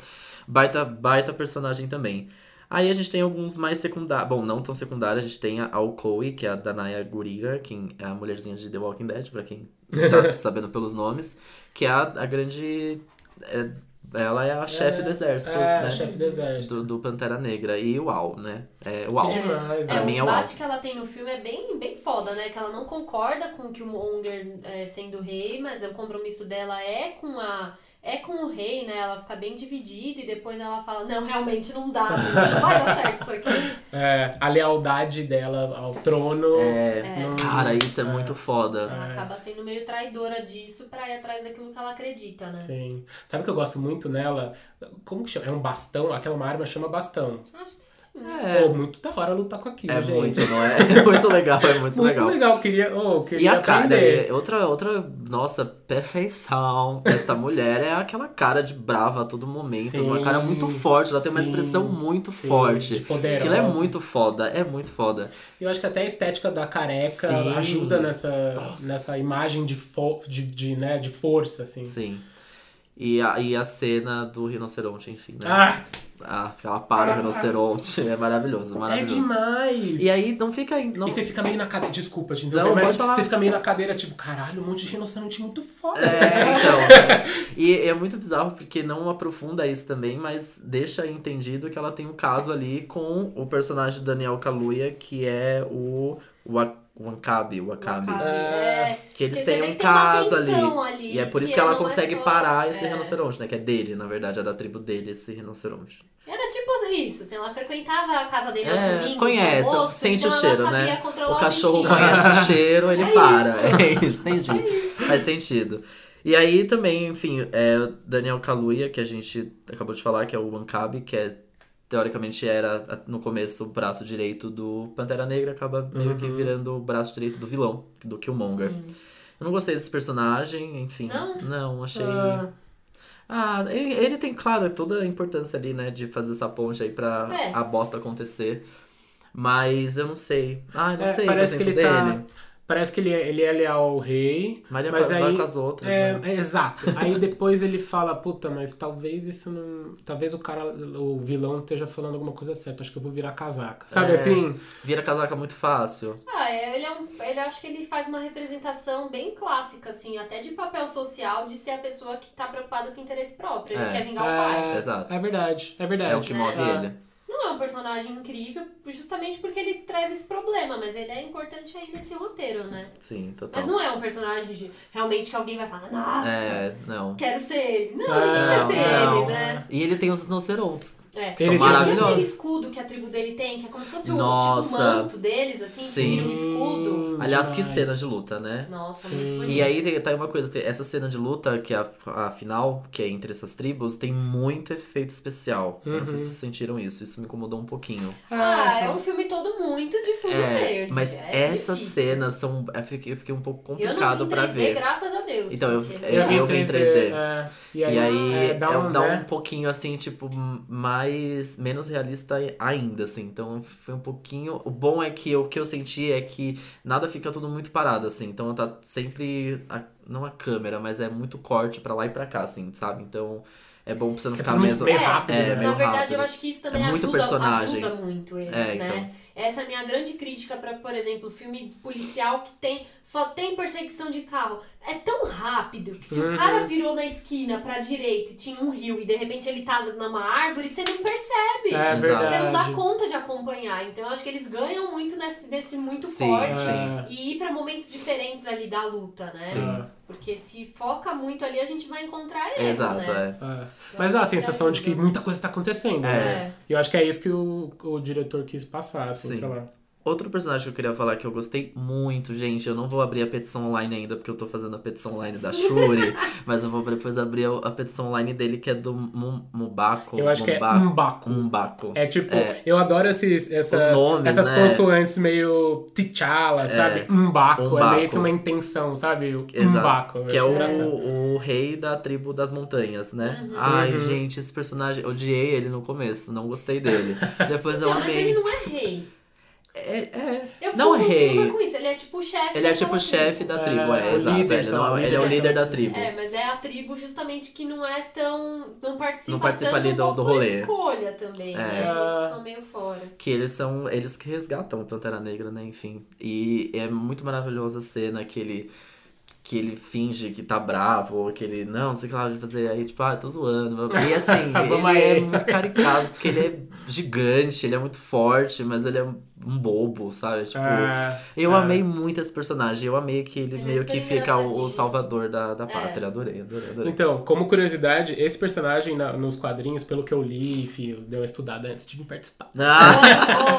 B: Baita, baita personagem também. Aí a gente tem alguns mais secundários. Bom, não tão secundários. A gente tem a Alcoe, que é a Danaya Gurira, que é a mulherzinha de The Walking Dead, pra quem tá sabendo pelos nomes. Que é a, a grande. é- ela é a chefe do exército.
C: É,
B: né?
C: chefe do exército.
B: Do, do Pantera Negra. E uau, né? É, uau.
C: Que demais,
A: é,
B: Pra
A: o
B: mim é o
A: debate
B: auge.
A: que ela tem no filme é bem, bem foda, né? Que ela não concorda com que o Monger é, sendo rei, mas o compromisso dela é com a é com o rei, né? Ela fica bem dividida e depois ela fala: "Não, realmente não dá, gente. Não vai dar certo isso aqui".
C: É, a lealdade dela ao trono.
B: É,
C: não-
B: Cara, isso é muito foda.
A: Ela
C: É.
A: acaba sendo meio traidora disso pra ir atrás daquilo que ela acredita, né?
C: Sim. Sabe o que eu gosto muito nela? Como que chama? É um bastão? Aquela uma arma chama bastão.
A: Acho que sim.
B: É,
C: Pô, muito da hora lutar com aquilo,
B: é
C: gente.
B: muito, não é? É muito legal, é muito,
C: Muito legal. Queria, oh, queria
B: E a cara,
C: aprender.
B: é outra, outra, nossa, perfeição desta mulher é aquela cara de brava a todo momento. uma
C: Sim,
B: cara muito forte, ela tem uma
C: sim,
B: expressão muito
C: Sim,
B: forte.
C: Poderosa.
B: Aquilo é muito foda, é muito foda.
C: Eu acho que até a estética da careca
B: Sim.
C: ajuda nessa,
B: Nossa.
C: nessa imagem de, fo de, de, né, de força, assim.
B: Sim. E a, e a cena do rinoceronte, enfim, né?
C: Ah,
B: Ah, ela para o
C: Ah.
B: rinoceronte. É maravilhoso,
C: é
B: maravilhoso.
C: demais!
B: e aí não fica. aí- Não,
C: E você fica meio na cadeira. Desculpa, gente.
B: Não,
C: mas
B: pode falar.
C: você fica meio na cadeira, tipo, caralho, um monte de rinoceronte muito foda.
B: É, então. e é muito bizarro porque não aprofunda isso também, mas deixa entendido que ela tem um caso ali com o personagem do Daniel Kaluuya, que é o Wa- Wankabi, Wakabi.
A: Wakabi,
C: É.
A: é.
B: Que eles
A: Porque
B: têm
A: você vê
B: um
A: que tem uma
B: caso ali.
A: tensão ali,
B: E é por isso que ela
A: não é
B: consegue
A: só-
B: parar esse
A: é.
B: rinoceronte, né? Que é dele, na verdade, é da tribo dele esse rinoceronte.
A: Era tipo isso, assim, ela frequentava a casa dele aos
B: É,
A: domingos.
B: conhece,
A: no almoço,
B: sente
A: então
B: o
A: ela
B: cheiro,
A: sabia
B: né?
A: controlar
B: O cachorro
A: bichinho.
B: conhece o cheiro, ele
A: É
B: para. É isso, entendi. Faz sentido. E aí também, enfim, é o Daniel Kaluuya, que a gente acabou de falar, que é o Wankabi, que é teoricamente era a- no começo o braço direito do Pantera Negra, acaba meio que
C: Uhum.
B: virando o braço direito do vilão, do Killmonger.
A: Sim.
B: Eu não gostei desse personagem, enfim.
A: Não?
B: achei.
C: Ah.
B: Ah, ele, ele tem, claro, toda a importância ali, né, de fazer essa ponte aí pra
A: É.
B: a bosta acontecer. Mas eu não sei. Ah, eu não
C: É,
B: sei.
C: parece
B: por
C: que ele
B: exemplo,
C: tá-
B: dele.
C: Parece que ele é, ele é leal ao rei.
B: Maria
C: mas
B: vai
C: aí-
B: com as outras.
C: É,
B: né?
C: é, exato. Aí depois ele fala, puta, mas talvez isso não. Talvez o cara, o vilão, esteja falando alguma coisa certa. Acho que eu vou virar casaca. Sabe
B: É.
C: assim?
B: Vira casaca muito fácil.
A: Ah, é, ele é um. Ele acho que ele faz uma representação bem clássica, assim, até de papel social, de ser a pessoa que tá preocupada com o interesse próprio. Ele
B: É.
A: quer vingar o pai.
B: Exato.
C: É verdade, é verdade.
B: É o que
A: né?
B: move
C: Ah,
B: ele.
A: Não é um personagem incrível, justamente porque ele traz esse problema, mas ele é importante aí nesse roteiro, né?
B: Sim, total.
A: Mas não é um personagem de, realmente que alguém vai falar, nossa,
B: É, não.
A: quero ser ele. Não,
C: Ah,
A: ninguém quer ser
B: não.
A: ele, né?
B: E ele tem os rinocerontes.
A: É.
C: Ele
A: Mas sabe
B: maravilhoso.
A: aquele escudo que a tribo dele tem, que é como se fosse o tipo,
B: Nossa.
A: manto deles, assim,
B: Sim.
A: que vira um escudo.
B: Aliás, que
C: Hum, demais.
B: cena de luta, né?
A: Nossa,
C: Sim.
A: muito bonito.
B: E aí tem- tá aí uma coisa, tem- essa cena de luta, que é a, a final, que é entre essas tribos, tem muito efeito especial. Eu Não sei
C: Uhum.
B: se vocês sentiram isso, isso me incomodou um pouquinho.
A: Ah,
C: tá.
A: é um filme todo muito de fundo
B: É,
A: verde.
B: mas
A: é
B: essas
A: difícil.
B: cenas são. Eu fiquei, eu fiquei um pouco
A: Eu não vi
B: complicado
A: em 3D,
B: pra ver.
A: graças a Deus.
B: Então, eu-
A: porque-
B: eu vi em
C: em
B: 3D.
C: é.
B: E aí,
C: é, dá um,
B: dá um
C: né?
B: pouquinho assim, tipo, mais. menos realista ainda, assim. Então foi um pouquinho. O bom é que o que eu senti é que nada fica tudo muito parado, assim. Então tá sempre. a- não a câmera, mas é muito corte pra lá e pra cá, assim, sabe? Então. é bom pra você não ficar
C: tudo muito
B: mesmo.
C: bem rápido,
B: é,
C: né?
B: meio
A: Na verdade,
B: rápido.
A: eu acho que isso também
B: É muito
A: ajuda,
B: personagem.
A: ajuda muito eles,
B: É,
A: né? Essa é a minha grande crítica pra, por exemplo, filme policial que tem só tem perseguição de carro. É tão rápido que se
C: Uhum.
A: o cara virou na esquina pra direita e tinha um rio e de repente ele tá numa árvore, você não percebe.
C: É
B: Exato.
C: verdade.
A: Você não dá conta de acompanhar. Então eu acho que eles ganham muito nesse, desse muito
B: Sim,
A: forte.
C: É.
A: E ir pra momentos diferentes ali da luta, né?
B: Sim.
A: Porque se foca muito ali, a gente vai encontrar ele.
B: Exato,
A: né?
B: é.
C: É. Mas dá a sensação de que muita coisa tá acontecendo,
A: É.
C: né? E eu acho que é isso que o, o diretor quis passar, assim,
B: Sim.
C: sei lá.
B: Outro personagem que eu queria falar que eu gostei muito, gente. Eu não vou abrir a petição online ainda, porque eu tô fazendo a petição online da Shuri. mas eu vou depois abrir a petição online dele, que é do Mu- Mubako.
C: Eu acho que é
B: Mumbaco.
C: um baco.
B: Mumbaco.
C: É tipo,
B: É.
C: eu adoro esses, essas,
B: Os nomes,
C: essas
B: né?
C: consoantes meio tichala, sabe? Umbaco. É meio
B: Umbaco.
C: que uma intenção, sabe? O
B: Um Exato.
C: Umbaco. eu
B: Que é
C: acho
B: o,
C: engraçado.
B: o rei da tribo das montanhas, né? Ai,
C: Uhum.
B: gente, esse personagem. eu Odiei ele no começo, não gostei dele. Depois eu
A: Então, mas ele
B: amei.
A: não é rei.
B: É, é.
A: Eu fico
B: Não é
A: confusa
B: rei.
A: com isso. Ele é tipo o chefe.
B: Ele é
A: daquela
B: tipo o
A: tribo.
B: chefe da tribo,
C: É,
B: é,
C: o
B: exato.
C: líder,
B: ele,
C: sei
B: não-
C: lá, o
B: ele
C: líder
B: é o líder
C: daquela
B: da tribo.
A: É, mas é a tribo justamente que não é tão. Não participa,
B: Não participa
A: tanto
B: ali do-
A: por
B: do rolê. É.
A: escolha também, né? Eles ficam meio fora.
B: Que eles são eles que resgatam o Pantera Negra, né? Enfim. E é muito maravilhosa a cena que ele, que ele finge que tá bravo, ou que ele, não, não sei o que lá, de fazer aí, tipo, ah, tô zoando. E assim,
C: Vamos
B: ele é
C: aí.
B: muito caricato, porque ele é gigante, ele é muito forte, mas ele é um bobo, sabe? Tipo,
C: É,
B: eu
C: é.
B: amei muito esse personagem, eu amei que ele
A: Ele é
B: meio que
A: super
B: fica o, o
A: engraçadinho.
B: salvador da, da
A: É.
B: pátria. Adorei, adorei, adorei.
C: Então, como curiosidade, esse personagem na- nos quadrinhos, pelo que eu li, enfim, eu dei uma estudada antes de me participar.
B: Ah,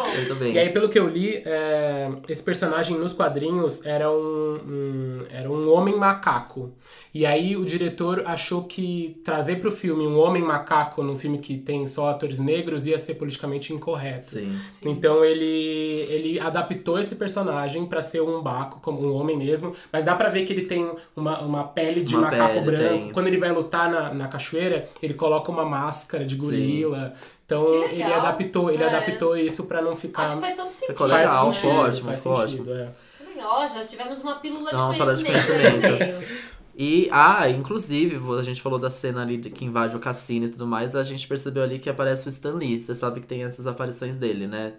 A: Oh,
B: muito bem.
C: E aí, pelo que eu li, é, esse personagem nos quadrinhos era um, um- era um homem macaco. E aí o diretor achou que trazer pro filme um homem macaco num filme que tem só atores negros ia ser politicamente incorreto.
B: Sim.
A: oh.
C: Então ele, ele adaptou esse personagem pra ser um baco, como um homem mesmo, mas dá pra ver que ele tem uma, uma pele de
B: Uma
C: macaco
B: pele,
C: branco.
B: tem.
C: Quando ele vai lutar na, na cachoeira, ele coloca uma máscara de gorila. Então
A: Que legal.
C: ele adaptou, ele
A: É.
C: adaptou isso pra não ficar
A: Acho que faz todo sentido.
B: Ficou legal,
A: né?
B: ficou ótimo,
C: faz
B: ficou
C: sentido, é.
A: Legal, já tivemos uma pílula de
B: Não, fala de
A: conhecimento. aí no
B: conhecimento.
A: meio.
B: E, ah, inclusive, a gente falou da cena ali de- que invade o cassino e tudo mais, a gente percebeu ali que aparece o Stan Lee. Você sabe que tem essas aparições dele, né?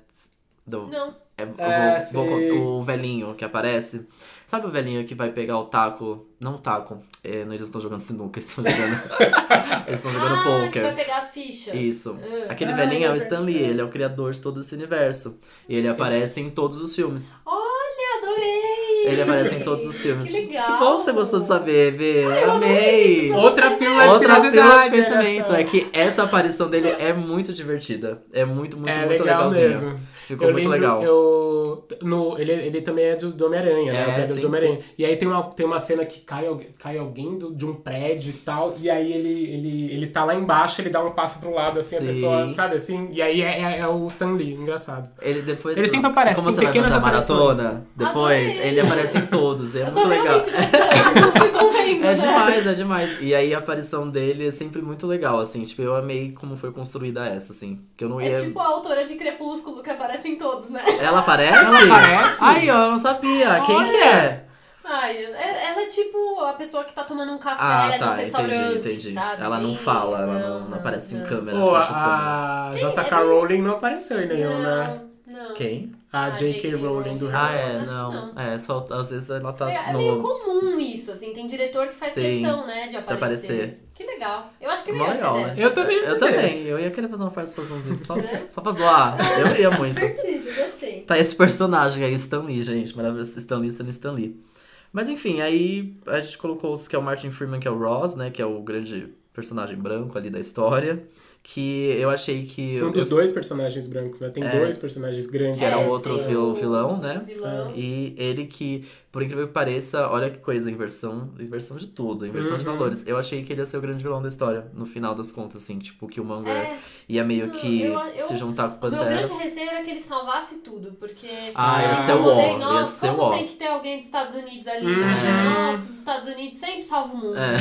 B: Do,
A: Não,
B: é, eu
C: É,
B: vou- vou-
C: sim.
B: o velhinho que aparece. Sabe o velhinho que vai pegar o taco? Não o taco. É, não, eles estão jogando sinuca, eles estão jogando. eles estão jogando
A: ah, que vai
B: poker.
A: pegar as fichas.
B: Isso.
A: Ah.
B: Aquele
C: Ah,
B: velhinho é o
C: é
B: Stan Lee, ele é o criador de todo esse universo. E ele aparece em todos os filmes.
A: Olha, adorei!
B: Ele aparece em todos os filmes.
A: Que legal! Ah,
B: Que bom que você gostou de saber, Vê.
A: eu adorei,
B: Amei!
A: gente, mas-
C: Outra pílula é de
B: Outra
C: curiosidade.
B: pílula de
C: olha só.
B: pensamento é que essa aparição dele é muito divertida. É muito, muito,
C: É
B: muito
C: legal
B: legalzinha.
C: mesmo.
B: Ficou muito
C: lembro,
B: legal.
C: Eu, no, ele, ele também é do, do Homem-Aranha, né?
B: É,
C: O velho
B: sim,
C: do Homem-Aranha. E aí tem uma, tem uma cena que cai, algu- cai alguém do- de um prédio e tal, e aí ele, ele, ele tá lá embaixo, ele dá um passo pro lado, assim,
B: Sim.
C: a pessoa, sabe assim? E aí é, é- é o Stan Lee, engraçado.
B: Ele depois.
C: Ele sempre aparece,
B: Como
C: tem
B: você vai fazer
C: pequenas
B: a maratona
C: aparições.
B: depois,
A: Adorei.
B: ele aparece em todos. É
A: Eu
B: muito
A: tô
B: legal.
A: realmente gostando, vocês estão vendo, né?
B: É demais, é demais. E aí a aparição dele é sempre muito legal, assim. Tipo, eu amei como foi construída essa, assim. Que eu não ia.
A: É tipo a autora de Crepúsculo que aparece em todos, né?
B: Ela aparece?
C: Ela aparece?
B: Aí, ó, eu não sabia. Quem que é?
A: Ai, é- ela é tipo a pessoa que tá tomando um café
B: Ah,
A: num
B: tá, entendi,
A: restaurante,
B: entendi.
A: sabe?
B: Ela não
A: Bem-
B: fala, ela não, não aparece em câmera,
C: Pô,
B: É, fecha as câmeras.
C: a JK
A: ele-
C: Rowling não apareceu em nenhum, né?
A: Não, não. É,
B: Quem?
C: A
A: A
C: J.K. Rowling do
B: Ah,
C: Harry
B: é,
C: Potter.
A: Acho que
B: não.
A: não.
B: É, só às vezes ela tá
A: É, é
B: no.
A: meio comum isso, assim. Tem diretor que faz
B: Sim,
A: questão, né, de
B: aparecer.
A: aparecer. Que legal. Eu acho que é assim,
B: Mó
A: merece
B: legal, né?
A: dessa.
C: Eu também
B: Eu também, eu ia querer fazer uma participaçãozinha só,
A: Né?
B: só pra zoar. Eu ia muito.
A: Divertido, gostei.
B: Tá esse personagem aí, Stan Lee, gente. Maravilhoso. Stan Lee, Stan Lee, Stan Lee. Mas enfim, aí a gente colocou os que é o Martin Freeman, que é o Ross, né? Que é o grande personagem branco ali da história. Que eu achei que.
C: Um dos dois personagens brancos, né? Tem
B: É.
C: dois personagens grandes.
B: Que era
C: né?
B: o outro
A: É, tem um
B: vil- vilão, né?
A: vilão.
B: E ele que, por incrível que pareça, olha que coisa, inversão, inversão de tudo, inversão de
C: Uhum.
B: valores. Eu achei que ele ia ser o grande vilão da história, no final das contas, assim, tipo, que o manga
A: É,
B: ia meio
A: Não,
B: que
A: eu- eu-
B: se juntar com o
A: o meu
B: Pantera.
A: grande receio era que ele salvasse tudo, porque...
B: Ah, ia
C: Ah,
B: ser
A: eu
B: o
A: mandei,
B: ó, ia
A: nossa,
B: ser o
A: como
B: ó.
A: tem que ter alguém dos Estados Unidos ali,
C: Uhum.
A: né? Nossa, os Estados Unidos sempre salvam o mundo.
B: É.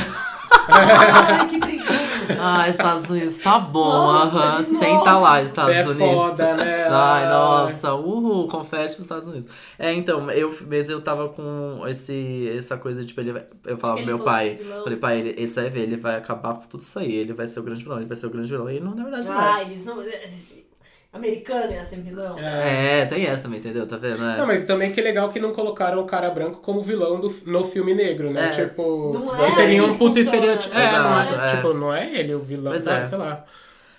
A: Ai, que preguiça.
B: Ah, Estados Unidos, tá bom,
A: Nossa,
B: aham.
A: de novo.
B: Senta lá, Estados
C: Você é
B: Unidos.
C: foda, né?
B: Ai,
C: Ah.
B: nossa, uhul, confete pros Estados Unidos. É, então, eu mesmo eu tava com esse, essa coisa, tipo, ele, vai- eu falava pro
A: ele
B: meu
A: fosse
B: pai.
A: vilão.
B: Falei, pai, ele, esse é ver, ele vai acabar com tudo isso aí, ele vai ser o grande vilão, ele vai ser o grande vilão. E não, na verdade, não é.
A: Ah, eles não. Americano ia ser vilão.
B: É, tem essa também, entendeu? Tá vendo? É.
C: Não, mas também que legal que não colocaram o cara branco como vilão do, no filme negro, né?
B: É.
C: Tipo,
A: Não
C: ele
A: é
C: seria
A: assim
C: um
A: que
C: puto
A: funciona.
C: estereotipo. É,
B: Exato,
C: não
B: é.
C: é? Tipo, não é ele o vilão,
B: Pois
C: sabe?
B: é.
C: Sei lá.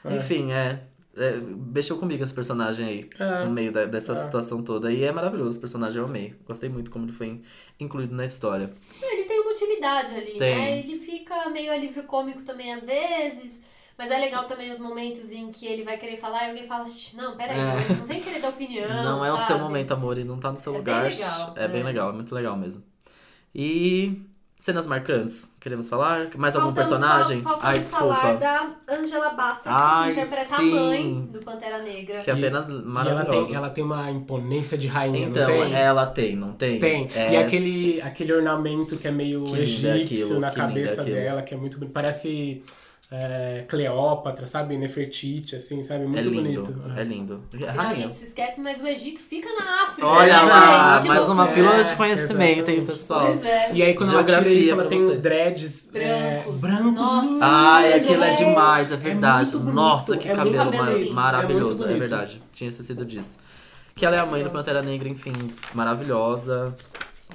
C: É.
B: Enfim, é. é, Mexeu comigo esse personagem aí,
A: Ah.
C: É.
B: no meio da- dessa
C: É.
B: situação toda. E é maravilhoso, o personagem eu amei. Gostei muito como ele foi in- incluído na história.
A: Ele tem uma utilidade ali,
B: Tem.
A: né? Ele fica meio alívio cômico também às vezes. Mas é legal também os momentos em que ele vai querer falar e alguém fala, "Shh, não, peraí,
B: É.
A: não vem querer dar opinião.
B: não é o seu
A: sabe?
B: momento, amor, e não tá no seu
A: É bem
B: lugar.
A: legal,
B: é bem
A: é.
B: legal, é muito legal mesmo. E cenas marcantes, queremos falar? Mais algum
A: Faltamos
B: personagem?
A: só- falta
B: Ai,
A: de falar
B: desculpa.
A: da Angela Bassett,
B: Ai,
A: que interpreta
B: sim.
A: a mãe do Pantera Negra.
B: Que é
C: E-
B: apenas
C: E ela
B: maravilhosa.
C: tem, ela tem uma imponência de rainha,
B: Então,
C: não tem?
B: ela tem, não tem?
C: Tem.
B: É,
C: E aquele, aquele ornamento que é meio
B: Que lindo é
C: egípcio
B: aquilo,
C: na
B: que lindo é
C: cabeça
B: aquilo.
C: dela, que é muito bonito. Parece é, Cleópatra, sabe? Nefertiti, assim, sabe? Muito
B: é lindo,
C: bonito.
B: é lindo. É
A: Senão a
B: rainha.
A: gente se esquece, mas o Egito fica na África.
B: Olha
A: né,
B: lá,
A: gente? Que
B: mais uma
A: loucura.
B: pílula de
C: É,
B: conhecimento, hein,
C: exatamente.
B: pessoal?
A: Pois é.
C: E aí, quando ela tira
B: Geografia
C: isso, ela
B: pra
C: tem
B: vocês.
C: uns dreads é,
A: Brancos.
C: brancos
A: Nossa.
C: lindos.
B: Ai,
A: Lindo,
B: aquilo é
A: né?
B: demais, é verdade.
C: muito bonito,
B: Nossa, que
C: é muito
B: cabelo
A: cabelo
B: ma-
A: lindo.
C: É muito
B: maravilhoso, é,
C: bonito.
B: verdade. Tinha esquecido disso. Que ela é a mãe do Pantera Negra, enfim, maravilhosa.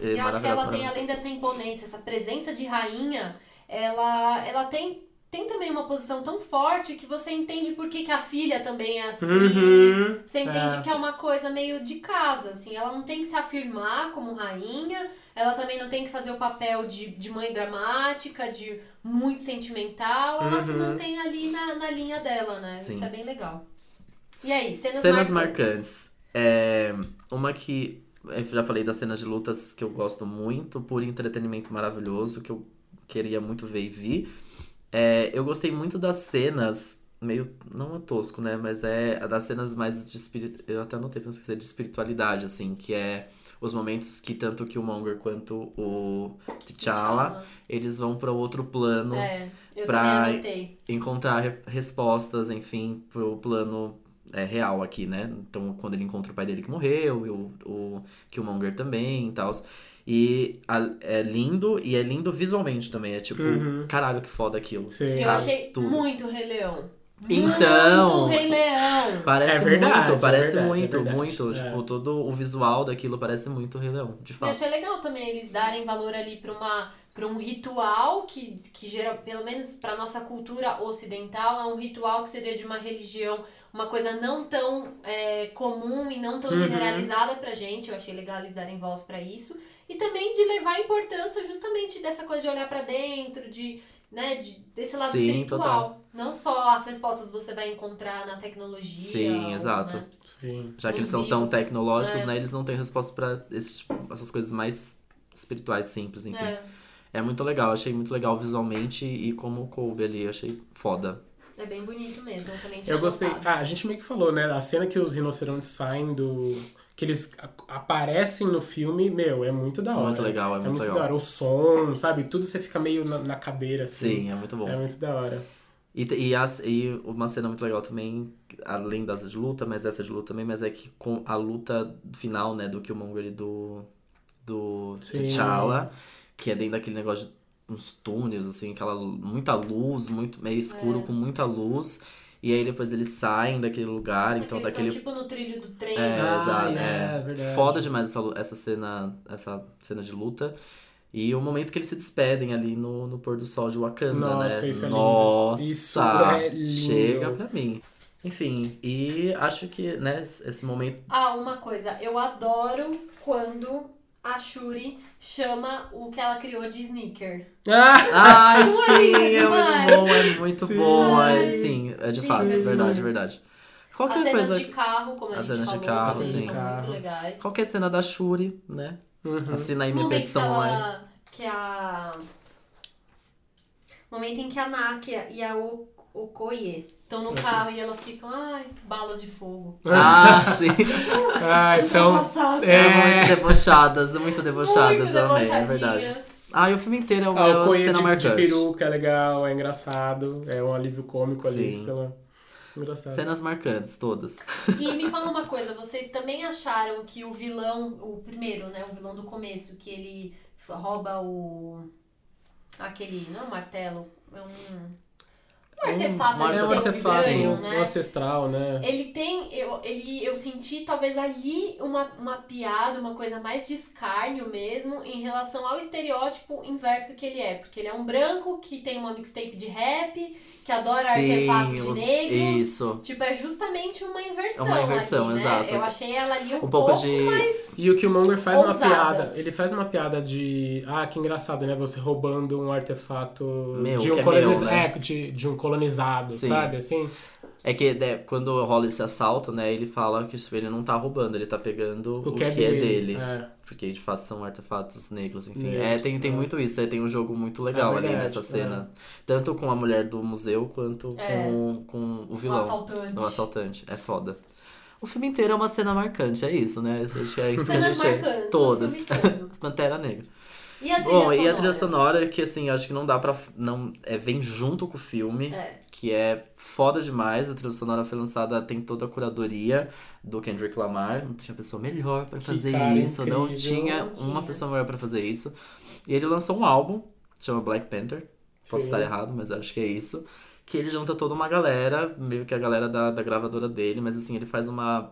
B: É,
A: E eu acho que ela tem,
B: maravilhosa, maravilhosa.
A: além dessa imponência, essa presença de rainha, ela, ela tem, tem também uma posição tão forte que você entende por que, que a filha também é assim.
C: Uhum.
A: Você entende
C: É.
A: que é uma coisa meio de casa, assim. Ela não tem que se afirmar como rainha, ela também não tem que fazer o papel de, de mãe dramática, de muito sentimental. Ela se
C: Uhum.
A: mantém ali na, na linha dela, né?
B: Sim.
A: Isso é bem legal. E aí, cenas,
B: Cenas
A: marcantes.
B: marcantes. É, uma que. Eu já falei das cenas de lutas que eu gosto muito, por entretenimento maravilhoso, que eu queria muito ver e vi. É, eu gostei muito das cenas, meio. Não é tosco, né? Mas é das cenas mais de espírito. Eu até anotei pra não esquecer, de espiritualidade, assim, que é os momentos que tanto o Killmonger quanto o T'Challa, eles vão pra outro plano
A: É, eu
B: pra-
A: também anotei.
B: encontrar re- respostas, enfim, pro plano é, real aqui, né? Então, quando ele encontra o pai dele que morreu, e o, o Killmonger também e tal. E a- é lindo, e é lindo visualmente também. É tipo,
C: Uhum.
B: caralho, que foda aquilo.
C: Sim.
A: Eu
B: Ah,
A: achei
B: tudo.
A: muito Rei Leão.
B: Então-
A: Muito Rei Leão.
B: Parece
C: É verdade,
B: muito,
C: é
B: parece
C: verdade, é
B: muito,
C: verdade.
B: muito.
C: É.
B: Tipo, todo o visual daquilo parece muito Rei Leão, de
A: Eu
B: fato.
A: achei legal também eles darem valor ali pra uma para um ritual que, que gera, pelo menos pra nossa cultura ocidental, é um ritual que seria de uma religião, uma coisa não tão é, comum e não tão
C: Uhum.
A: generalizada pra gente. Eu achei legal eles darem voz pra isso. E também de levar a importância justamente dessa coisa de olhar pra dentro, de, né, de- desse lado
B: Sim,
A: espiritual.
B: total.
A: Não só as respostas você vai encontrar na tecnologia.
B: Sim,
A: ou,
B: exato.
A: né,
C: Sim.
B: Já que
A: Os
B: eles são tão
A: livros,
B: tecnológicos,
A: é.
B: né? Eles não têm resposta pra esses, essas coisas mais espirituais, simples, enfim.
A: né,
B: É muito legal, achei muito legal visualmente e como coube ali, achei foda.
A: É bem bonito mesmo. Eu, também tinha
C: Eu gostei.
A: notado.
C: Ah, a gente meio que falou, né? A cena que os rinocerontes saem do. que eles a- aparecem no filme, meu, é muito da hora.
B: muito legal, é
C: É
B: muito,
C: muito,
B: legal.
C: da hora. O som, sabe? Tudo você fica meio na, na cadeira, assim.
B: Sim, é muito bom.
C: É muito da hora.
B: E, te- e, as- e uma cena muito legal também, além das de luta, mas essa de luta também, mas é que com a luta final, né, do Killmonger e do, do
C: Sim.
B: T'Challa, que é dentro daquele negócio de uns túneis, assim, aquela lu- muita luz, muito meio escuro,
A: É.
B: com muita luz. E aí depois eles saem daquele lugar,
A: Porque
B: então
A: eles
B: daquele
A: estão, tipo no trilho do trem. né?
B: É,
C: Ah,
B: exato.
C: é,
B: é.
C: verdade.
B: Foda demais essa, lu- essa cena, essa cena de luta. E o momento que eles se despedem ali no, no pôr do sol de Wakanda,
C: Nossa,
B: né?
C: isso é lindo.
B: Nossa,
C: Isso é lindo.
B: chega pra mim. Enfim, e acho que, né, esse momento...
A: Ah, uma coisa. Eu adoro quando a Shuri chama o que ela criou de sneaker.
C: Ah!
B: Ai, sim,
A: lindo
B: é muito
A: demais.
B: bom, é muito
C: Sim.
B: bom. É,
A: Ai,
B: sim, é de
A: lindo
B: fato, é
A: demais.
B: verdade, é verdade.
A: As
B: Qualquer
A: cenas
B: é coisa...
A: de carro, como a
B: As
A: gente
B: cenas de
A: falou,
B: carro,
A: também
B: sim.
A: são
C: Carro.
A: muito legais.
B: Qualquer cena da Shuri, né?
C: Uhum.
B: Assina aí
A: O
B: minha
A: momento
B: petição é.
A: que
B: online.
A: ela- Que a... o Momento em que a Nakia e a O- Okoye estão no carro e elas ficam, ai, balas de fogo.
B: Ah, sim.
C: Ah, então.
A: Engraçado.
C: É.
B: Muito debochadas, muito debochadas,
A: Muito
B: eu amei, é verdade.
A: debochadinhas.
B: Ah, e o filme inteiro é uma
C: Ah, o Coen
B: cena
C: de, de
B: marcante.
C: peruca é legal, é engraçado, é um alívio cômico ali.
B: Sim.
C: Pela... Engraçado.
B: Cenas marcantes, todas.
A: E me fala uma coisa, vocês também acharam que o vilão, o primeiro, né, o vilão do começo, que ele rouba o aquele, não é um martelo, é um, um artefato,
B: um
A: que
C: É um
A: tem
B: Sim.
C: artefato,
A: vibranium,
C: um
A: né?
C: ancestral, né?
A: Ele tem, eu, ele, eu senti talvez ali uma, uma piada, uma coisa mais de escárnio mesmo, em relação ao estereótipo inverso que ele é. Porque ele é um branco que tem uma mixtape de rap, que adora
B: Sim,
A: artefatos
B: os-
A: de negros.
B: Isso.
A: Tipo, é justamente uma inversão.
B: É uma inversão,
A: ali, né?
B: exato.
A: Eu achei ela ali um,
B: Um pouco
A: pouco,
B: de-
A: mais.
C: E o Killmonger faz uma
A: Ousada.
C: piada. Ele faz uma piada de. Ah, que engraçado, né? Você roubando um artefato
B: Meu,
C: de um
B: que é
C: coloniz-
B: meu, né?
C: é, de, de um colonizado,
B: Sim.
C: sabe? Assim.
B: É que né, quando rola esse assalto, né, ele fala que isso- ele não tá roubando, ele tá pegando o, que, é dele.
C: É.
B: Porque de fato são artefatos negros, enfim.
C: Negros,
B: é, tem, tem
C: é.
B: muito isso, aí tem um jogo muito legal
C: É
B: ali
C: verdade,
B: nessa cena. Tanto com a mulher do museu quanto
A: É.
B: com, com o
A: Um
B: vilão.
A: assaltante.
B: O assaltante. É foda. O filme inteiro é uma cena marcante, é isso, né? Isso, é isso que a
A: Cenas
B: gente é.
A: marcantes.
B: Todas.
A: o filme todo.
B: Pantera Negra.
A: E a trilha
B: Bom,
A: sonora?
B: e a trilha sonora, que assim, acho que não dá pra. Não, é, vem junto com o filme
A: É.
B: que é foda demais. A trilha sonora foi lançada, tem toda a curadoria do Kendrick Lamar. Não tinha pessoa melhor pra
C: Que
B: fazer
C: cara
B: isso, não
C: incrível.
B: tinha
A: Não
B: uma
A: tinha.
B: pessoa melhor pra fazer isso. E ele lançou um álbum, chama Black Panther. Posso
C: Sim.
B: estar errado, mas acho que é isso. Que ele junta toda uma galera, meio que a galera da, da gravadora dele, mas assim, ele faz uma,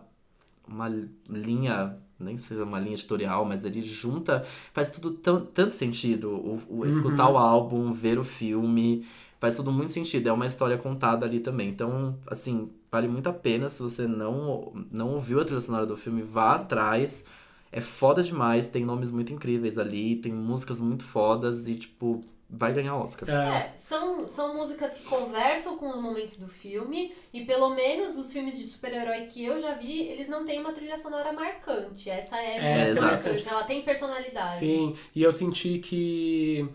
B: uma linha, nem sei se é uma linha editorial, mas ele junta, faz tudo tão, tanto sentido. O, o- escutar o álbum, ver o filme, faz tudo muito sentido. É uma história contada ali também. Então, assim, vale muito a pena se você não, não ouviu a trilha sonora do filme, vá atrás. É foda demais, tem nomes muito incríveis ali, tem músicas muito fodas e, tipo, vai ganhar Oscar.
C: É.
A: É, são, são músicas que conversam com os momentos do filme, e pelo menos os filmes de super-herói que eu já vi, eles não têm uma trilha sonora marcante. Essa é,
C: É,
A: muito
B: exato.
A: marcante, ela tem personalidade.
C: Sim, e eu senti que,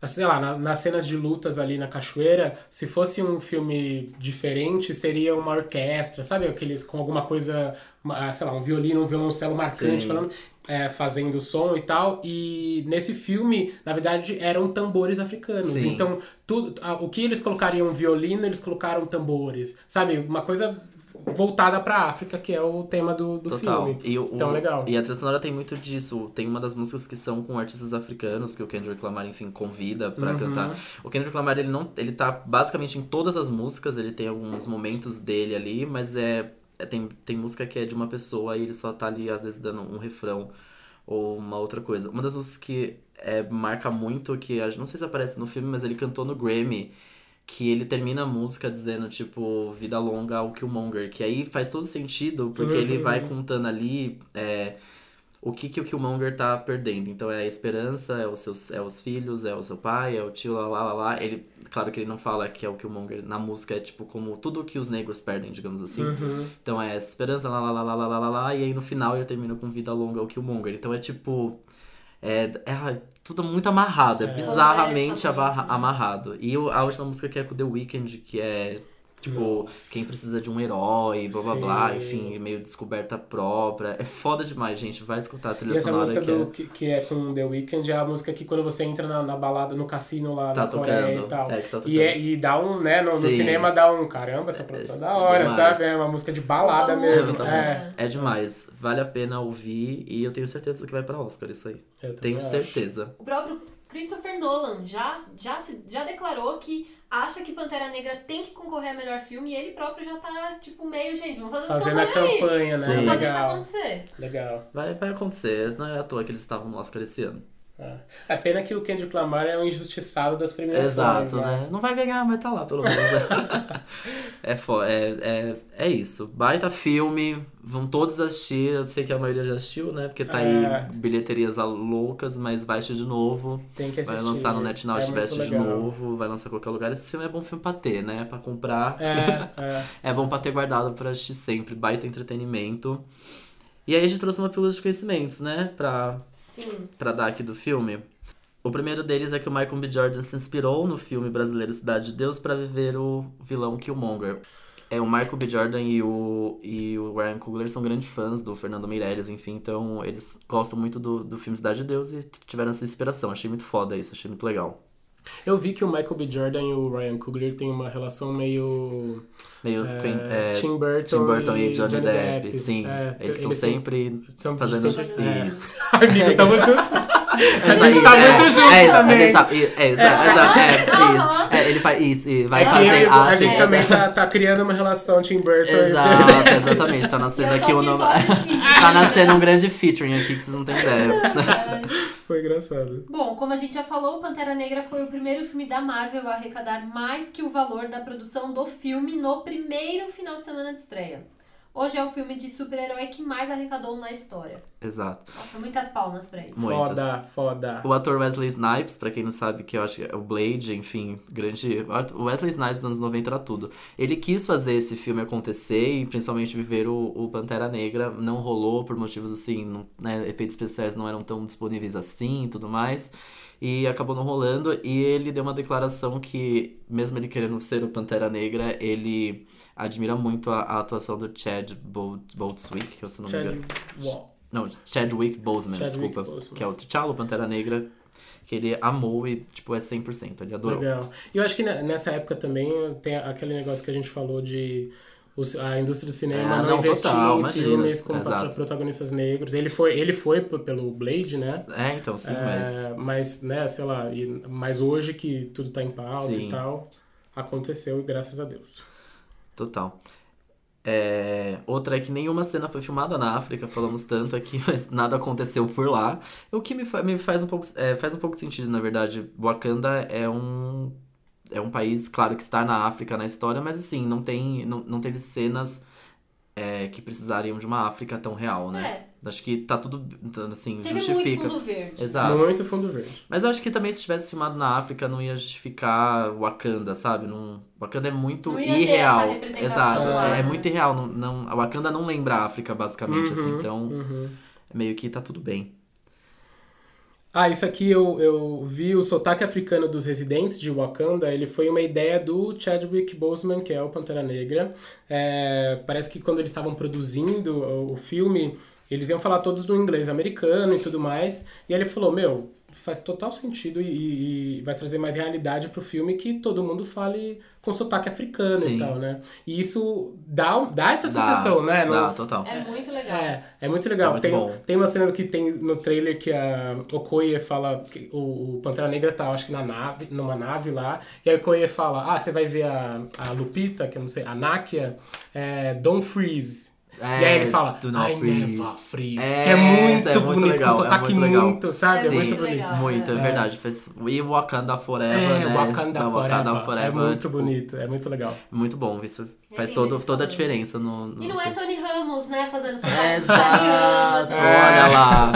C: assim, sei lá, na- nas cenas de lutas ali na cachoeira, se fosse um filme diferente, seria uma orquestra, sabe? Aqueles com alguma coisa, uma- ah, sei lá, um violino, um violoncelo marcante
B: Sim.
C: falando, é, fazendo som e tal. E nesse filme, na verdade, eram tambores africanos.
B: Sim.
C: Então, tudo, a- o que eles colocariam um violino, eles colocaram tambores, sabe? Uma coisa voltada pra África, que é o tema do, do
B: Total.
C: filme.
B: E, o,
C: Então, legal.
B: e a trilha sonora tem muito disso. Tem uma das músicas que são com artistas africanos, que o Kendrick Lamar, enfim, convida pra
C: Uhum.
B: cantar. O Kendrick Lamar, ele não. Ele tá basicamente em todas as músicas, ele tem alguns momentos dele ali, mas é. é- tem, tem música que é de uma pessoa e ele só tá ali, às vezes, dando um refrão ou uma outra coisa. Uma das músicas que é, marca muito, que a- não sei se aparece no filme, mas ele cantou no Grammy. Que ele termina a música dizendo, tipo, vida longa ao Killmonger. Que aí faz todo sentido, porque ele
C: Uhum.
B: vai contando ali é, o que, que o Killmonger tá perdendo. Então é a esperança, é os, seus, é os filhos, é o seu pai, é o tio, lá, lá, lá, lá. Ele, claro que ele não fala que é o Killmonger na música, é tipo como tudo que os negros perdem, digamos assim.
C: Uhum.
B: Então é esperança, lá, lá, lá, lá, lá, lá, lá, lá, e aí no final ele termina com vida longa ao Killmonger. Então é tipo. É, é ah, tudo muito amarrado, é,
C: É.
B: bizarramente
A: Conversa
B: abarra-
A: muito, né?
B: amarrado. E o- a última música que é com The Weeknd, que é tipo,
C: Nossa.
B: quem precisa de um herói, blá blá
C: Sim.
B: blá, enfim, meio descoberta própria. É foda demais, gente. Vai escutar a trilha
C: E essa
B: sonora
C: música
B: que
C: do,
B: é.
C: que, que é com The Weeknd é a música que quando você entra na, na balada, no cassino lá
B: Tá
C: na Coreia
B: tocando.
C: e tal.
B: É, que tá tocando.
C: E, é- e dá um, né, no, no
B: Sim.
C: cinema dá um, caramba, essa produção é da
B: é
C: hora,
B: demais.
C: sabe? É uma música de balada
A: Toda
C: mesmo.
A: música.
C: É,
B: É demais. Vale a pena ouvir e eu tenho certeza que vai pra Oscar isso aí.
C: eu também
B: Tenho
C: acho.
B: certeza.
A: O próprio Christopher Nolan já, já, se- já declarou que acha que Pantera Negra tem que concorrer a melhor filme e ele próprio já tá, tipo, meio, gente, vamos fazer
C: Fazendo
A: essa
C: a
A: campanha aí.
C: campanha, né?
B: Sim.
A: Vamos fazer isso
C: Legal,
A: acontecer.
C: legal.
B: Vai, vai acontecer. Não é à toa que eles estavam no Oscar esse ano.
C: É. É pena que o Kendrick Lamar é um injustiçado das premiações.
B: Exato,
C: né?
B: né? Não vai ganhar, mas tá lá, pelo menos. né? é, fo é, é, é isso. Baita filme, vão todos assistir. Eu sei que a maioria já assistiu, né? Porque tá
C: É.
B: aí bilheterias a- loucas, mas baixa de novo.
C: Tem que
B: Vai
C: assistir.
B: lançar no NetNow
C: é
B: de Veste
C: muito
B: de
C: legal.
B: novo, vai lançar em qualquer lugar. Esse filme é bom filme pra ter, né? Pra comprar.
C: É, é.
B: É bom pra ter guardado pra assistir sempre. Baita entretenimento. E aí a gente trouxe uma pílula de conhecimentos, né? Pra,
A: Sim.
B: pra dar aqui do filme. O primeiro deles é que o Michael B. Jordan se inspirou no filme brasileiro Cidade de Deus pra viver o vilão Killmonger. é, o Michael B. Jordan e o, e o Ryan Coogler são grandes fãs do Fernando Meirelles, enfim, então eles gostam muito do, do filme Cidade de Deus e tiveram essa inspiração. Achei muito foda isso, achei muito legal.
C: Eu vi que o Michael B. Jordan e o Ryan Coogler têm uma relação meio.
B: Meio
C: é,
B: Queen- é,
C: Tim Burton,
B: Tim Burton e,
C: e
B: Johnny, Depp, sim.
C: É,
B: eles estão
C: eles têm-
B: sempre
C: são-
B: fazendo
C: sempre-
A: é.
B: isso.
C: Amigo, tamo junto. A
B: Mas
C: gente tá
B: é,
C: muito junto
B: é, isso,
C: também.
B: A gente tá, e- é, exato, exato, é,
A: Aham.
B: isso. É, ele faz isso e vai
C: É que
B: fazer
C: eu-
B: arte.
C: a gente
B: é,
C: também
B: é.
C: tá, tá criando uma relação Tim Burton e-
B: Exato, exatamente. Tá nascendo
A: Eu tô
B: aqui o
A: aqui
B: nome.
A: só assistindo.
B: Tá nascendo um grande featuring aqui que vocês não têm ideia.
C: Foi engraçado.
A: Bom, como a gente já falou, o Pantera Negra foi o primeiro filme da Marvel a arrecadar mais que o valor da produção do filme no primeiro final de semana de estreia. Hoje é o filme de super-herói que mais arrecadou na história.
B: Exato.
A: Nossa, muitas palmas pra isso.
B: Muito. assim. Muitos.
C: Foda, foda.
B: O ator Wesley Snipes, pra quem não sabe, que eu acho que é o Blade, enfim, grande. O Wesley Snipes nos anos 90 era tudo. Ele quis fazer esse filme acontecer e principalmente viver o, o Pantera Negra. Não rolou por motivos assim, não- né, efeitos especiais não eram tão disponíveis assim e tudo mais. E acabou não rolando. E ele deu uma declaração que, mesmo ele querendo ser o Pantera Negra, ele admira muito a, a atuação do Chad Bolt, Boltzwick, que é eu se não me engano.
C: Chadwick Boseman.
B: Não, Chadwick Boseman,
C: Chadwick
B: desculpa.
C: Boseman.
B: Que é o T'Challa, Pantera Negra. Que ele amou e, tipo, é 100%. Ele adorou.
C: Legal. E eu acho que ne- nessa época também tem aquele negócio que a gente falou de os- a indústria do cinema
B: Ah,
C: não,
B: não,
C: investir
B: total,
C: em
B: imagina.
C: filmes com
B: Exato.
C: patra- protagonistas negros. Ele foi, ele foi p- pelo Blade, né?
B: É, então, sim, mas...
C: É, mas, né, sei lá, e, mas hoje que tudo tá em pauta
B: Sim.
C: e tal, aconteceu e graças a Deus.
B: Total. É, Outra é que nenhuma cena foi filmada na África, falamos tanto aqui, mas nada aconteceu por lá. O que me, fa- me faz, um pouco, é, faz um pouco de sentido, na verdade. Wakanda é um, é um país, claro, que está na África na história, mas assim, não, tem, não, não teve cenas é, que precisariam de uma África tão real, né?
A: É,
B: Acho que tá tudo, então, assim,
A: teve muito
B: justifica.
A: fundo verde.
B: Exato.
C: Muito fundo verde.
B: Mas eu acho que também se tivesse filmado na África não ia justificar Wakanda, sabe? Não... Wakanda é muito
A: Não ia ter
B: irreal.
A: essa representação
B: Exato.
A: lá,
B: É,
A: né?
B: é muito irreal. Não, não... A Wakanda não lembra a África, basicamente, assim.
C: Uhum,
B: Então,
C: uhum.
B: meio que tá tudo bem.
C: Ah, isso aqui eu, eu vi o sotaque africano dos residentes de Wakanda. Ele foi uma ideia do Chadwick Boseman, que é o Pantera Negra. É, parece que quando eles estavam produzindo o, o filme, eles iam falar todos do inglês americano e tudo mais. E aí ele falou: Meu, faz total sentido e, e- e vai trazer mais realidade pro filme que todo mundo fale com sotaque africano
B: Sim.
C: e tal, né? E isso dá, um, dá essa
B: Dá,
C: sensação, né? Não-
B: Dá, total.
A: É muito legal.
C: é, é muito
B: É
C: legal.
B: muito
C: tem,
B: bom.
C: tem uma cena que tem no trailer que a Okoye fala. que o, o Pantera Negra tá, acho que na nave, numa nave lá. E a Okoye fala: Ah, você vai ver a, a Lupita, que eu não sei, a Nakia, é, Don't Freeze.
B: É,
C: e aí ele fala:
B: do Not
C: I
B: Freeze."
C: never freeze.
B: É,
C: que é muito
B: isso é muito
C: bonito,
B: legal,
C: com
B: é
C: sotaque
B: muito legal.
C: sabe?
A: Sim.
C: é muito bonito.
A: legal.
B: Muito, é,
C: É.
B: verdade. Fez... E Wakanda Forever,
C: É,
B: né?
C: Wakanda,
B: Da
C: Forever. É muito
B: tipo,
C: bonito, é muito legal.
B: Muito bom. Isso faz
A: nem
B: todo,
A: eles
B: toda a
A: falando.
B: diferença no... no
A: E não é Tony Ramos, né? Fazendo essa
B: É, Exato, olha lá.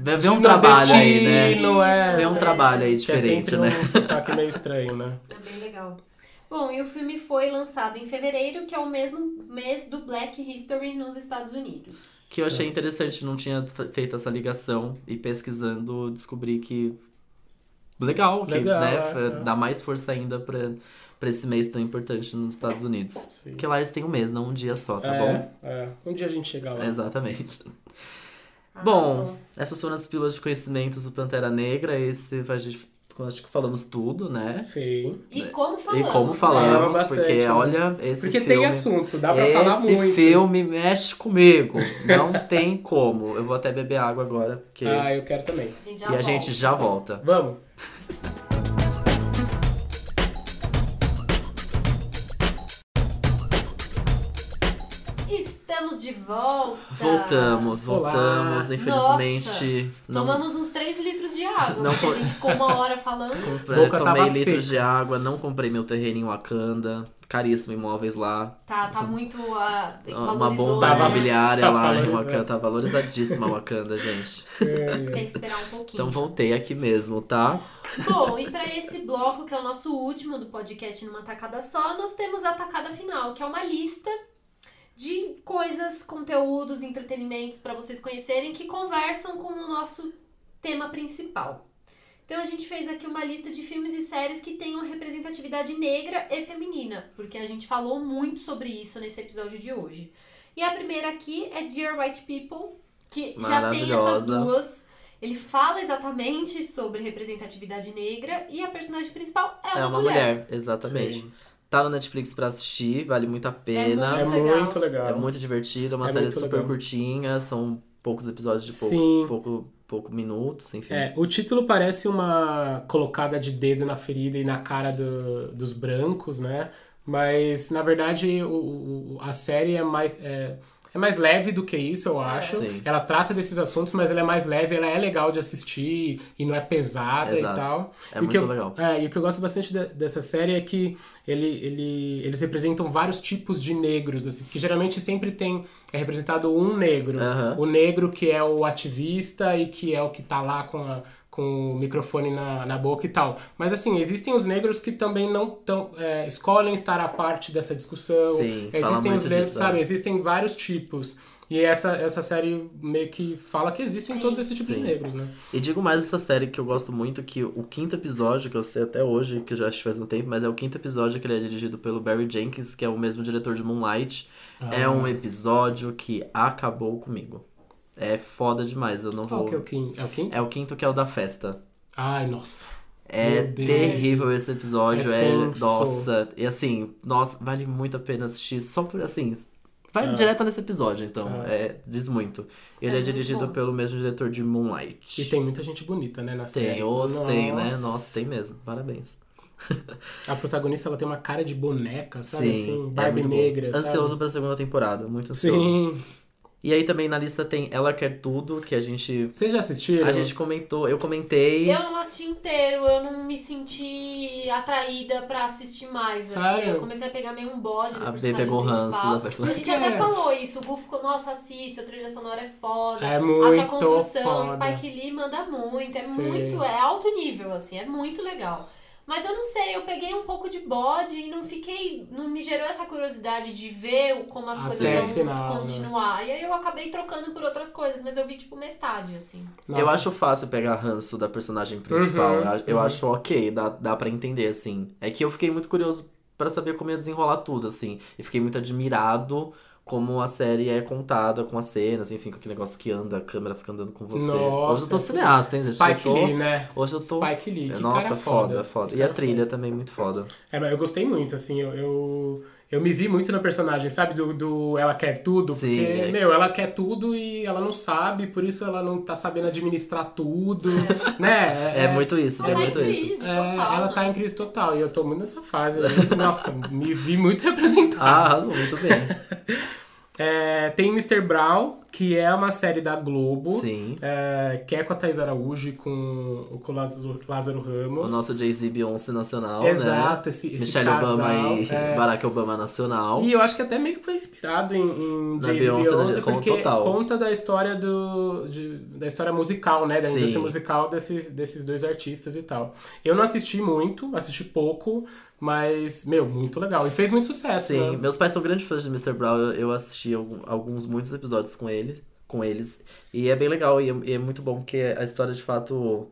B: Vê, vê um
C: De
B: trabalho aí, né?
C: nordestino, é,
B: Vê um
C: sabe?
B: trabalho aí
C: Que é
B: diferente,
C: sempre
B: né?
C: um sotaque meio estranho, né?
A: É bem legal. Bom, e o filme foi lançado em fevereiro, que é o mesmo mês do Black History nos Estados Unidos.
B: Que eu achei
C: É.
B: interessante, não tinha fe- feito essa ligação e pesquisando descobri que legal, que
C: Legal,
B: né,
C: é,
B: fa-
C: é.
B: dá mais força ainda pra, pra esse mês tão importante nos Estados Unidos.
C: Sim.
B: Porque lá eles têm um mês, não um dia só, tá
C: é,
B: bom?
C: é. Um dia a gente chega lá.
B: Exatamente.
A: Arrasou.
B: Bom, essas foram as pílulas de conhecimentos do Pantera Negra. Esse a gente acho que falamos tudo, né?
C: Sim.
A: E como falamos?
B: e como
A: né?
B: falamos,
C: Falamos bastante,
B: porque
C: né?
B: olha, esse
C: Porque
B: filme.
C: tem assunto, dá pra
B: esse
C: falar muito.
B: filme mexe comigo. Não tem como. Eu vou até beber água agora, porque.
C: Ah, eu quero também.
A: A gente já
B: e a
A: volta. Tá.
B: gente já volta.
C: Vamos.
A: Estamos de volta.
B: Voltamos,
C: Olá.
B: voltamos. Infelizmente, não,
A: Tomamos uns 3 litros de água,
B: Não
A: porque
B: foi-
A: a gente ficou uma hora falando.
B: compre-
C: Boca
B: é, tomei
C: tava assim.
B: litros
C: seca.
B: de água, não comprei meu terreno em Wakanda. Caríssimo imóveis lá.
A: Tá, tá muito. ah,
B: Uma
A: valorizou,
B: bomba
A: né?
C: Tava-
B: imobiliária
C: tá
B: lá em
C: valorizando.
B: Wakanda. Tá valorizadíssima a Wakanda, gente.
A: A gente tem que esperar um pouquinho.
B: Então voltei aqui mesmo, tá?
A: Bom, e para esse bloco, que é o nosso último do podcast numa tacada só, nós temos a tacada final, que é uma lista de coisas, conteúdos, entretenimentos para vocês conhecerem que conversam com o nosso tema principal. Então a gente fez aqui uma lista de filmes e séries que tenham representatividade negra e feminina, porque a gente falou muito sobre isso nesse episódio de hoje. E a primeira aqui é Dear White People, que já tem essas
B: Maravilhosa.
A: duas. Ele fala exatamente sobre representatividade negra e a personagem principal é,
B: É uma mulher, exatamente.
C: Sim.
B: Tá no Netflix pra assistir, vale muito a pena.
C: É
A: Muito
B: É,
A: legal.
C: muito legal.
B: muito divertido, é uma
C: É
B: série
C: muito
B: super
C: legal.
B: curtinha, são poucos episódios de
C: Sim.
B: poucos, pouco, pouco minutos, enfim.
C: É, o título parece uma colocada de dedo na ferida e na cara do- dos brancos, né? Mas, na verdade, o- o- a série é mais, é, é mais leve do que isso, eu acho.
B: Sim.
C: Ela trata desses assuntos, mas ela é mais leve, ela é legal de assistir e não é pesada
B: Exato.
C: e tal.
B: É
C: E o
B: muito
C: que eu-
B: legal.
C: É, e o que eu gosto bastante de- dessa série é que ele, ele- eles representam vários tipos de negros, assim, que geralmente sempre tem é representado um negro.
B: Aham.
C: O negro que é o ativista e que é o que tá lá com, a- com o microfone na, na boca e tal. Mas assim, existem os negros que também não tão, é, escolhem estar à parte dessa discussão.
B: Sim, fala
C: Então, existem
B: muito
C: os negros,
B: disso,
C: sabe?
B: é.
C: Existem vários tipos. E essa, essa série meio que fala que existem
A: Sim.
C: todos esses tipos de
B: Sim.
C: negros, né?
B: E digo mais essa série que eu gosto muito, que o quinto episódio, que eu sei até hoje, que eu já acho que faz um tempo, mas é o quinto episódio que ele é dirigido pelo Barry Jenkins, que é o mesmo diretor de Moonlight.
C: Ah.
B: É um episódio que acabou comigo. É foda demais, eu não
C: Qual
B: vou.
C: que é o quinto? É o quinto?
B: É o quinto que é o da festa.
C: Ai, nossa.
B: É
C: Meu Deus.
B: terrível esse episódio,
C: É
B: é,
C: tenso.
B: nossa. E assim, nossa, vale muito a pena assistir só por assim. Vai
C: É.
B: direto nesse episódio, então.
C: É.
B: É, diz muito.
A: É
B: Ele é,
A: muito
B: dirigido
A: bom.
B: pelo mesmo diretor de Moonlight.
C: E tem muita gente bonita, né, na série.
B: Tem, os tem, né?
C: Nossa.
B: Nossa, tem mesmo. Parabéns.
C: A protagonista, ela tem uma cara de boneca, sabe? assim,
B: é
C: Barbie
B: muito bom.
C: negra, sabe?
B: Ansioso pra segunda temporada, muito ansioso.
C: Sim.
B: E aí também na lista tem Ela Quer Tudo, que a gente.
C: Vocês já assistiram?
B: A gente comentou, eu comentei.
A: Eu não assisti inteiro, eu não me senti atraída pra assistir mais. assim.
C: Sério?
A: eu comecei a pegar meio um bode
B: A
A: da
B: B
A: personagem
B: pegou ranço
A: principal.
B: da
A: A
B: personagem.
A: gente até
C: É.
A: falou isso, o Gu ficou, nossa, assiste, a trilha sonora é foda.
C: É muito
A: Acha a construção,
C: foda.
A: Spike Lee manda muito, é
C: Sim.
A: muito, é alto nível, assim, é muito legal. Mas eu não sei, eu peguei um pouco de bode e não fiquei, não me gerou essa curiosidade de ver o- como
B: Ah,
A: as
C: Até
B: é
A: coisas vão
C: o final, né?
A: continuar. E aí eu acabei trocando por outras coisas, mas eu vi tipo metade, assim.
B: Eu
C: Nossa.
B: acho fácil pegar ranço da personagem principal.
C: Uhum,
B: eu a- eu
C: uhum.
B: acho ok, dá, dá pra entender, assim. É que eu fiquei muito curioso pra saber como ia desenrolar tudo, assim. E fiquei muito admirado como a série é contada, com as cenas, enfim, com aquele negócio que anda, a câmera fica andando com você. Hoje eu
C: Nossa.
B: tô cineasta, hein, gente?
C: Spike
B: eu tô...
C: Lee, né?
B: Hoje eu tô
C: Spike Lee, que
B: Nossa,
C: cara
B: foda,
C: foda.
B: foda. E
C: Cara
B: a trilha também, muito foda.
C: É, mas eu gostei muito, assim, eu, eu, eu me vi muito na personagem, sabe? Do, do Ela Quer Tudo,
B: Sim,
C: porque,
B: é.
C: meu, ela quer tudo e ela não sabe, por isso ela não tá sabendo administrar tudo, né?
B: É, muito isso, tem
A: Ela
B: muito
A: tá em
B: isso.
A: crise
C: É,
A: total,
C: ela
A: né?
C: tá em crise total e eu tô muito nessa fase. aí. Nossa, me vi muito representada.
B: Ah, muito bem. Ah.
C: É, tem Mr. Brown, que é uma série da Globo,
B: Sim.
C: é, que é com a Thais Araújo e com, com o Lázaro, Lázaro
B: O
C: Ramos.
B: nosso Jay-Z Beyoncé nacional, né?
C: Exato, esse, esse
B: Michelle
C: casal.
B: Obama e
C: é.
B: Barack Obama nacional.
C: E eu acho que até meio que foi inspirado em, em
B: Na
C: Jay-Z
B: Beyoncé,
C: Beyoncé,
B: né? Com-
C: porque
B: total.
C: conta da história do, de- da história musical, né? Da
B: Sim.
C: indústria musical desses, desses dois artistas e tal. Eu não assisti muito, assisti pouco, mas, meu, muito legal. E fez muito sucesso,
B: Sim,
C: né?
B: meus pais são grandes fãs de Mr. Brown. Eu- Eu assisti algum- alguns, muitos episódios com ele, com eles. E é bem legal, e é, e é muito bom, porque a história de fato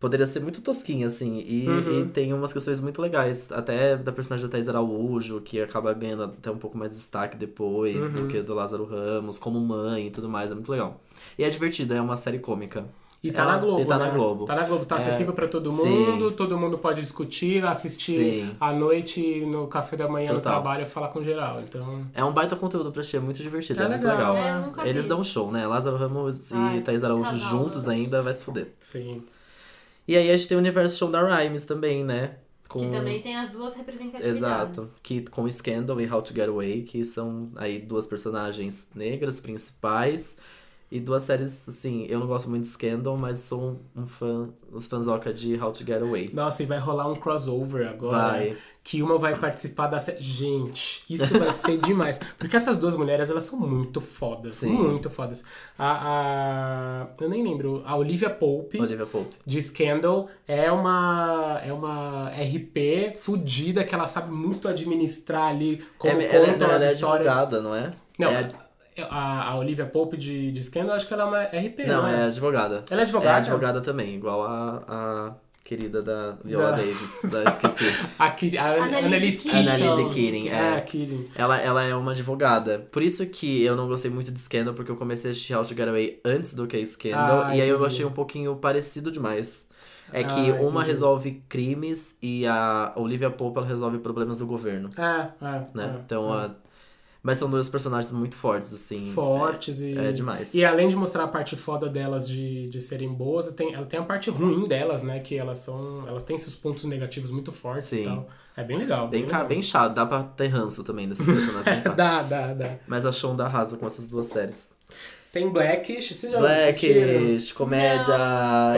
B: poderia ser muito tosquinha, assim. E,
C: Uhum.
B: e tem umas questões muito legais. Até da personagem da Thais Araújo, que acaba ganhando até um pouco mais destaque depois do
C: Uhum.
B: que do Lázaro Ramos, como mãe e tudo mais. É muito legal. E é divertida, é uma série cômica.
C: E tá
B: Ela-
C: na Globo,
B: e tá
C: né?
B: na Globo.
C: Tá na Globo, tá
B: É,
C: acessível pra todo
B: sim.
C: mundo, todo mundo pode discutir, assistir
B: Sim.
C: à noite, no café da manhã, no
B: Total.
C: trabalho, falar com geral. Então,
B: É um baita conteúdo pra assistir, é muito divertido,
C: É
B: é, muito
C: legal,
B: legal.
A: É, eu nunca
B: Eles
A: vi.
B: dão show, né? Lázaro Ramos e
A: Ai,
B: Thais Araújo
A: casal,
B: juntos
A: né?
B: ainda vai se fuder.
C: sim.
B: E aí a gente tem o universo show da Rhymes também, né? Com...
A: Que também é tem as duas representatividades.
B: Exato. Que, com Scandal e How to Get Away, que são aí duas personagens negras principais. E duas séries, assim, eu não gosto muito de Scandal, mas sou um fã, os fanzoca de How to Get Away.
C: Nossa, e vai rolar um crossover agora.
B: Vai.
C: que uma vai participar da série. Gente, isso vai ser demais. Porque essas duas mulheres, elas são muito fodas.
B: Sim.
C: Muito fodas. A, a- Eu nem lembro. A Olivia Pope,
B: Olivia Pope.
C: de Scandal, é uma, é uma RP fudida que ela sabe muito administrar ali como
B: é, ela,
C: contam
B: não,
C: as
B: ela é
C: histórias.
B: advogada, não é?
C: não,
B: é,
C: a, a Olivia Pope de, de Scandal, acho que ela é uma RP,
B: não,
C: não
B: é advogada.
C: Ela é
B: É
C: advogada?
B: advogada também, igual a, a querida da Viola
C: Da-
B: Davis, da esqueci.
C: A, Kiri- a
A: Annalise
C: Annalise
A: Keating.
C: Keating.
B: Annalise Keating, é.
C: a Keating.
B: Ela, ela é uma advogada. Por isso que eu não gostei muito de Scandal, porque eu comecei a assistir How to Get Away antes do que Scandal.
C: Ah,
B: e aí eu
C: entendi.
B: achei um pouquinho parecido demais. É que
C: Ah,
B: uma
C: entendi.
B: resolve crimes e a Olivia Pope ela resolve problemas do governo,
C: É, é.
B: né?
C: é.
B: então, a... mas são dois personagens muito fortes, assim.
C: Fortes e.
B: É demais.
C: E além de mostrar a parte foda delas de, de serem boas, tem, ela tem a parte ruim delas, né? Que elas são. Elas têm esses pontos negativos muito fortes
B: Sim.
C: e tal. É bem legal.
B: Bem, ca-
C: legal.
B: bem chato, dá pra ter ranço também desses personagens. bem chato.
C: Dá, dá, dá.
B: mas a Shonda arrasa com essas duas séries.
C: Tem Blackish. Vocês já assistiram?
B: Blackish, comédia.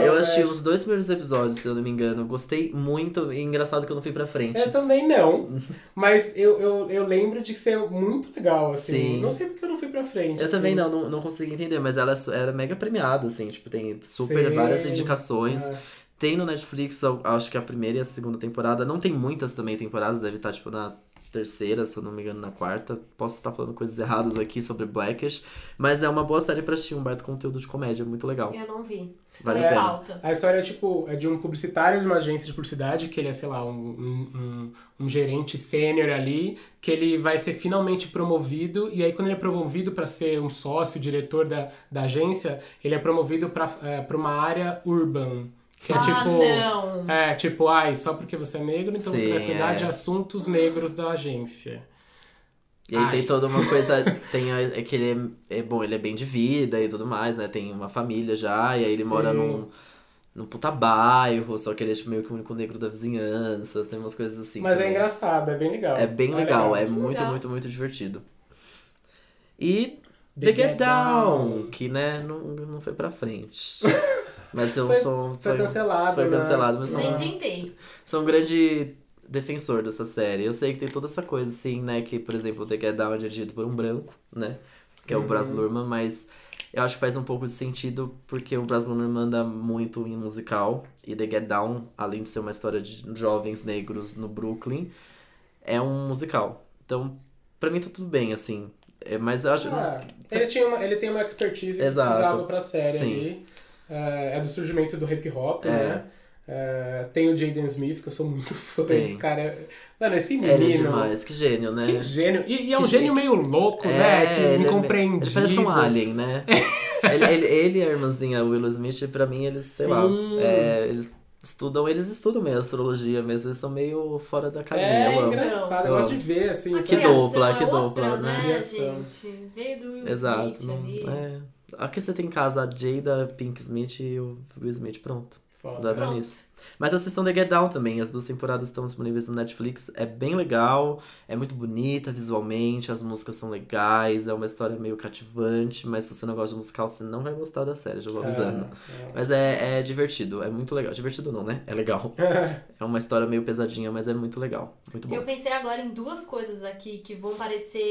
B: Eu achei
C: Comédia.
B: os dois primeiros episódios, se eu não me engano. Gostei muito e engraçado que eu não fui pra frente.
C: Eu também não. Mas eu, eu, eu lembro de ser muito legal, assim.
B: Sim.
C: Não sei porque eu não fui pra frente.
B: Eu
C: assim.
B: também não, não, não consigo entender, mas ela é su- era mega premiada, assim, tipo, tem super
C: Sim.
B: várias indicações.
C: Ah,
B: Tem no Netflix, eu- acho que a primeira e a segunda temporada. Não tem muitas também temporadas, deve estar, tipo, na terceira, se eu não me engano, na quarta. Posso estar falando coisas erradas aqui sobre Blackish, mas é uma boa série pra assistir, um baita conteúdo de comédia, muito legal.
A: Eu não vi.
B: Vale
A: Não
B: a pena.
A: falta.
C: A história é tipo é de um publicitário de uma agência de publicidade, que ele é, sei lá, um, um, um- um gerente sênior ali, que ele vai ser finalmente promovido, e aí quando ele é promovido para ser um sócio, diretor da, da agência, ele é promovido para uma área urban. Que é
A: ah,
C: tipo.
A: não.
C: É, tipo, ai, só porque você é negro, então você
B: Sim,
C: vai cuidar
B: é.
C: de assuntos negros da agência.
B: E aí
C: Ai.
B: tem toda uma coisa. Tem a- é que ele é, é bom, ele é bem de vida e tudo mais, né? Tem uma família já, e aí ele
C: Sim.
B: mora num, num puta bairro, só que ele é tipo, meio que o único negro da vizinhança, tem umas coisas assim.
C: Mas é
B: também.
C: engraçado, é bem legal.
B: É bem legal, é
A: Que
B: muito,
A: legal.
B: muito, muito divertido. E The, Get, Down, que né, não, não foi pra frente. Mas eu
C: Foi-
B: sou. foi
C: Foi
B: um-
C: cancelado.
B: foi
C: né?
B: cancelado, mas
A: Nem
B: não-
A: tentei.
B: sou um grande defensor dessa série. Eu sei que tem toda essa coisa, assim, né? Que, por exemplo, The Get Down é dirigido por um branco, né? Que é o
C: Uhum.
B: Braz Luhrmann, mas eu acho que faz um pouco de sentido porque o Braz Luhrmann manda muito em musical. E The Get Down, além de ser uma história de jovens negros no Brooklyn, é um musical. Então, pra mim tá tudo bem, assim. É, mas eu acho...
C: Ah, ele, tinha uma, ele tem uma expertise
B: Exato.
C: que precisava pra série
B: Sim.
C: ali. É, é do surgimento do hip hop,
B: É.
C: né? É, tem o Jaden Smith, que eu sou muito fã.
B: Tem.
C: Esse cara. é- Mano, esse
B: Ele é
C: menino.
B: demais, que gênio, né?
C: que gênio. E, e é um
B: Que
C: gênio
B: gênio.
C: meio louco, né? Que
B: ele é-
C: incompreendido.
B: Ele parece um alien, né? ele, ele, ele e a irmãzinha Willow Smith, pra mim, eles, sei lá.
C: Sim.
B: é, eles estudam, eles estudam meio astrologia mesmo, eles são meio fora da casinha.
C: É
B: eu amo.
C: engraçado, eu
B: Eu
C: gosto
B: amo.
C: de ver, assim.
A: A
B: que
C: sabe?
A: criação
B: dupla,
A: é
B: que
A: outra,
B: dupla, né?
C: Criação.
A: gente? Veio do Will
B: Exato.
A: Smith
B: não-
A: ali.
B: é. Aqui você tem em casa a Jada, Pink Smith e o Will Smith, pronto. Dá
C: Foda.
B: pra
A: Pronto.
B: nisso. Mas assistam The Get Down também, as duas temporadas estão disponíveis no Netflix. É bem legal, é muito bonita visualmente, as músicas são legais, é uma história meio cativante, mas se você não gosta de musical, você não vai gostar da série, já vou avisando.
C: É,
B: Mas é, é divertido, é muito legal. Divertido não, né? É legal.
C: é.
B: É uma história meio pesadinha, mas é muito legal. Muito bom.
A: Eu pensei agora em duas coisas aqui que vão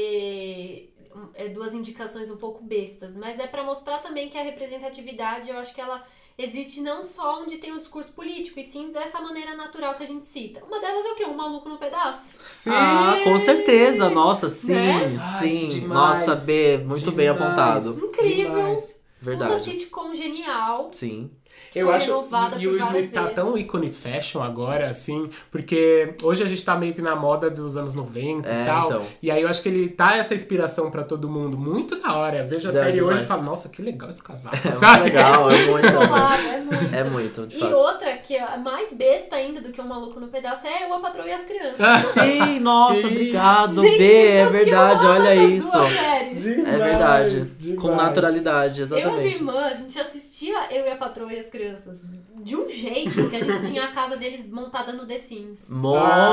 A: parecer hum, é, duas indicações um pouco bestas, mas é pra mostrar também que a representatividade, eu acho que ela existe não só onde tem um discurso político, e sim dessa maneira natural que a gente cita. Uma delas é o quê? Um maluco no pedaço.
C: Sim!
B: Ah, com certeza! Nossa, sim,
A: Né?
C: Ai, que
B: sim.
C: demais.
B: Nossa, B, muito bem
C: Demais.
B: apontado.
A: Incrível.
C: Demais.
A: Puta
B: Verdade.
A: sitcom genial.
B: Sim.
C: Eu
A: Foi
C: acho
A: renovada
C: e
A: por
C: o Will
A: várias
C: Smith tá tão
A: vezes.
C: ícone fashion agora, assim, porque hoje a gente tá meio que na moda dos anos 90
B: É,
C: e tal.
B: então.
C: E aí eu acho que ele dá essa inspiração pra todo mundo. Muito da hora. Eu vejo a
B: Dá
C: série
B: demais.
C: hoje e falo, nossa, que legal esse casaco.
B: É muito
C: sabe?
B: legal, é muito bom.
A: Claro, é muito.
B: É muito, de
A: E
B: fato.
A: outra que é mais besta ainda do que um maluco no pedaço é eu, a patroa e as crianças.
B: Sim, nossa,
C: Sim.
B: obrigado,
A: Gente,
B: B. É
A: tanto que eu
B: verdade,
A: amo
B: olha
A: essas
B: isso.
A: duas séries.
B: É verdade. Com naturalidade,
A: Eu e minha
B: exatamente.
A: irmã, a gente assistia Eu e a Patroa e as Crianças de um jeito que a gente tinha a casa deles montada no The
C: Hum.
A: Sims.
B: Morta!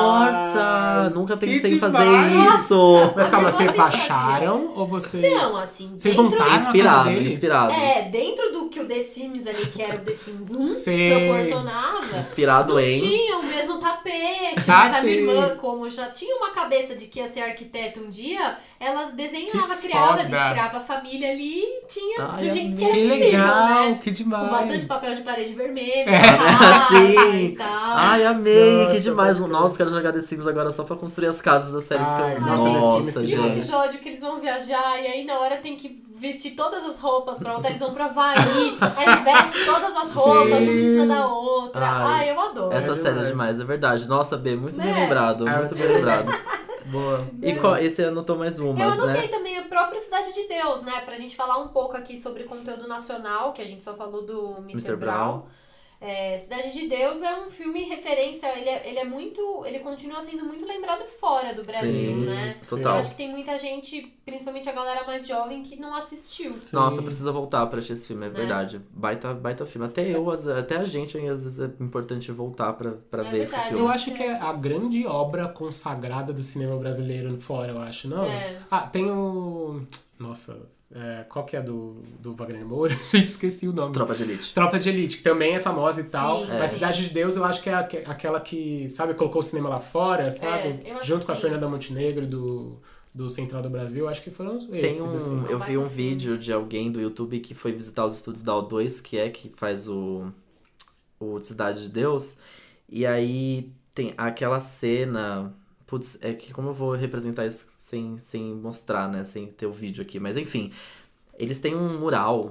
C: Ai,
B: Nunca
C: que
B: pensei em fazer
C: demais.
B: isso.
C: Mas calma,
A: Mas
C: vocês
A: vocês faziam?
C: baixaram ou vocês.
A: Não, assim,
C: Vocês
A: dentro,
C: montaram a casa
B: Inspirado,
C: deles?
B: inspirado.
A: é, dentro do que o The Sims ali, que era o The Sims 1,
C: Sim.
A: proporcionava,
B: Inspirado em.
A: tinha o mesmo tapete,
C: Ah,
A: mas a minha
C: sim.
A: irmã, como já tinha uma cabeça de que ia ser arquiteta um dia, ela desenhava, criava, a gente
C: foda.
A: criava a família ali e tinha
B: Ai,
A: do jeito que
B: amei.
A: era
C: Que
A: possível,
C: legal,
A: né?
C: que
A: Com
C: demais.
A: bastante papel de parede vermelho,
C: É,
A: casa
B: sim.
A: e tal.
B: Ai, amei,
C: Nossa,
B: que demais.
C: pode crer.
B: Nossa, quero jogar The Sims agora só pra construir as casas das séries que
C: Ai,
B: eu
A: nossa, The
B: Nossa,
C: Sims, que
A: E o
C: demais.
B: gente.
A: episódio que eles vão viajar e aí na hora tem que vestir todas as roupas pra outra, eles vão pra Havaí, aí veste todas as roupas,
C: Sim.
A: uma em cima da outra.
B: Ai.
A: Ai, eu adoro.
B: Essa
C: É
B: série é
C: verdade.
B: demais, é verdade. Nossa, B, muito bem
A: Né?
B: lembrado,
C: Ah,
B: muito
C: eu
B: bem lembrado.
C: Boa.
B: E qual, esse ano anotou mais uma,
A: Eu anotei
B: né?
A: também a própria Cidade de Deus, né? Pra gente falar um pouco aqui sobre conteúdo nacional, que a gente só falou do Mr.
B: Mr.
A: Brown. É, Cidade de Deus é um filme referência, ele é, ele é muito. Ele continua sendo muito lembrado fora do Brasil,
B: Sim,
A: né? Eu
B: total.
A: acho que tem muita gente, principalmente a galera mais jovem, que não assistiu.
B: Nossa,
C: Sim.
B: precisa voltar pra assistir esse filme,
A: Né?
B: é verdade. Baita, baita filme. Até eu, as- até a gente, às vezes é importante voltar pra, pra
A: É
B: ver esse
A: verdade,
B: filme.
C: Eu acho que é a grande obra consagrada do cinema brasileiro fora, eu acho, não?
A: É.
C: Ah, tem o. Nossa, é, qual que é do, do Wagner Moura? Gente, esqueci o nome.
B: Tropa de Elite.
C: Tropa de Elite, que também é famosa e tal.
A: Sim,
C: mas
A: é.
C: Cidade de Deus, eu acho que é aque- aquela que, sabe, colocou o cinema lá fora, sabe?
A: É, eu acho
C: Junto
A: que
C: com a
A: sim.
C: Fernanda Montenegro do, do Central do Brasil, eu acho que foram
B: Tem
C: esses,
B: um,
C: assim.
B: eu vi um
A: baita filme.
B: vídeo de alguém do YouTube que foi visitar os estúdios da O2, que é que faz o, o Cidade de Deus. E aí tem aquela cena. Putz, é que como eu vou representar isso sem, sem mostrar, né? Sem ter o vídeo aqui. Mas enfim, eles têm um mural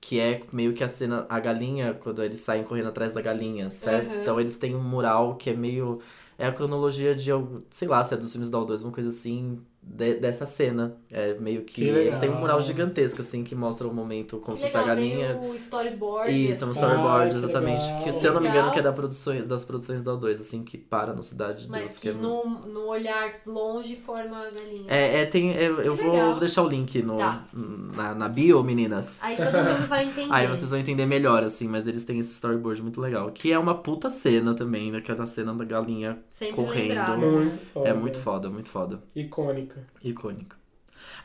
B: que é meio que a cena. A galinha, quando eles saem correndo atrás da galinha, certo?
A: Uhum.
B: Então eles têm um mural que é meio. É a cronologia de algum, sei lá, se é dos filmes da O2, uma coisa assim, de- dessa cena. É meio que.
C: Que legal.
B: eles têm um mural gigantesco, assim, que mostra o momento como se fosse a
A: Legal, tem
B: galinha.
A: o storyboard.
B: Isso, é um
A: assim,
B: storyboard,
C: Ah, que
B: exatamente.
C: legal.
B: Que, se eu não me
A: Legal.
B: engano, que é da produções, das produções da O2, assim, que para no Cidade de Deus.
A: Mas que
B: é...
A: no, no olhar longe forma a galinha.
B: É, é, tem. é, eu
A: Que
B: vou
A: legal.
B: deixar o link no,
A: Tá.
B: na, na bio, meninas.
A: Aí todo mundo vai entender.
B: Aí vocês vão entender melhor, assim, mas eles têm esse storyboard muito legal. Que é uma puta cena também, daquela cena da galinha.
A: Sempre
B: correndo.
A: lembrado.
C: Ah, Muito foda.
B: É muito foda, muito foda.
C: Icônica.
B: Icônico.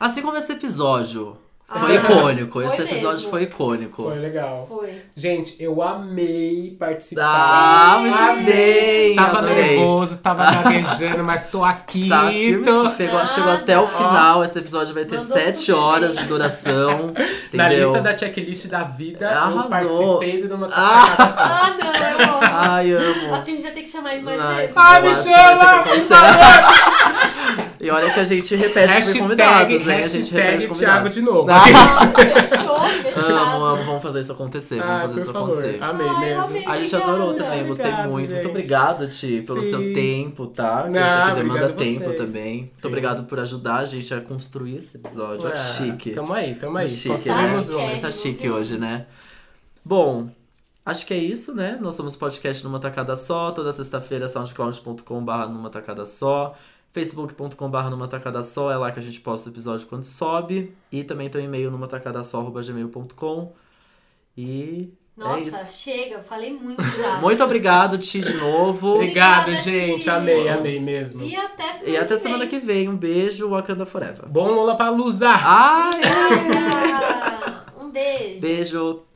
B: Assim como esse episódio.
A: Ah,
B: foi icônico.
A: foi
B: esse episódio
A: mesmo.
B: foi icônico.
C: Foi legal.
A: Foi.
C: Gente, eu amei participar.
B: Ah, muito bem.
C: Tava
B: adorei.
C: nervoso, tava gaguejando, mas tô aqui.
B: Tá firme,
C: tô-
B: chegou, chegou até o
A: Nada.
B: final. Esse episódio vai ter
A: Mandou
B: sete
A: super
B: horas
A: bem.
B: de duração.
C: Na
B: entendeu?
C: lista da checklist da vida,
B: Arrasou.
C: eu participei de uma
B: Ah.
C: cacetação.
A: Ah, não!
B: Ai, amo.
A: Acho que a gente vai ter que chamar ele mais
B: Ai,
A: vezes.
B: Ah,
C: Ai,
B: eu
C: me
B: acho que vai ter
C: chama,
B: que acontecer. E olha que a gente repete os
C: Hashtag,
B: convidados, hein? A gente repete
C: hashtag
B: os
C: Thiago
B: convidados. Ah,
C: de novo.
A: Nossa, fechou, fechado.
B: Amo, amo. Vamos fazer isso acontecer. Vamos
C: Ah,
B: fazer
C: por
B: isso
C: favor.
B: acontecer.
C: Amei
A: Ai, eu
C: mesmo.
A: amei.
B: A gente adorou também, eu gostei
C: Obrigado,
B: muito. Muito
C: gente.
B: obrigado, Ti, pelo
C: Sim.
B: seu tempo, tá? Que
C: Não,
B: isso aqui demanda
C: obrigado a
B: tempo
C: vocês.
B: também. Muito
C: Sim.
B: obrigado por ajudar a gente a construir esse episódio. Olha que
C: Ah,
B: chique. Tá
C: Tamo aí, tamo aí.
B: Chique,
C: Conseguimos
A: né?
C: hoje.
B: Tá
A: Chique.
B: chique hoje, né? Bom, acho que é isso, né? Nós somos podcast numa tacada só. Toda sexta-feira, soundcloud.com.br numa tacada só. facebook.com.br numa tacada só. É lá que a gente posta o episódio quando sobe. E também tem o e-mail numa tacada só, arroba gmail.com. E é
A: Nossa,
B: isso.
A: chega, eu falei muito já.
B: Muito obrigado, Ti, de novo.
C: Obrigado,
A: Obrigada,
C: gente.
A: Ti.
C: Amei, amei mesmo.
A: E até semana
B: E até
A: que
B: semana
A: vem.
B: que vem. Um beijo, Wakanda Forever.
C: Bom Lola Palusa!
B: Ah,
A: Ah, um beijo.
B: beijo.